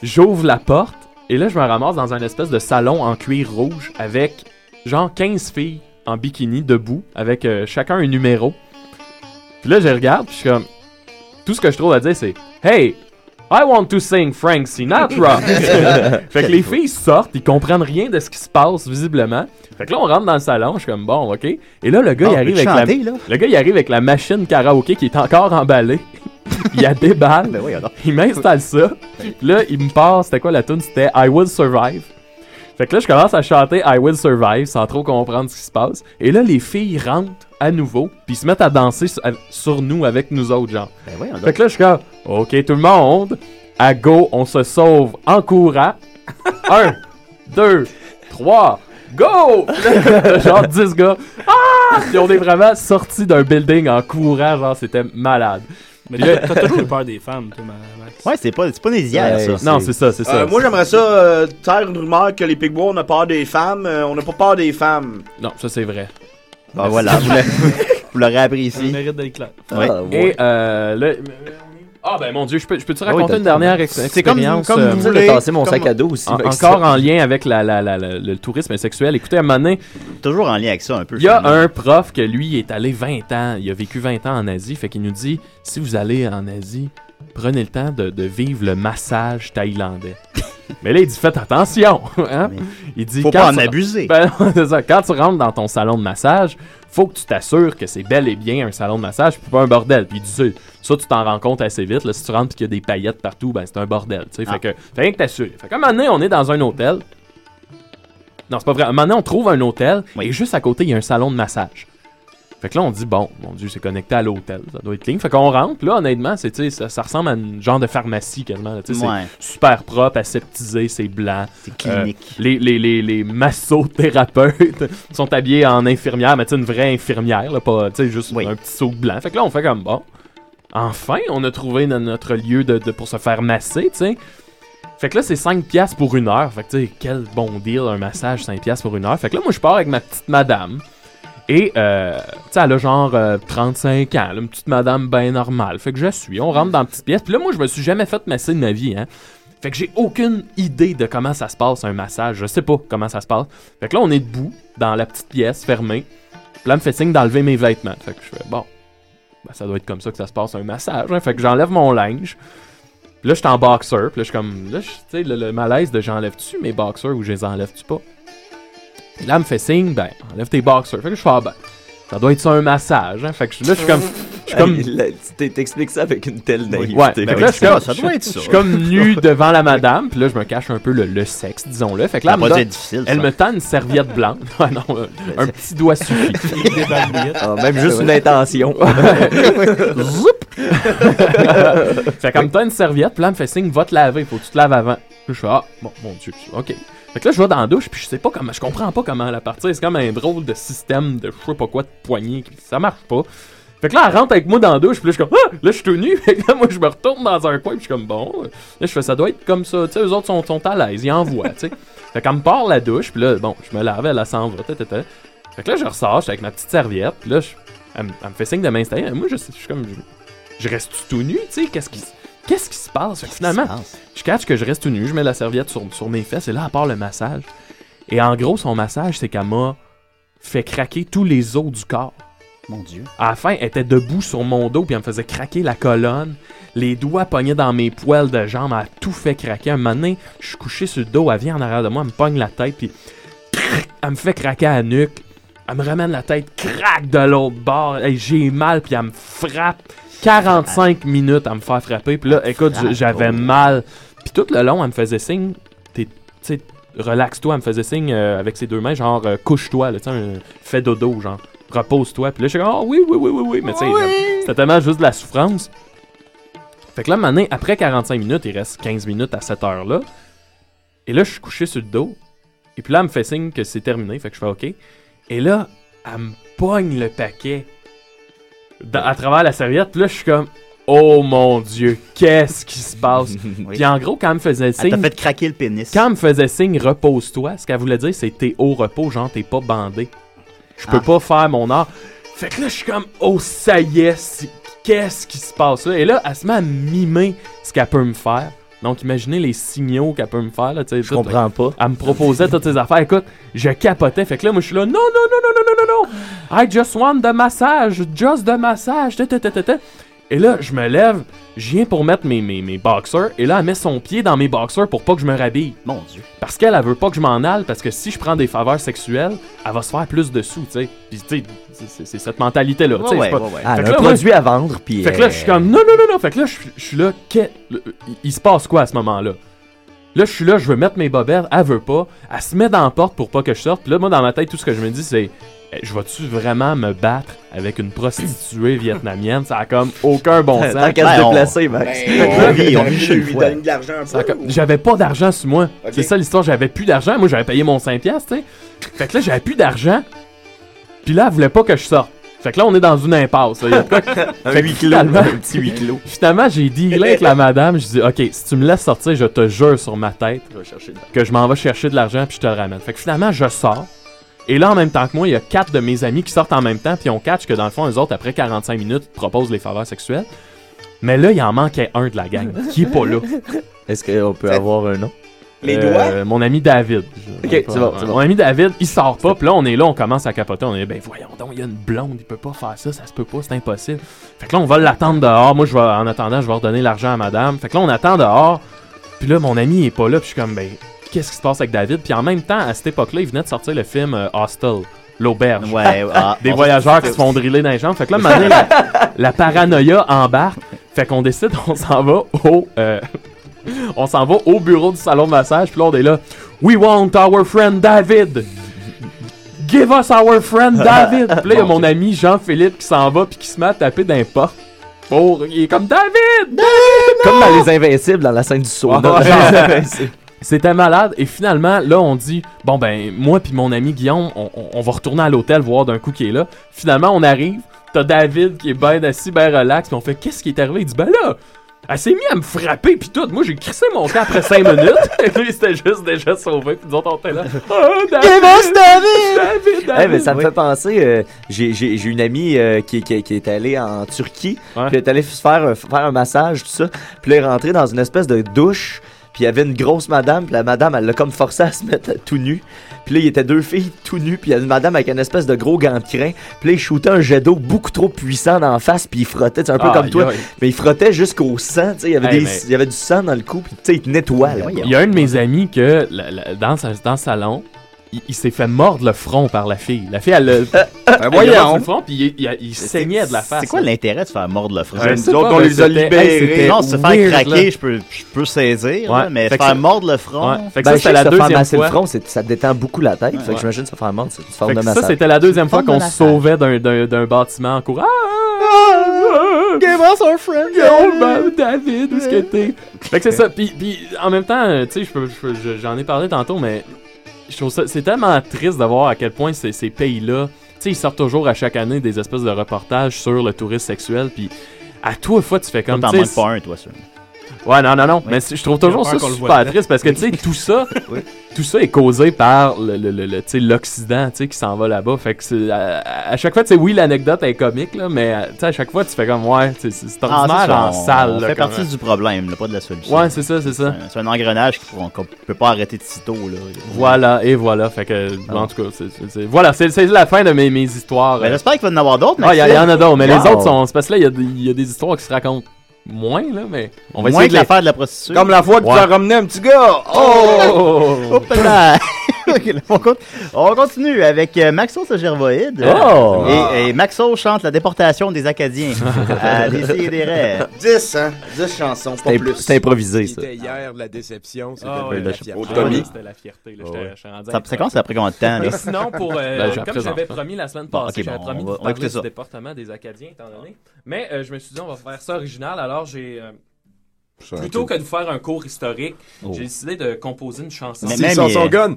J'ouvre la porte et là, je me ramasse dans un espèce de salon en cuir rouge avec genre 15 filles en bikini debout avec euh, chacun un numéro. Puis là, je regarde, puis je suis comme. Tout ce que je trouve à dire, c'est Hey, I want to sing Frank Sinatra. fait que les filles sortent, ils comprennent rien de ce qui se passe, visiblement. Fait que là, on rentre dans le salon, je suis comme Bon, ok. Et là, le gars,
Ah,
il
on
arrive
peut
avec
chanter,
la.
là?
Le gars, il arrive avec la machine karaoké qui est encore emballée. il a des balles.
Ben
il m'installe ça. Puis là, il me passe, c'était quoi la tune C'était I Will Survive. Fait que là, je commence à chanter I Will Survive sans trop comprendre ce qui se passe. Et là, les filles rentrent à nouveau, puis ils se mettent à danser sur, av- sur nous avec nous autres, genre.
Ben voyons donc.
fait que là, je suis comme, OK, tout le monde, à go, on se sauve en courant. Un, deux, trois, go! Là, genre 10 gars. Ah! Puis on est vraiment sortis d'un building en courant, genre, c'était malade.
Mais
Puis là-
t'as t'as toujours eu peur des femmes, toi, ma- Max.
Ouais, c'est pas, c'est pas des
Ben,
hier, Ouais, ça. c'est- Non, c'est ça, c'est ça.
Euh, moi, j'aimerais ça euh, taire une rumeur que les Pigbois, on a peur des femmes. Euh, on n'a pas peur des femmes.
Non, ça c'est vrai.
Ben voilà, vous l'a- vous l'aurez appris ici.
Ah,
mérite d'être clair.
Ouais.
Et euh, là, Ah ben mon Dieu, je peux- je peux-tu
Ah oui,
raconter
t'as-
une dernière ex-
c'est
expérience?
comme- comme
euh,
vous Tu sais, voulez. j'ai tassé mon sac à dos aussi,
En-
fait que c'est-
encore en lien avec la- la- la- la- le tourisme sexuel. Écoutez, à un moment donné...
Toujours en lien avec ça un peu.
Il y a
finalement.
un prof que lui il est allé 20 ans, il a vécu 20 ans en Asie, fait qu'il nous dit, si vous allez en Asie, prenez le temps de, de vivre le massage thaïlandais. Mais là, il dit, faites attention. hein? Il dit,
Faut
quand
pas en
tu-
abuser.
Ben, c'est ça. Quand tu rentres dans ton salon de massage, faut que tu t'assures que c'est bel et bien un salon de massage, puis pas un bordel. Puis il dit ça, ça, tu t'en rends compte assez vite. Là, si tu rentres et qu'il y a des paillettes partout, ben c'est un bordel. tu sais.
Ah.
Fait que, fait rien que t'assurer. Fait qu'à un moment donné, on est dans un hôtel. Non, c'est pas vrai. Maintenant, on trouve un hôtel et juste à côté, il y a un salon de massage. Fait que là, on dit, bon, mon Dieu, c'est connecté à l'hôtel. Ça doit être clean. Fait qu'on rentre. Là, honnêtement, c'est, tu sais, ça, ça ressemble à une genre de pharmacie quasiment. là, tu sais,
Ouais.
C'est super propre, aseptisé, c'est blanc. C'est
clinique.
les, les, les, les massothérapeutes sont habillés en infirmière, mais tu sais, une vraie infirmière, là, pas tu sais, juste un petit saut blanc. Fait que là, on fait comme, bon, enfin, on a trouvé no- notre lieu de, de- pour se faire masser, tu sais. Fait que là, c'est 5 piastres pour une heure. Fait que, tu sais, quel bon deal, un massage 5 piastres pour une heure. Fait que là, moi, je pars avec ma petite madame. Et, euh, tu sais, elle a genre euh, 35 ans, là, une petite madame bien normale. Fait que je suis, on rentre dans la petite pièce. Puis là, moi, je me suis jamais fait masser de ma vie, hein. Fait que j'ai aucune idée de comment ça se passe, un massage. Je sais pas comment ça se passe. Fait que là, on est debout, dans la petite pièce, fermée. Puis là, elle me fait signe d'enlever mes vêtements. Fait que je fais, bon, ben, ça doit être comme ça que ça se passe un massage. hein. Fait que j'enlève mon linge. Puis là, je suis en boxer. Puis là, je suis comme. Là, je- tu sais, le, le malaise de j'enlève-tu mes boxers ou je les enlève-tu pas? Puis là, elle me fait signe, ben, enlève tes boxers. Fait que je fais, ah, ben, ça doit être ça un massage. hein. Fait que je- là, je suis comme. Je suis comme
T'expliques ça avec une telle naïveté. Ben
Ouais, fait que là, je suis comme, je suis comme nu devant la madame, puis là, je me cache un peu le, le sexe, disons-le. Fait que là,
Ça
elle
va pas
me, donne-
être difficile,
elle
ça. Ben,
me tend une serviette blanche. Ouais, non, euh, un petit doigt suffit.
Ah, même juste une intention.
Zoup! fait qu'elle me tend une serviette, puis là, elle me fait signe, va te laver, faut que tu te laves avant. Je fais, ah, bon, mon Dieu, ok. Fait que là, je vais dans la douche, puis je sais pas comment, je comprends pas comment la partie, c'est comme un drôle de système de je sais pas quoi, de poignée, qui- ça marche pas. Fait que là, elle rentre avec moi dans la douche, puis là, je suis comme, ah, là, je suis tout nu. Fait que là, moi, je me retourne dans un coin, puis je suis comme, bon, là, je fais, ça doit être comme ça, tu sais, eux autres sont, sont à l'aise, ils envoient, tu sais. Fait qu'elle me part la douche, puis là, bon, je me lave, elle s'en va, ta, ta, ta. Fait que là, je ressors, je suis avec ma petite serviette, puis là, je- elle, me- elle me fait signe de m'installer. Moi, je, je suis comme, je, je reste tout nu, tu sais, qu'est-ce qui, se- qu'est-ce qui se passe? Fait que finalement, je catch que je reste tout nu, je mets la serviette sur, sur mes fesses, et là, à part le massage. Et en gros, son massage, c'est qu'elle m'a fait craquer tous les os du corps.
Mon Dieu.
À la fin, elle était debout sur mon dos, puis elle me faisait craquer la colonne. Les doigts pognaient dans mes poils de jambes, elle a tout fait craquer. Un moment donné, je suis couché sur le dos, elle vient en arrière de moi, elle me pogne la tête, puis elle me fait craquer à la nuque. Elle me ramène la tête, craque de l'autre bord. Hey, J'ai mal, puis elle me frappe. 45 minutes à me faire frapper. Puis là, écoute,
frappe,
j'avais
oh.
mal. Puis tout le long, elle me faisait signe, t'es- tu sais, relaxe-toi. Elle me faisait signe euh, avec ses deux mains, genre, euh, couche-toi, là, tu sais, un- fais dodo, genre, repose-toi. Puis là, je suis comme, oh oui, oui, oui, oui, oui. Mais tu sais, c'était tellement juste de la souffrance. Fait que là, maintenant, après 45 minutes, il reste 15 minutes à cette heure-là. Et là, je suis couché sur le dos. Et puis là, elle me fait signe que c'est terminé. Fait que je fais OK. Et là, elle me pogne le paquet dans- à travers la serviette. Puis là, je suis comme Oh mon Dieu, qu'est-ce qui se passe? Puis en gros, quand elle me faisait signe.
t'a fait craquer le pénis.
Quand elle me faisait signe repose-toi, ce qu'elle voulait dire, c'est t'es au repos, genre t'es pas bandé. Je peux
Ah.
pas faire mon art. Fait que là, je suis comme, oh, ça y est, c'est- qu'est-ce qui se passe là? Et là, elle se met à mimer ce qu'elle peut me faire. Donc, imaginez les signaux qu'elle peut me faire. Là, je comprends pas. Elle me proposait toutes ces affaires. Écoute, je capotais. Fait que là, moi, je suis là, non, non, non, non, non, non, non, non. I just want the massage. Just the massage. Ta, ta, ta, ta, ta. Et là, je me lève. Je viens pour mettre mes, mes, mes boxers. Et là, elle met son pied dans mes boxers pour pas que je me rhabille.
Mon Dieu.
Parce qu'elle, elle veut pas que je m'en aille, parce que si je prends des faveurs sexuelles, elle va se faire plus de sous, tu sais. Puis, tu sais, c'est- c'est- c'est cette mentalité-là. tu sais, c'est pas-
Ah,
Fait
elle
que
a un
là, moi,
produit à vendre, puis.
fait que là, je suis comme non, non, non, non. Fait que là, je suis- je suis là, qu'est- le- il- il se passe quoi à ce moment-là? Là, je suis là, je veux mettre mes bobettes, elle veut pas. Elle se met dans la porte pour pas que je sorte. Puis là, moi, dans ma tête, tout ce que je me dis, c'est Eh, je vais-tu vraiment me battre avec une prostituée vietnamienne? Ça a comme aucun bon sens.
Ben,
Tant
Ben,
qu'à se déplacer, Max.
Fait que là,
lui donne de l'argent un peu. ou-
j'avais pas d'argent sur moi.
Ok.
C'est ça l'histoire, j'avais plus d'argent. Moi, j'avais payé mon 5$, piastres, tu sais. Fait que là, j'avais plus d'argent. Puis là, elle voulait pas que je sorte. Fait que là, on est dans une impasse. là. Il y a de quoi que-
Un
Fait que
huis clos,
finalement-
un petit huis clos.
Finalement, j'ai dealé avec la madame. Je dis, OK, si tu me laisses sortir, je te jure sur ma tête
Je vais chercher de l'argent.
que je m'en vais chercher de l'argent puis je te le ramène. Fait que finalement, je sors. Et là, en même temps que moi, il y a quatre de mes amis qui sortent en même temps puis on catch que dans le fond, eux autres, après 45 minutes, proposent les faveurs sexuelles. Mais là, il en manquait un de la gang qui est pas là.
Est-ce qu'on peut avoir un nom?
Les doigts? Euh, Mon ami David. Je-
Ok, c'est bon, c'est bon.
Mon ami David, il sort pas. Puis là, on est là, on commence à capoter. On est ben voyons donc, il y a une blonde, il peut pas faire ça, ça se peut pas, c'est impossible. Fait que là, on va l'attendre dehors. Moi, je vais, en attendant, je vais redonner l'argent à madame. Fait que là, on attend dehors. Puis là, mon ami il est pas là. Puis je suis comme, ben, qu'est-ce qui se passe avec David? Puis en même temps, à cette époque-là, il venait de sortir le film euh, Hostel. L'auberge.
Ouais, ah,
Des
on-
voyageurs qui se font driller dans les jambes. Fait que là, un moment donné, la, la paranoïa embarque. Fait qu'on décide, on s'en va au. euh, on s'en va au bureau du salon de massage, puis là on est là. We want our friend David! Give us our friend David! Puis là, il y a mon ami Jean-Philippe qui s'en va, puis qui se met à taper d'un pas. Pour. Il est comme David! David!
Comme dans
non!
Les Invincibles, dans la scène du sauna. Dans
Ouais.
Les Invincibles.
C'était malade et finalement là on dit bon ben moi puis mon ami Guillaume on, on- on va retourner à l'hôtel voir d'un coup qui est là. Finalement on arrive, t'as David qui est bien assis bien relax puis on fait qu'est-ce qui est arrivé Il dit ben là elle s'est mise à me frapper puis tout. Moi j'ai crissé mon camp après 5 minutes. Et lui c'était juste déjà sauvé puis nous autres on était là. Oh, David! David!
Eh, mais
David!
ça me fait penser, euh, j'ai- j'ai j'ai une amie euh, qui, qui- qui est allée en Turquie, puis elle est allée se faire, un- faire un massage, tout ça, puis elle est rentrée dans une espèce de douche, puis il y avait une grosse madame, puis la madame, elle l'a comme forcée à se mettre tout nu, puis là, il y était deux filles tout nues, puis il y a une madame avec une espèce de gros gant de crin, puis là, il shootait un jet d'eau beaucoup trop puissant d'en face, puis il frottait, c'est un peu
Ah,
comme toi,
aïe.
mais il frottait jusqu'au sang, tu sais, il y avait
Hey,
des-
mais-
il y avait du sang dans le cou, puis tu sais, il te nettoie, là.
Il y a un de mes amis que la- la- dans, sa- dans le salon, il, il s'est fait mordre le front par la fille. La fille, elle le. elle lui a
voyons.
mordu le front, puis il, il- il saignait de la face.
C'est quoi
là.
l'intérêt de se faire mordre le front?
Je sais Nous autres, pas, on mais les a c'était- libérés. hey, c'était
non, se faire
weird,
craquer,
là.
je peux, je peux saisir,
Ouais.
là, mais se
Fait que
faire
ça-
mordre le front.
Ouais.
Ben,
Fait Ben, que ça, c'est la deuxième fois. Le front, c'est- ça te détend beaucoup la tête. fait
Ouais.
que j'imagine se faire mordre, c'est une
Fait
forme
que
de
ça,
massage.
c'était la deuxième fois
Forme de
qu'on se
massage.
sauvait d'un- d'un d'un bâtiment en courant.
Give us our friend
David, bah, David, où est-ce que t'es? Fait que c'est ça. Puis, puis en même temps, euh, tu sais, je peux- je peux- je- j'en ai parlé tantôt, mais je trouve ça, c'est tellement triste de voir à quel point ces, ces pays-là, tu sais, ils sortent toujours à chaque année des espèces de reportages sur le tourisme sexuel, puis à toi, fois, tu fais comme
Toi, t'en
tu sais,
manques pas un, toi, sûr.
Ouais, non, non, non. Mais c'est- je trouve toujours
J'ai peur
ça
qu'on le voie
super
dedans.
triste parce que, tu sais, tout ça, tout ça est causé par le- le- le- le- tu sais, l'Occident, tu sais, qui s'en va là-bas. Fait que, c'est- à, à- à chaque fois, tu sais, oui, l'anecdote est comique, là, mais, euh, tu sais, à chaque fois, tu fais comme, ouais, tu sais, c'est c'est
Ah,
ordinaire
c'est ça,
en
on-
salle,
On
là,
fait
comme- euh.
partie du problème, là, pas de la solution.
Ouais, c'est ça, c'est ça.
C'est un- C'est un engrenage qu'on qu'on peut pas arrêter de sitôt, là.
Voilà, et voilà. Fait que,
Ah.
en tout cas, c'est- c'est- c'est- voilà, c'est c'est la fin de mes, mes histoires.
Ben,
euh.
j'espère qu'il va y en avoir d'autres,
Ah, il y, a- il y en a d'autres, mais les
Wow.
autres sont. c'est Parce que là, il y a des- il y, a des histoires qui se racontent moins, là, mais on va
Moins
essayer
que l'affaire
les-
de la prostituée.
Comme la fois que
Ouais.
tu as ramené un petit gars.
Oh!
Hop là! Ok, là, on, cont- on continue avec euh, Maxos le Gervoïde.
Oh!
Et, et Maxos chante la déportation des Acadiens à Décideret.
10, hein? 10 chansons, pas
C'était-
plus.
c'était improvisé, ça.
C'était hier la déception, c'était
Ah,
le-
ouais,
la
la-
fierté.
ah,
Tommy.
ouais, C'était la fierté, là. j'étais- j'étais rendu
Ça-
incroyable.
ça commence après combien de temps, là?
Mais sinon, pour, euh,
Ben, je la
comme
présente.
j'avais promis la semaine
Bon,
passée,
ok,
j'avais
bon,
promis
on
de
va-
vous
on va écouter
parler
ça.
du département des Acadiens, étant donné. Mais euh, je me suis dit, on va faire ça original, alors j'ai... euh,
un
Plutôt
tout.
que de faire un cours historique,
Oh.
j'ai décidé de composer une chanson.
Mais C'est même, euh, une chanson il- gun.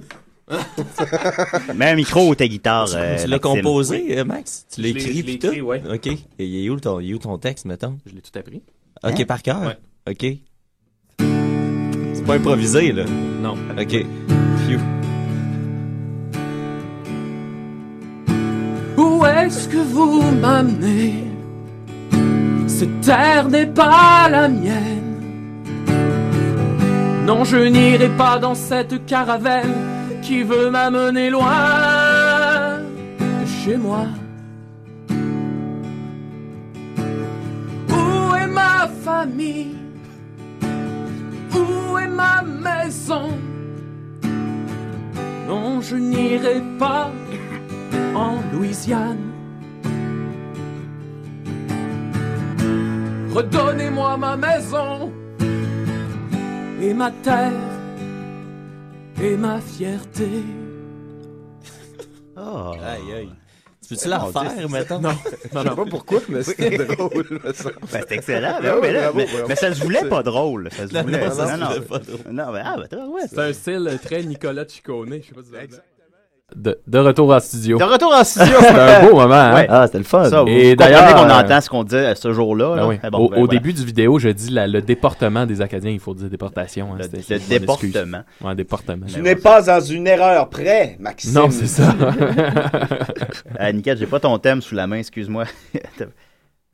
Mets un micro ou ta guitare. euh,
tu l'as
Maxime.
composé, euh, Max? Tu l'as
Je l'ai-
écrit
je l'ai
pis tout?
écrit, ouais.
OK. Et il est où ton, il est où ton texte, mettons?
Je l'ai tout appris.
OK,
Hein?
par cœur?
Ouais.
OK. C'est pas improvisé, là?
Non.
OK. Phew.
Où est-ce que vous m'amenez Cette terre n'est pas la mienne.
Non, je n'irai pas dans cette caravelle qui veut m'amener loin
de chez moi. Où est ma famille Où est ma maison Non, je n'irai pas en Louisiane. Redonnez-moi ma maison et ma terre et ma fierté.
Ah.
Aïe, aïe. Tu peux-tu
Eh,
la
mon Dieu,
refaire,
c'est-
mettons?
Non.
Je sais pas pourquoi, mais c'était drôle. me semble.
Ben, c'est excellent. mais,
Ah
oui, mais, là,
bravo,
mais-
bravo.
mais ça se voulait pas
C'est-
drôle. Ça se
Non,
voulait.
non, ça se voulait
pas
drôle. Non, mais ah, ben, t'as- ouais.
C'est un style très Nicolas Ciccone, je sais pas si vous De, de retour en studio.
De retour en studio.
C'était un beau moment. hein?
Ouais. Ah, Ça, vous
Et
comprenez
d'ailleurs,
qu'on
euh,
entend ce qu'on dit à ce jour-là.
Ah,
ben
là.
oui.
Eh bon,
au,
ben,
au
voilà.
début du vidéo, je dis la- le déportement des Acadiens. Il faut dire déportation. hein, c'était- c'est-
le
je m'en excuse.
déportement.
Ouais,
Ben
déportement.
Tu n'es pas dans une erreur près, Maxime.
Non, c'est ça.
Ah, Niket, j'ai pas ton thème sous la main, excuse-moi.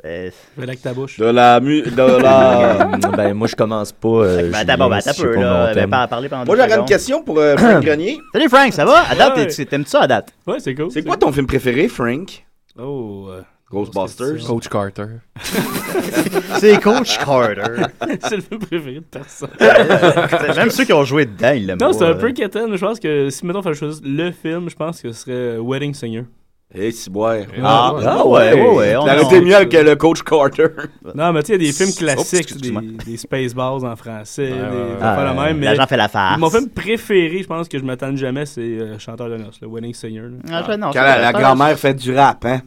Mais avec ta bouche.
De la mu... De la...
ben, moi, je commence pas. euh,
Ben, attends, bon, ben,
Julien,
attends
si
un peu,
j'ai pas
là.
mon
Ben,
thème.
pas à parler pendant
Moi,
deux
j'aurais une
secondes.
question pour euh, Frank Grenier.
Salut, Frank, ça va? À date,
Ouais.
t'es- t'aimes-tu ça à date?
Ouais, c'est cool.
C'est quoi ton film préféré, Frank?
Oh. euh,
Ghostbusters.
Coach Carter.
C'est Coach Carter.
c'est le film préféré de personne.
Même ceux qui ont joué dedans, ils l'aiment
Non,
pas,
c'est un
là.
peu quétaine. Je pense que si, mettons, il fallait choisir le film, je pense que ce serait euh, Wedding Singer.
Eh, si boire.
Ah, ah ouais, ouais, ouais, on-
Ça aurait
on-
été mieux avec euh, le coach Carter.
Non, mais tu sais, il y a des films
Oh,
classiques,
excuse-moi.
des, des Spaceballs en français, des
ouais, ouais.
affaires
Ah,
de même. mais-
Euh, l'agent fait la farce.
Mon film préféré, je pense que je m'attends jamais, c'est euh, Chanteur de noces, le Wedding Singer. là.
Ah, je- non,
Quand la, la grand-mère fait du rap, hein?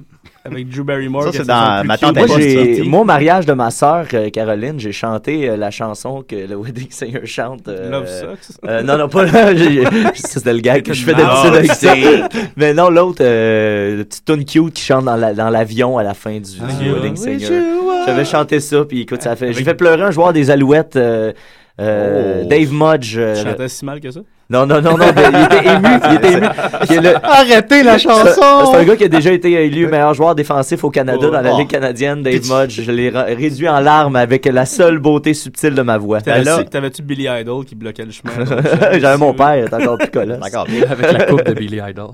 Avec Drew Barrymore.
Ça,
qui
c'est
a fait
dans
son
ma
plus
tante
Moi,
cute-
j'ai, moi, au mariage de ma sœur, euh, Caroline, j'ai chanté euh, la chanson que le Wedding Singer chante. euh,
Love Sucks?
euh, non, non, pas là. j'ai- ça, C'était le gag que je fais
Ah,
Non,
d'habitude
c'est-
avec ça. Mais non, l'autre, euh, le petit tune cute qui chante dans, la- dans l'avion à la fin du, du
Ah,
Wedding
oui,
Singer.
je vois.
J'avais chanté ça, puis écoute, ça fait, j'ai fait pleurer un joueur des Alouettes, euh, euh,
Oh.
Dave Mudge. euh,
Tu
le-
chantais si mal que ça?
non, non, non, non, ben, il était ému, il était ému. Qui est le-
Arrêtez la
C'est-
chanson!
C'est un gars qui a déjà été élu meilleur joueur défensif au Canada
Oh,
dans la
oh.
Ligue canadienne, Dave Mudge. Je l'ai ra- réduit en larmes avec la seule beauté subtile de ma voix.
T'avais-
Ben là-
T'avais-tu Billy Idol qui bloquait le chemin? euh,
J'avais mon père, il était encore plus colosse.
D'accord. Avec la coupe de Billy
Idol.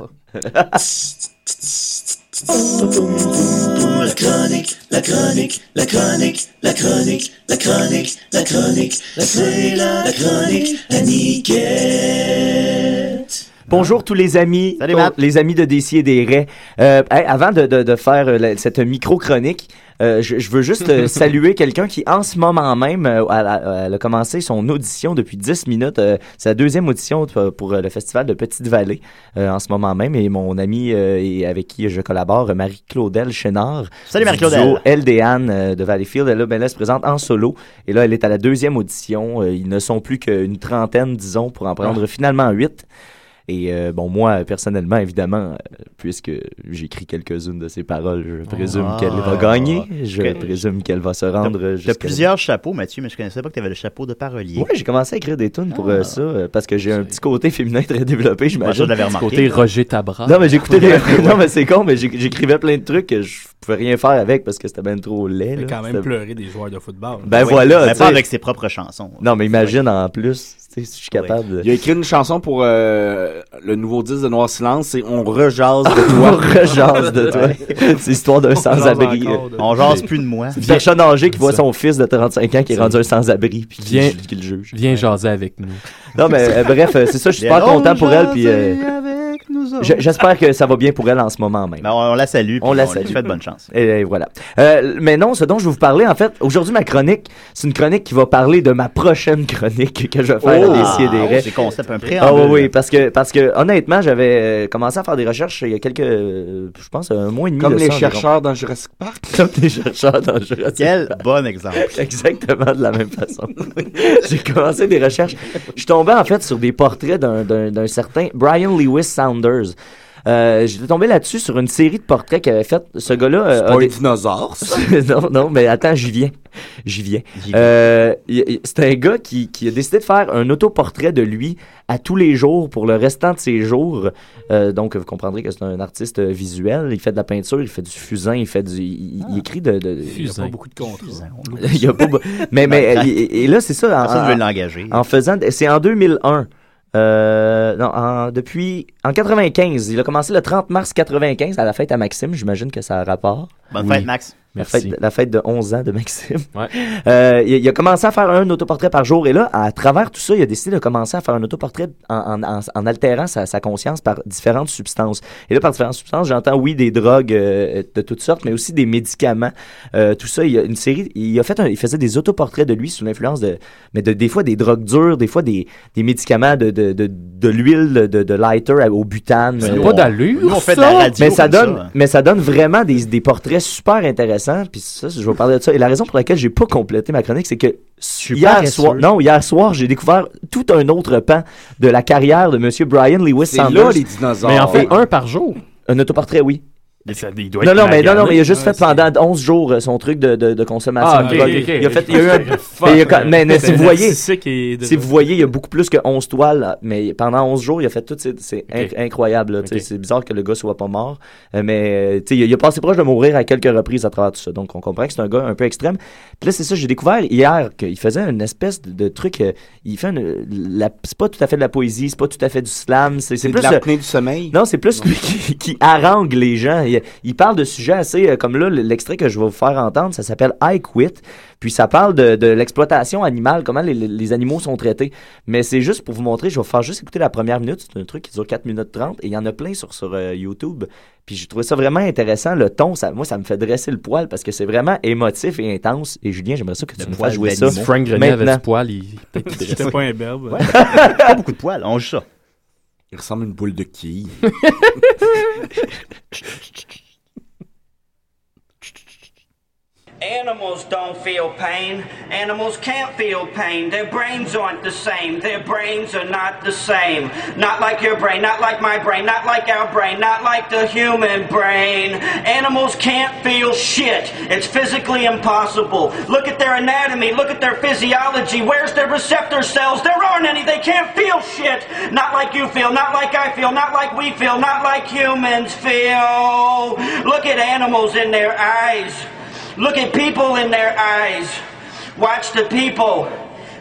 La chronique, la chronique, la chronique, la chronique, la chronique, la chronique, la chronique, la chronique, la niquette.
Bonjour tous les amis,
Salut,
tous
Matt.
les amis de Décier des Raies. Euh, hey, avant de, de- de faire euh, la- cette micro-chronique, euh, je, je veux juste euh, saluer quelqu'un qui, en ce moment même, euh, elle, a- elle a commencé son audition depuis 10 minutes, euh, sa deuxième audition pour, pour, euh, le festival de Petite-Vallée euh, en ce moment même. Et mon ami euh, et avec qui je collabore, euh, Marie-Claudel Chénard.
Salut,
du
Marie-Claudel.
duo LDN euh, de Valleyfield. Elle, là, ben, là, elle se présente en solo. Et là, elle est à la deuxième audition. Euh, ils ne sont plus qu'une trentaine, disons, pour en
Ah.
prendre finalement huit. Et euh, bon, moi, personnellement, évidemment, euh, puisque j'écris quelques-unes de ses paroles, je présume
Ah.
qu'elle va gagner. Je
Que-
présume qu'elle va se rendre
T'as
jusqu'à...
plusieurs chapeaux, Mathieu, mais je connaissais pas que t'avais le chapeau de parolier.
Oui, j'ai commencé à écrire des tunes pour euh, ça, euh, parce que j'ai un petit côté féminin très développé,
Moi, je
j'imagine.
l'avais
Petit
remarqué.
Côté Roger Tabra.
Non, mais j'écoutais les... Non, mais c'est con, mais j'éc- j'écrivais plein de trucs que je pouvais rien faire avec parce que c'était bien trop laid.
Fait
là.
quand même
C'était-
pleurer des joueurs de football.
Ben
Oui.
voilà.
mais
tu
pas
sais.
avec ses propres chansons.
Non, mais imagine en plus, tu sais, si je suis capable. de-
Il a écrit une chanson pour euh, le nouveau disque de Noir Silence, c'est On rejase de
On
toi.
rejase de toi. C'est l'histoire d'un sans-abri. euh, C'est une personne âgée qui voit son fils de 35 ans qui est rendu un sans-abri puis qui,
Viens,
qui le juge.
Viens jaser avec nous.
Non, mais euh, bref, euh, c'est ça, je suis super
Viens
content pour elle. Puis, euh,
nous
je- j'espère que ça va bien pour elle en ce moment même.
Ben, on la salue.
On la
on lui
salue.
souhaite bonne chance.
Et, et voilà. Euh, mais non, ce dont je vais vous parler, en fait, aujourd'hui, ma chronique, c'est une chronique qui va parler de ma prochaine chronique que je vais faire
Oh!
à des
Ah,
des
c'est concept, un
Ah oui,
préambule.
oui, parce que, parce que honnêtement, j'avais euh, commencé à faire des recherches il y a quelques, euh, je pense, un mois et demi.
Comme
de
les
ça environ.
chercheurs dans Jurassic Park.
Comme les chercheurs dans Jurassic
Quel
Park.
bon exemple.
Exactement de la même façon. J'ai commencé des recherches. Je suis tombé en fait sur des portraits d'un- d'un d'un certain Brian Lewis Saunders. Euh, J'étais tombé là-dessus sur une série de portraits qu'il avait fait. Ce gars-là. euh,
pas
a
un
des-
dinosaure, ça.
non, non, mais attends, j'y viens. J'y viens. Euh, il- il- c'est un gars qui, qui a décidé de faire un autoportrait de lui à tous les jours pour le restant de ses jours. Euh, donc, vous comprendrez que c'est un artiste euh, visuel. Il fait de la peinture, il fait du fusain, il fait du. Il, il- il écrit de. de-
Ah. Il n'y a pas beaucoup de contrats.
il y a pas be- mais mais
Ben,
et, et là c'est ça. en-
personne
en-
veut l'engager.
En faisant, c'est en 2001. Euh, non, en- depuis en 95, il a commencé le 30 mars 95 à la fête à Maxime. J'imagine que ça a rapport.
Bonne Oui. fête, Max.
La
Merci.
fête, la fête de 11 ans de Maxime. Euh, il, il a commencé à faire un autoportrait par jour et là, à travers tout ça, il a décidé de commencer à faire un autoportrait en, en- en- en altérant sa, sa conscience par différentes substances. Et là, par différentes substances, j'entends oui des drogues euh, de toutes sortes, mais aussi des médicaments. Euh, tout ça, il y a une série. Il a fait, un- il faisait des autoportraits de lui sous l'influence de, mais de, des fois des drogues dures, des fois des, des médicaments, de, de, de, de l'huile, de, de lighter au butane.
C'est
Euh,
pas d'allure, Nous, on fait de la ça. radio
mais ça
comme ça,
donne,
hein.
mais ça donne vraiment des, des portraits super intéressants. Puis ça, je vais vous parler de ça. Et la raison pour laquelle j'ai pas complété ma chronique, c'est que hier
paresseux.
soir, non, hier soir, j'ai découvert tout un autre pan de la carrière de Monsieur Brian Lewis
C'est là
Sanders.
les dinosaures. Mais en fait,
un par jour. Un autoportrait, oui.
Mais ça, il doit
Non,
être
non, mais, non, non,
magané.
mais il a juste fait pendant 11 jours euh, son truc de, de, de consommation.
Ah, ok,
de drogue.
ok, ok.
Il a fait, il y a eu un-
Fuck.
mais il a quand- mais, mais
C'est
si vous voyez,
narcissique et de-
si vous voyez, il y a beaucoup plus que 11 toiles, là. mais pendant 11 jours, il a fait tout, c'est c'est inc- incroyable, là, tu sais, c'est bizarre que le gars soit pas mort, Euh, mais euh, tu sais, il, a- il a passé proche de mourir à quelques reprises à travers tout ça, donc on comprend que c'est un gars un peu extrême. Puis là, c'est ça, j'ai découvert hier qu'il faisait une espèce de, de truc, euh, il fait une, la- c'est pas tout à fait de la poésie, c'est pas tout à fait du slam, c'est
C'est
plus...
de
euh,
l'apnée du sommeil.
non, c'est plus lui qui, qui harangue les gens. Il, il parle de sujets assez, euh, comme là, l'extrait que je vais vous faire entendre, ça s'appelle I Quit. Puis ça parle de, de l'exploitation animale, comment les, les- les animaux sont traités. Mais c'est juste pour vous montrer, je vais vous faire juste écouter la première minute. C'est un truc qui dure 4 minutes 30 et il y en a plein sur, sur euh, YouTube. Puis j'ai trouvé ça vraiment intéressant. Le ton, ça, moi, ça me fait dresser le poil parce que c'est vraiment émotif et intense. Et Julien, j'aimerais ça que tu me fasses jouer ça.
Si Frank Grenier avait
maintenant.
du poil, il peut-être qu'il
J'étais
dressait.
pas imberbe.
Ouais.
Pas beaucoup de poils, on joue ça.
Il ressemble à une boule de quille.
Animals don't feel pain. Animals can't feel pain. Their brains aren't the same. Their brains are not the same. Not like your brain, not like my brain, not like our brain, not like the human brain. Animals can't feel shit. It's physically impossible. Look at their anatomy, look at their physiology. Where's their receptor cells? There aren't any. They can't feel shit. Not like you feel, not like I feel, not like we feel, not like humans feel. Look at animals in their eyes. Look at people in their eyes. Watch the people.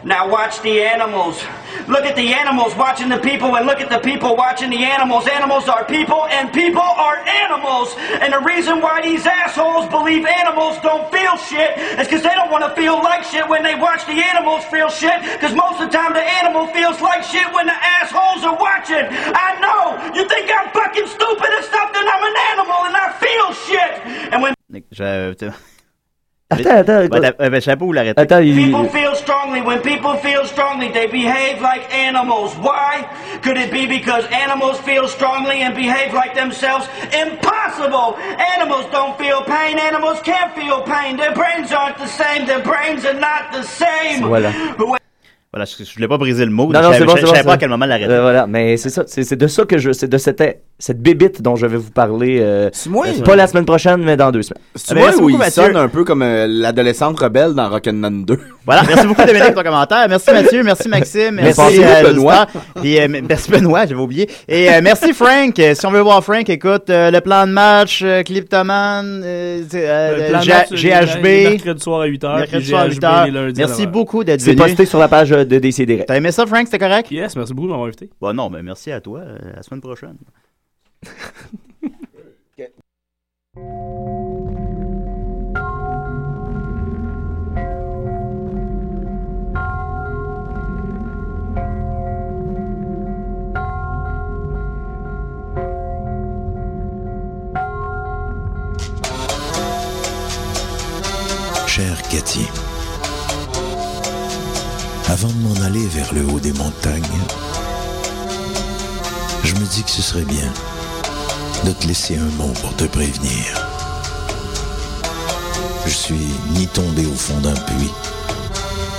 Now watch the animals. Look at the animals watching the people and look at the people watching the animals. Animals are people and people are animals. And the reason why these assholes believe animals don't feel shit is because they don't want to feel like shit when they watch the animals feel shit. Because most of the time the animal feels like shit when the assholes are watching. I know. You think I'm fucking stupid and stuff, then I'm an animal and I feel shit. And when
Je... tu-
Attends, attends,
Ben, t'as- euh, ben, chapeau ou l'arrêter.
Attends,
People feel strongly. When people feel strongly, they behave like animals. Why? Could it be because animals feel strongly and behave like themselves? Impossible! Animals don't feel pain. Animals can't feel pain. Their brains aren't the same. Their brains are not the same.
Voilà.
Voilà, je, je voulais pas briser le mot.
Non, non,
je,
c'est
savais-
bon,
je,
c'est
je
bon,
savais
c'est
pas à
bon.
quel moment l'arrêter.
Euh, voilà, mais c'est ça, c'est c'est de ça que je, c'est de cette, cette bébite dont je vais vous parler. euh, euh, pas la semaine prochaine, mais dans deux semaines.
Tu vois où il sonne un peu comme euh, l'adolescente rebelle dans Rock'n'Man 2.
Voilà, merci beaucoup Dominique pour ton commentaire. Merci Mathieu, merci Maxime, merci,
Merci beaucoup,
euh, les
Benoît.
auditeurs. Et, euh, m- merci Benoît, j'avais oublié. Et euh, merci Frank. Euh, Si on veut voir Frank, écoute euh, le plan de match, euh, Cliptoman, euh, c'est, euh,
Le plan de
G-
match, il est
GHB.
mercredi soir à 8h,
mercredi
puis
soir à
GHB
8 heures.
les lundis à
Merci
9h.
beaucoup d'être
C'est
venu.
posté sur la page euh, de DCD.
T'as aimé ça Frank, c'était correct?
Yes, merci beaucoup de m'avoir invité.
Bon non, mais merci à toi. Euh, À la semaine prochaine.
Chère Cathy, avant de m'en aller vers le haut des montagnes, je me dis que ce serait bien de te laisser un mot pour te prévenir. Je suis ni tombé au fond d'un puits,